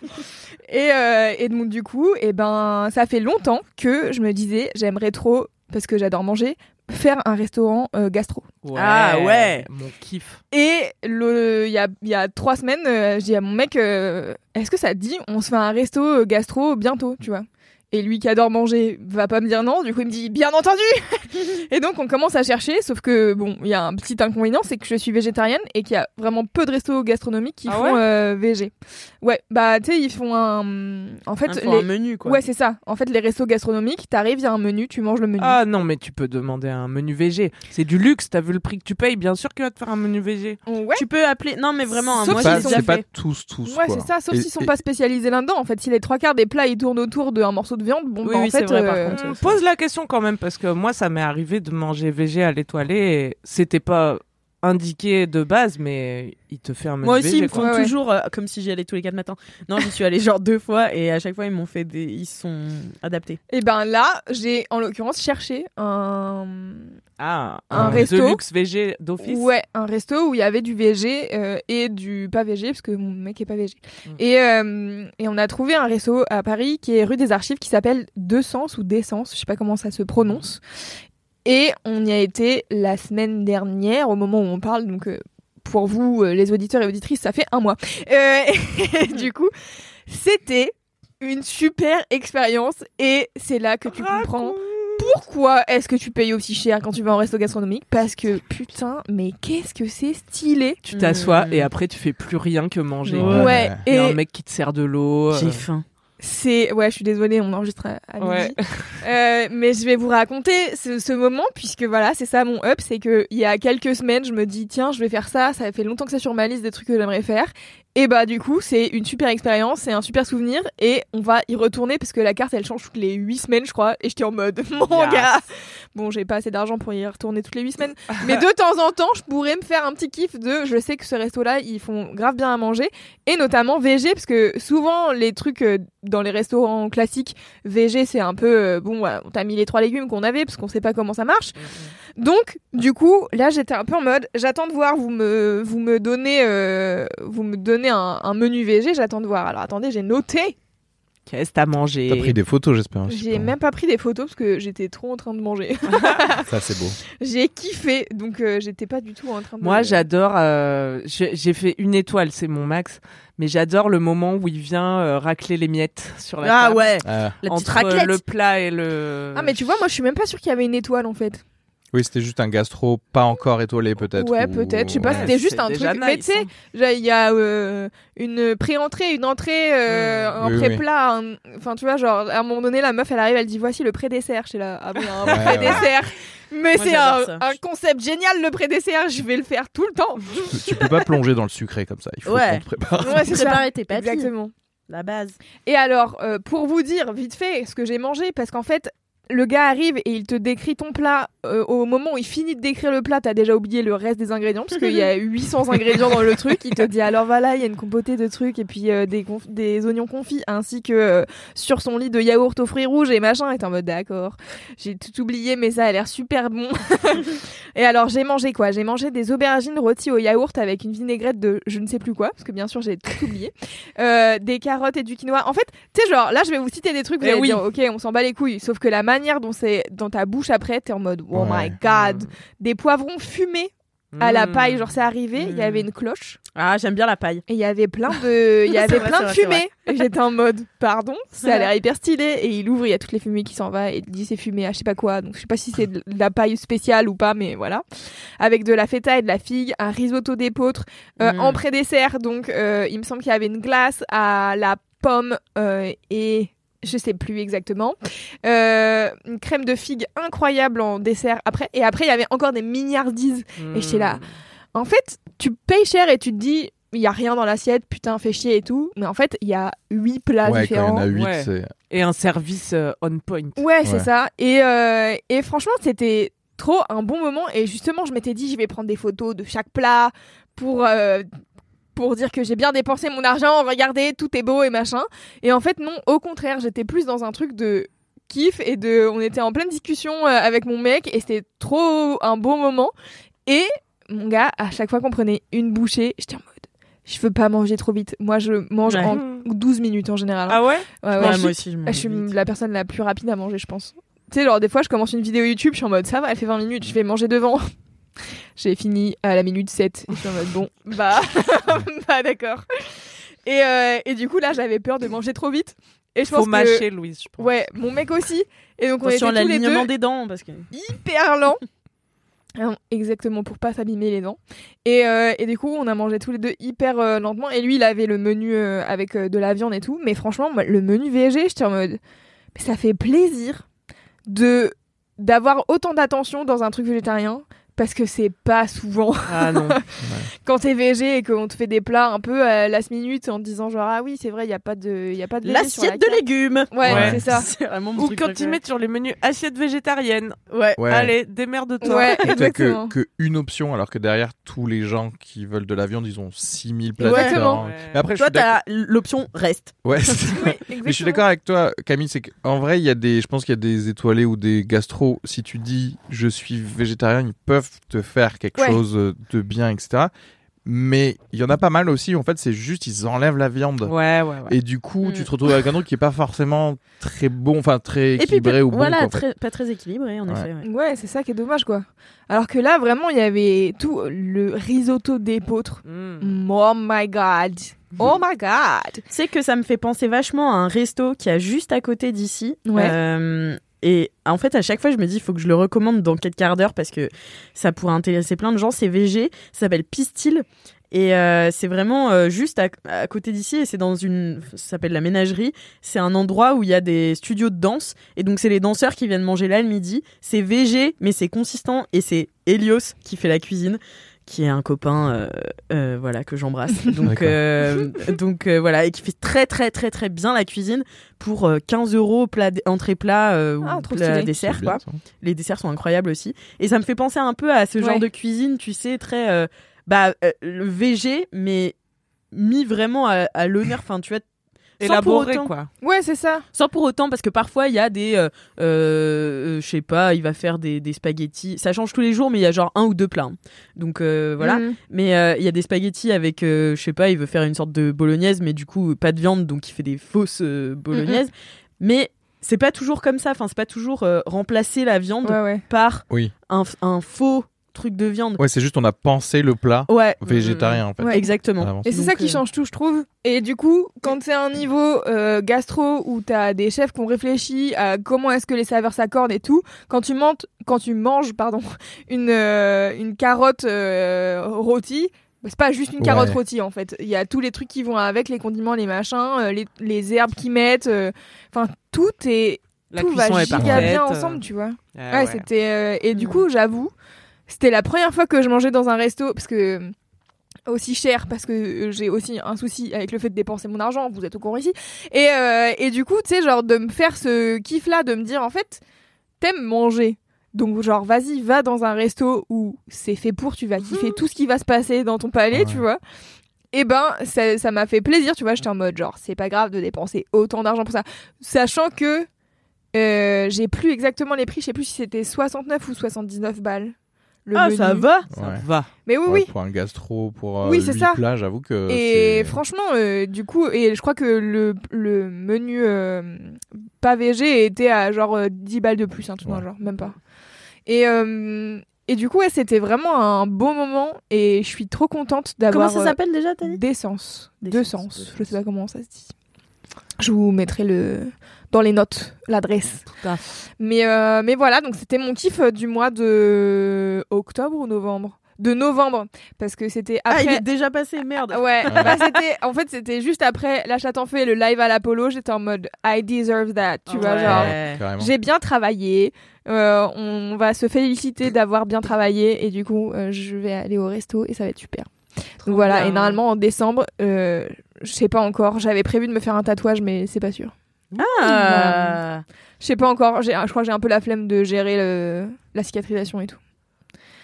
Speaker 7: Et, euh, et donc du coup, et ben, ça fait longtemps que je me disais j'aimerais trop parce que j'adore manger faire un restaurant euh, gastro.
Speaker 1: Ah ouais.
Speaker 3: Mon kiff.
Speaker 7: Et le- il y a, il y a trois semaines, euh, je dis à mon mec, euh, est-ce que ça te dit, on se fait un resto euh, gastro bientôt, tu vois Et lui qui adore manger va pas me dire non, du coup il me dit, bien entendu Et donc on commence à chercher, sauf que bon, il y a un petit inconvénient, c'est que je suis végétarienne et qu'il y a vraiment peu de restos gastronomiques qui
Speaker 3: Ah
Speaker 7: font
Speaker 3: ouais
Speaker 7: euh, VG. Ouais, bah tu sais, ils font un... En fait,
Speaker 1: Ils font
Speaker 7: les...
Speaker 1: un menu, quoi.
Speaker 7: Ouais, c'est ça. En fait, les restos gastronomiques, t'arrives, il y a un menu, tu manges le menu.
Speaker 3: Ah non, mais tu peux demander un menu VG. C'est du luxe, t'as vu le prix que tu payes, bien sûr qu'il va te faire un menu VG.
Speaker 7: Ouais.
Speaker 1: Tu peux appeler. Non, mais vraiment, hein,
Speaker 7: Sauf
Speaker 1: moi,
Speaker 7: s'ils
Speaker 1: j'ai
Speaker 7: sont
Speaker 1: déjà
Speaker 2: c'est pas
Speaker 1: fait.
Speaker 2: tous, tous.
Speaker 7: Ouais,
Speaker 2: quoi.
Speaker 7: c'est ça, sauf
Speaker 2: Et-
Speaker 7: s'ils sont
Speaker 2: et-
Speaker 7: pas spécialisés là-dedans. En fait, si les trois quarts des plats ils tournent autour d'un morceau de viande, bon,
Speaker 1: Oui,
Speaker 7: bah, en
Speaker 1: oui,
Speaker 7: fait,
Speaker 1: c'est vrai, par
Speaker 7: euh,
Speaker 1: contre.
Speaker 3: On pose la question quand même, parce que moi, ça m'est arrivé de manger VG à l'étoilé. et C'était pas indiqué de base, mais il te fait un menu
Speaker 1: Moi aussi, ils me
Speaker 3: VG, quoi.
Speaker 1: font
Speaker 7: Ouais, ouais.
Speaker 1: toujours euh, comme si j'y allais tous les quatre matins. Non, j'y suis allée genre deux fois et à chaque fois, ils m'ont fait des. Ils sont adaptés.
Speaker 7: et ben là, j'ai en l'occurrence cherché un
Speaker 3: Ah,
Speaker 7: Un resto.
Speaker 3: Deluxe VG d'office.
Speaker 7: ouais un resto où il y avait du VG euh, et du pas VG parce que mon mec est pas VG.
Speaker 3: Mm.
Speaker 7: Et euh, et on a trouvé un resto à Paris qui est rue des Archives qui s'appelle Deux Sens ou Décence, je sais pas comment ça se prononce. Et on y a été la semaine dernière au moment où on parle donc. euh, pour vous, euh, les auditeurs et auditrices, ça fait un mois. Euh, et du coup, c'était une super expérience et c'est là que tu
Speaker 3: Ah,
Speaker 7: comprends pourquoi est-ce que tu payes aussi cher quand tu vas en resto gastronomique parce que putain, mais qu'est-ce que c'est stylé.
Speaker 3: Tu t'assois
Speaker 1: Mmh.
Speaker 3: et après, tu fais plus rien que manger.
Speaker 1: Ouais.
Speaker 7: Ouais,
Speaker 3: Il y a un
Speaker 7: et
Speaker 3: mec qui te sert de l'eau. euh,
Speaker 1: J'ai faim.
Speaker 7: c'est ouais, je suis désolée, on enregistre à, à midi. Euh, mais je vais vous raconter ce, ce moment puisque voilà, c'est ça mon up, c'est que il y a quelques semaines, je me dis tiens, je vais faire ça, ça fait longtemps que c'est sur ma liste des trucs que j'aimerais faire. Et bah du coup, c'est une super expérience, c'est un super souvenir et on va y retourner parce que la carte elle change toutes les 8 semaines, je crois, et j'étais en mode mon
Speaker 3: Yes.
Speaker 7: gars. Bon, j'ai pas assez d'argent pour y retourner toutes les 8 semaines, mais de temps en temps, je pourrais me faire un petit kiff de je sais que ce resto là, ils font grave bien à manger et notamment VG parce que souvent les trucs euh, dans les restaurants classiques VG c'est un peu euh, bon voilà, on t'a mis les trois légumes qu'on avait parce qu'on sait pas comment ça marche donc du coup là j'étais un peu en mode j'attends de voir vous me vous me donnez euh, vous me donnez un, un menu VG j'attends de voir alors attendez j'ai noté
Speaker 3: Qu'est-ce que t'as mangé
Speaker 2: T'as pris des photos, j'espère. hein, aussi,
Speaker 7: j'ai
Speaker 2: pardon.
Speaker 7: même pas pris des photos parce que j'étais trop en train de manger
Speaker 2: Ça, c'est beau.
Speaker 7: j'ai kiffé donc euh, j'étais pas du tout en train de
Speaker 3: Moi, j'adore. euh, j'ai j'ai fait une étoile, c'est mon max. Mais j'adore le moment où il vient euh, racler les miettes sur la
Speaker 1: Ah
Speaker 3: table.
Speaker 1: ouais,
Speaker 2: Ah,
Speaker 1: la petite
Speaker 3: Entre
Speaker 1: raclette.
Speaker 3: le plat et le.
Speaker 7: ah mais tu vois moi je suis même pas sûre qu'il y avait une étoile en fait
Speaker 2: Oui, c'était juste un gastro pas encore étoilé, peut-être.
Speaker 7: Ouais,
Speaker 2: ou-
Speaker 7: peut-être, je sais pas,
Speaker 2: Ouais.
Speaker 7: c'était juste
Speaker 3: c'est
Speaker 7: un
Speaker 3: déjà
Speaker 7: truc, mais
Speaker 3: nice,
Speaker 7: tu sais,
Speaker 3: hein.
Speaker 7: Là, Il y a euh, une pré-entrée, une entrée, euh,
Speaker 2: Mmh. Oui,
Speaker 7: un
Speaker 2: oui.
Speaker 7: pré-plat. un- Enfin, tu vois, genre, à un moment donné, la meuf, elle arrive, elle dit Voici le pré-dessert. Je suis là, ah bon, il y a un
Speaker 2: Ouais,
Speaker 7: pré-dessert. Mais
Speaker 1: Moi,
Speaker 7: c'est
Speaker 1: j'adore
Speaker 7: un,
Speaker 1: ça.
Speaker 7: un concept génial, le pré-dessert. Je vais le faire tout le temps.
Speaker 2: Tu, tu peux pas plonger dans le sucré comme ça. Il faut
Speaker 1: Ouais.
Speaker 2: qu'on te prépare.
Speaker 7: ouais, c'est ça.
Speaker 4: Préparer tes papilles.
Speaker 7: Exactement.
Speaker 1: la base.
Speaker 7: Et alors, euh, pour vous dire vite fait ce que j'ai mangé, parce qu'en fait, le gars arrive et il te décrit ton plat. euh, au moment où il finit de décrire le plat, t'as déjà oublié le reste des ingrédients, parce qu'il y a 800 ingrédients dans le truc. Il te dit alors voilà, il y a une compotée de trucs, et puis euh, des, conf- des oignons confits, ainsi que euh, sur son lit de yaourt aux fruits rouges et machin. Et t'es en mode d'accord, j'ai tout oublié, mais ça a l'air super bon. et alors, j'ai mangé quoi J'ai mangé des aubergines rôties au yaourt avec une vinaigrette de je ne sais plus quoi, parce que bien sûr, j'ai tout oublié. Euh, des carottes et du quinoa. En fait, tu sais, genre, là, je vais vous citer des trucs, vous
Speaker 3: Eh
Speaker 7: allez
Speaker 3: oui.
Speaker 7: dire, ok, on s'en bat les couilles. Sauf que la manière dont c'est dans ta bouche après, t'es en mode, oh
Speaker 2: Ouais.
Speaker 7: my god. Des poivrons fumés à la paille, genre, c'est arrivé, il
Speaker 1: Mm.
Speaker 7: y avait une cloche.
Speaker 1: Ah, j'aime bien la paille.
Speaker 7: Et il y avait plein de, il y
Speaker 1: C'est
Speaker 7: avait
Speaker 1: vrai,
Speaker 7: plein
Speaker 1: c'est
Speaker 7: de
Speaker 1: vrai, c'est
Speaker 7: fumée. Et J'étais en mode, pardon, ça a l'air hyper stylé. Et il ouvre, il y a toutes les fumées qui s'en va et il dit c'est fumé à je sais pas quoi. Donc je sais pas si c'est de la paille spéciale ou pas, mais voilà. Avec de la feta et de la figue, un risotto d'épeautre euh,
Speaker 1: Mm.
Speaker 7: en pré-dessert. Donc euh, il me semble qu'il y avait une glace à la pomme euh, et je sais plus exactement. Euh, une crème de figue incroyable en dessert après. Et après il y avait encore des milliardises et j'étais
Speaker 3: mm.
Speaker 7: là. En fait, tu payes cher et tu te dis, il y a rien dans l'assiette, putain, fais chier et tout. Mais en fait, il y a huit plats
Speaker 2: ouais, quand il y
Speaker 7: différents.
Speaker 2: en a 8,
Speaker 3: Ouais.
Speaker 2: c'est.
Speaker 3: Et un service euh, on point.
Speaker 7: Ouais, c'est
Speaker 2: Ouais.
Speaker 7: ça. Et, euh, et franchement, c'était trop un bon moment. Et justement, je m'étais dit, je vais prendre des photos de chaque plat pour. euh, pour dire que j'ai bien dépensé mon argent, regardez, tout est beau et machin. Et en fait, non, au contraire, j'étais plus dans un truc de kiff et de. On était en pleine discussion euh, avec mon mec et c'était trop un bon moment. Et mon gars, à chaque fois qu'on prenait une bouchée, j'étais en mode, je veux pas manger trop vite. Moi, je mange
Speaker 1: Ouais.
Speaker 7: en 12 minutes en général. hein.
Speaker 3: Ah ouais
Speaker 7: Ouais, ouais,
Speaker 1: Ouais,
Speaker 7: je suis
Speaker 1: moi aussi, je mange
Speaker 7: Ah, je suis
Speaker 1: vite.
Speaker 7: la personne la plus rapide à manger, je pense. Tu sais, genre, des fois, je commence une vidéo YouTube, je suis en mode, ça va, elle fait 20 minutes, je vais manger devant. J'ai fini à la minute 7. Et je suis en mode, bon, bah, bah d'accord. Et, euh, et du coup, là, j'avais peur de manger trop vite. Et je pense
Speaker 3: Faut
Speaker 7: que...
Speaker 3: mâcher, Louise, je pense.
Speaker 7: Ouais, mon mec aussi. Et donc, on
Speaker 1: Attention à
Speaker 7: était tous les deux
Speaker 1: l'alignement des dents, parce que.
Speaker 7: hyper lent. Alors, Exactement, pour pas s'abîmer les dents. Et, euh, et du coup, on a mangé tous les deux hyper euh, lentement. Et lui, il avait le menu euh, avec euh, de la viande et tout. Mais franchement, moi, le menu VG, j'étais en mode. Mais ça fait plaisir de d'avoir autant d'attention dans un truc végétarien. Parce que c'est pas souvent
Speaker 3: Ah non.
Speaker 7: quand t'es végé et qu'on te fait des plats un peu à last minute en te disant genre ah oui c'est vrai il y a pas de y a pas de légumes sur la
Speaker 1: L'assiette de
Speaker 7: carte.
Speaker 1: légumes
Speaker 7: ouais,
Speaker 2: Ouais.
Speaker 7: c'est ça
Speaker 1: C'est vraiment mon
Speaker 3: Ou
Speaker 1: truc
Speaker 3: quand ils
Speaker 1: préféré.
Speaker 3: mettent sur les menus assiettes végétariennes.
Speaker 1: Ouais.
Speaker 2: Ouais.
Speaker 3: Allez, démerde-toi.
Speaker 7: ouais
Speaker 2: Et t'as
Speaker 7: exactement
Speaker 2: que, que une option, alors que derrière, tous les gens qui veulent de la viande, ils ont 6000 plats
Speaker 1: Ouais.
Speaker 2: différents.
Speaker 3: Ouais.
Speaker 2: Mais après, je
Speaker 1: Toi,
Speaker 2: suis d'accord.
Speaker 1: t'as l'option reste.
Speaker 2: Ouais, c'est-
Speaker 7: Oui,
Speaker 2: Mais je suis
Speaker 7: exactement.
Speaker 2: d'accord avec toi, Camille. C'est qu'en vrai, il y a des, je pense qu'il y a des étoilés ou des gastro. Si tu dis je suis végétarien, ils peuvent te faire quelque
Speaker 7: Ouais.
Speaker 2: chose de bien, etc. Mais il y en a pas mal aussi. En fait, c'est juste ils enlèvent la viande.
Speaker 3: Ouais, ouais, ouais.
Speaker 2: Et du coup,
Speaker 1: Mm.
Speaker 2: tu te retrouves avec un truc qui est pas forcément très bon, enfin très équilibré ou bon.
Speaker 1: voilà,
Speaker 2: quoi, en fait.
Speaker 1: très- pas très équilibré, en
Speaker 2: Ouais.
Speaker 1: effet. ouais.
Speaker 7: Ouais, c'est ça qui est dommage, quoi. Alors que là, vraiment, il y avait tout euh, le risotto d'épeautre.
Speaker 3: Mm.
Speaker 7: Oh my god.
Speaker 1: Mm.
Speaker 7: Oh my god.
Speaker 1: C'est que ça me fait penser vachement à un resto qui a juste à côté d'ici.
Speaker 7: Ouais.
Speaker 1: Euh, et en fait, à chaque fois, je me dis, il faut que je le recommande dans quelques quarts d'heure parce que ça pourrait intéresser plein de gens. C'est VG, ça s'appelle Pistil. Et euh, c'est vraiment euh, juste à, à côté d'ici et c'est dans une... Ça s'appelle la ménagerie. C'est un endroit où il y a des studios de danse. Et donc, c'est les danseurs qui viennent manger là le midi. C'est VG, mais c'est consistant. Et c'est Helios qui fait la cuisine qui est un copain euh, euh, voilà que j'embrasse donc
Speaker 2: D'accord.
Speaker 1: euh, donc euh, voilà et qui fait très très très très bien la cuisine pour euh, 15 euros plat d- entrée plat euh, ou
Speaker 7: Ah, trop
Speaker 1: plat
Speaker 7: stylé.
Speaker 2: C'est
Speaker 1: dessert
Speaker 2: bien,
Speaker 1: quoi
Speaker 2: ça.
Speaker 1: les desserts sont incroyables aussi et ça me fait penser un peu à ce genre
Speaker 7: Ouais.
Speaker 1: de cuisine tu sais très euh, bah euh, le VG mais mis vraiment à, à l'honneur enfin tu vois sans pour,
Speaker 3: Élaboré,
Speaker 1: autant,
Speaker 3: quoi.
Speaker 7: Ouais, c'est ça.
Speaker 1: sans pour autant, parce que parfois il y a des, euh, euh, je sais pas, il va faire des, des spaghettis. Ça change tous les jours, mais il y a genre un ou deux plats. hein. Donc euh, voilà.
Speaker 7: Mm.
Speaker 1: Mais euh, il y a des spaghettis avec, euh, je sais pas, il veut faire une sorte de bolognaise, mais du coup, pas de viande, donc il fait des fausses euh, bolognaises. Mais c'est pas toujours comme ça, enfin, c'est pas toujours euh, remplacer la viande
Speaker 7: Ouais, ouais.
Speaker 1: par
Speaker 2: Oui.
Speaker 1: un, f- un faux truc de viande.
Speaker 2: Ouais, c'est juste on a pensé le plat
Speaker 1: Ouais,
Speaker 2: végétarien en fait.
Speaker 7: Mm, Ouais.
Speaker 1: exactement.
Speaker 2: Vraiment.
Speaker 7: Et c'est
Speaker 1: Donc,
Speaker 7: ça qui
Speaker 1: euh,
Speaker 7: change tout, je trouve. Et du coup, quand c'est un niveau euh, gastro où t'as des chefs qui ont réfléchi à comment est-ce que les saveurs s'accordent et tout, quand tu, mantes, quand tu manges pardon, une, euh, une carotte euh, rôtie, bah, c'est pas juste une carotte
Speaker 2: Ouais.
Speaker 7: rôtie en fait. Il y a tous les trucs qui vont avec, les condiments, les machins, euh, les, les herbes qu'ils mettent. euh, Enfin, tout est.
Speaker 3: La
Speaker 7: tout va
Speaker 3: cuisson est
Speaker 7: giga
Speaker 3: parfaite.
Speaker 7: bien
Speaker 3: euh,
Speaker 7: ensemble, tu vois.
Speaker 3: ouais,
Speaker 7: Ouais,
Speaker 3: Ah ouais.
Speaker 7: c'était. euh, et du coup, j'avoue, c'était la première fois que je mangeais dans un resto parce que euh, aussi cher parce que euh, j'ai aussi un souci avec le fait de dépenser mon argent. Vous êtes au courant ici. Et euh, et du coup, tu sais, genre de me faire ce kiff là, de me dire en fait, t'aimes manger. Donc genre vas-y va dans un resto où c'est fait pour tu vas kiffer tout ce qui va se passer dans ton palais
Speaker 2: Ouais.
Speaker 7: tu vois et ben ça ça m'a fait plaisir tu vois j'étais en mode genre c'est pas grave de dépenser autant d'argent pour ça sachant que euh, j'ai plus exactement les prix, je sais plus si c'était 69 ou 79 balles. Le
Speaker 1: Ah,
Speaker 4: euh,
Speaker 7: menu.
Speaker 1: ça va
Speaker 3: Ça
Speaker 2: Ouais.
Speaker 3: va.
Speaker 7: Mais oui,
Speaker 2: Ouais,
Speaker 7: oui.
Speaker 2: Pour un gastro, pour
Speaker 7: Oui,
Speaker 2: oui,
Speaker 7: c'est ça.
Speaker 2: plats, j'avoue que.
Speaker 7: Et
Speaker 2: c'est-
Speaker 7: franchement, euh, du coup, et je crois que le, le menu euh, pas VG était à genre euh, 10 balles de plus, un truc dans le
Speaker 2: Ouais.
Speaker 7: genre, même pas. Et, euh, Et du coup, ouais, c'était vraiment un beau moment et je suis trop contente d'avoir.
Speaker 4: Comment ça s'appelle déjà, t'as
Speaker 7: euh,
Speaker 4: dit
Speaker 7: D'essence.
Speaker 4: D'essence,
Speaker 7: D'essence. Je
Speaker 4: d'essence.
Speaker 7: sais pas comment ça se dit. Je vous mettrai le dans les notes l'adresse.
Speaker 3: à
Speaker 7: Mais euh, mais voilà, donc c'était mon kiff euh, du mois de octobre ou novembre. De novembre parce que c'était
Speaker 4: Ah,
Speaker 7: après
Speaker 4: il est déjà passé, merde.
Speaker 7: Ouais, bah c'était en fait c'était juste après la chatte en fait et le live à l'Apollo, j'étais en mode I deserve that, tu vois
Speaker 4: Ah Ouais.
Speaker 7: genre
Speaker 2: Carrément.
Speaker 7: j'ai bien travaillé, euh, on va se féliciter d'avoir bien travaillé et du coup euh, je vais aller au resto et ça va être super. Donc voilà,
Speaker 3: bien.
Speaker 7: et normalement en décembre, euh, je sais pas encore, j'avais prévu de me faire un tatouage mais c'est pas sûr.
Speaker 4: Ah.
Speaker 7: Je sais pas encore, j'ai je crois que j'ai un peu la flemme de gérer le- la cicatrisation et tout.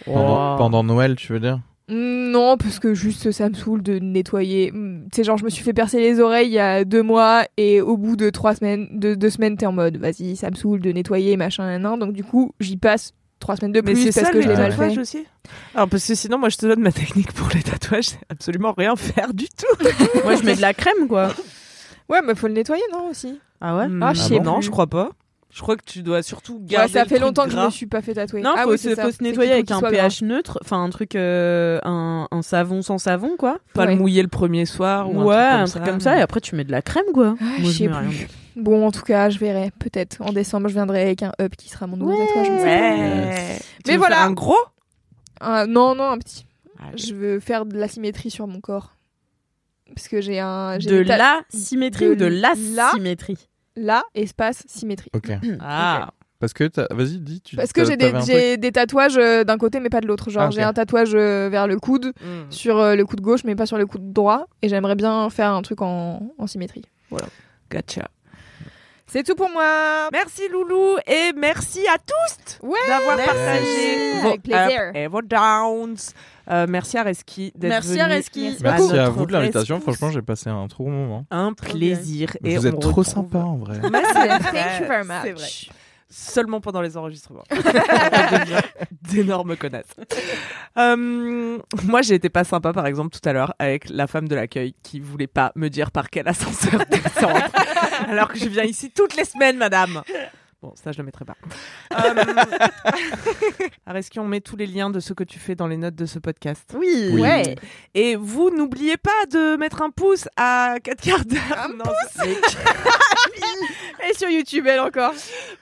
Speaker 2: Pendant,
Speaker 7: Oh.
Speaker 3: Oh.
Speaker 4: Wow.
Speaker 2: pendant Noël, tu veux dire
Speaker 7: Non, parce que juste ça me saoule de nettoyer. Mm, Tu sais, genre, je me suis fait percer les oreilles il y a deux mois et au bout de trois semaines, de deux semaines, t'es en mode vas-y, ça me saoule de nettoyer, machin, nan, nan. Donc, du coup, j'y passe trois semaines de
Speaker 3: Mais
Speaker 7: plus
Speaker 3: c'est
Speaker 7: parce
Speaker 3: ça
Speaker 7: que
Speaker 3: le
Speaker 7: je l'ai mal fait.
Speaker 3: tatouage aussi Alors parce que sinon moi je te donne ma technique pour les tatouages, c'est absolument rien faire du tout.
Speaker 7: Euh,
Speaker 4: Moi, je mets de la crème, quoi.
Speaker 7: Ouais, mais faut le nettoyer, non, aussi
Speaker 4: Ah ouais
Speaker 3: Hmm,
Speaker 7: Ah, je sais
Speaker 3: non,
Speaker 7: plus.
Speaker 3: je crois pas. Je crois que tu dois surtout
Speaker 7: Ouais,
Speaker 3: garder
Speaker 7: ça
Speaker 3: le
Speaker 7: fait
Speaker 3: truc
Speaker 7: longtemps que je
Speaker 3: gras.
Speaker 7: me suis pas fait tatouer.
Speaker 4: Non,
Speaker 7: Ah
Speaker 4: faut,
Speaker 7: oui,
Speaker 4: se,
Speaker 7: c'est ça.
Speaker 4: faut se
Speaker 7: C'est
Speaker 4: nettoyer
Speaker 7: qu'il
Speaker 4: avec
Speaker 7: faut
Speaker 4: un
Speaker 7: qu'il soit
Speaker 4: pH neutre, enfin un truc, euh, un, un savon sans savon quoi.
Speaker 3: pas
Speaker 7: Ouais.
Speaker 3: le mouiller le premier
Speaker 7: Ah,
Speaker 3: soir ou
Speaker 4: ouais,
Speaker 3: un
Speaker 4: un
Speaker 3: truc comme ça.
Speaker 4: et après tu mets de la crème quoi.
Speaker 7: gras. Ah,
Speaker 4: Moi,
Speaker 7: je
Speaker 4: je
Speaker 7: sais
Speaker 4: mets rien.
Speaker 7: plus. Bon, en tout cas, je verrai. Peut-être en décembre, je viendrai avec un up qui sera mon nouveau tatouage. on sait pas.
Speaker 3: Ouais. Tu
Speaker 7: Mais
Speaker 3: veux
Speaker 7: voilà.
Speaker 3: faire Un gros
Speaker 7: Un- non, non, un petit. Je veux faire de la symétrie sur mon corps. Parce que j'ai un. j'ai
Speaker 4: Ah, De
Speaker 7: des ta-
Speaker 4: la symétrie
Speaker 7: de
Speaker 4: ou de la
Speaker 7: la-
Speaker 4: symétrie
Speaker 7: là, espace, symétrie.
Speaker 2: Ok.
Speaker 3: Ah,
Speaker 2: Parce que t'as- vas-y, dis. Tu,
Speaker 7: Parce que
Speaker 2: t'as-
Speaker 7: j'ai des,
Speaker 2: t'avais un truc.
Speaker 7: j'ai des tatouages euh, d'un côté mais pas de l'autre. Genre
Speaker 2: Ah, ok.
Speaker 7: j'ai un tatouage euh, vers le coude,
Speaker 3: Hmm.
Speaker 7: sur euh, le coude gauche mais pas sur le coude droit. Et j'aimerais bien faire un truc en, en symétrie.
Speaker 3: gotcha.
Speaker 7: C'est tout pour moi.
Speaker 3: Merci Loulou et merci à tous
Speaker 7: Ouais,
Speaker 3: d'avoir
Speaker 7: merci.
Speaker 3: partagé vos
Speaker 7: Avec plaisir.
Speaker 3: ups et vos downs. Euh, merci à Reski d'être
Speaker 4: Merci
Speaker 3: venu.
Speaker 4: à Reski. Merci
Speaker 2: Merci à
Speaker 3: notre
Speaker 2: vous de l'invitation.
Speaker 3: rescousse.
Speaker 2: Franchement, j'ai passé un trop bon moment.
Speaker 3: Un plaisir.
Speaker 2: Mais
Speaker 3: et
Speaker 2: vous
Speaker 3: on
Speaker 2: êtes trop
Speaker 3: retrouve-
Speaker 2: sympa en vrai.
Speaker 3: Mais c'est vrai,
Speaker 7: Thank you very much.
Speaker 3: c'est vrai. Seulement pendant les enregistrements. On devient D'énormes connasses. Euh, moi, j'ai été pas sympa, par exemple, tout à l'heure, avec la femme de l'accueil qui voulait pas me dire par quel ascenseur descendre. alors que je viens ici toutes les semaines, madame. Bon, ça, je le mettrai pas. Euh, Areski, on met tous les liens de ce que tu fais dans les notes de ce podcast.
Speaker 4: Oui.
Speaker 2: Oui.
Speaker 4: Ouais.
Speaker 3: Et vous, n'oubliez pas de mettre un pouce à 4 quarts d'heure. Un pouce
Speaker 7: Et sur YouTube elle encore.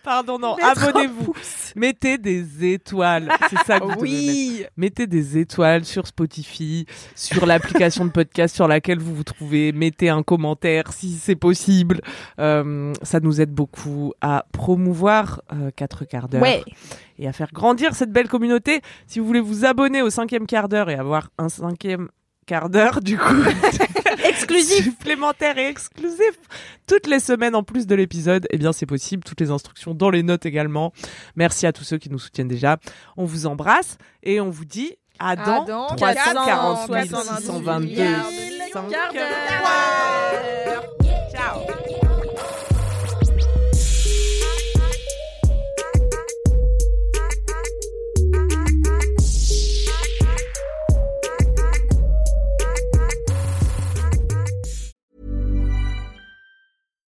Speaker 3: Pardon, non,
Speaker 7: Mettre un
Speaker 3: abonnez-vous. Mettez des étoiles. C'est ça que vous devez mettre.
Speaker 7: Oui.
Speaker 3: Mettez des étoiles sur Spotify, sur l'application de podcast sur laquelle vous vous trouvez. Mettez un commentaire si c'est possible. Euh, ça nous aide beaucoup à promouvoir 4 quarts d'heure
Speaker 7: Ouais.
Speaker 3: et à faire grandir cette belle communauté. Si vous voulez vous abonner au cinquième quart d'heure et avoir un cinquième quart d'heure, du coup, exclusif, supplémentaire et exclusif, toutes les semaines en plus de l'épisode, eh bien c'est possible. Toutes les instructions dans les notes également. Merci à tous ceux qui nous soutiennent déjà. On vous embrasse et on vous dit à dans,
Speaker 7: dans
Speaker 3: 340
Speaker 7: 440
Speaker 3: 622
Speaker 7: milliards
Speaker 3: 5
Speaker 7: quarts d'heure.
Speaker 3: Ciao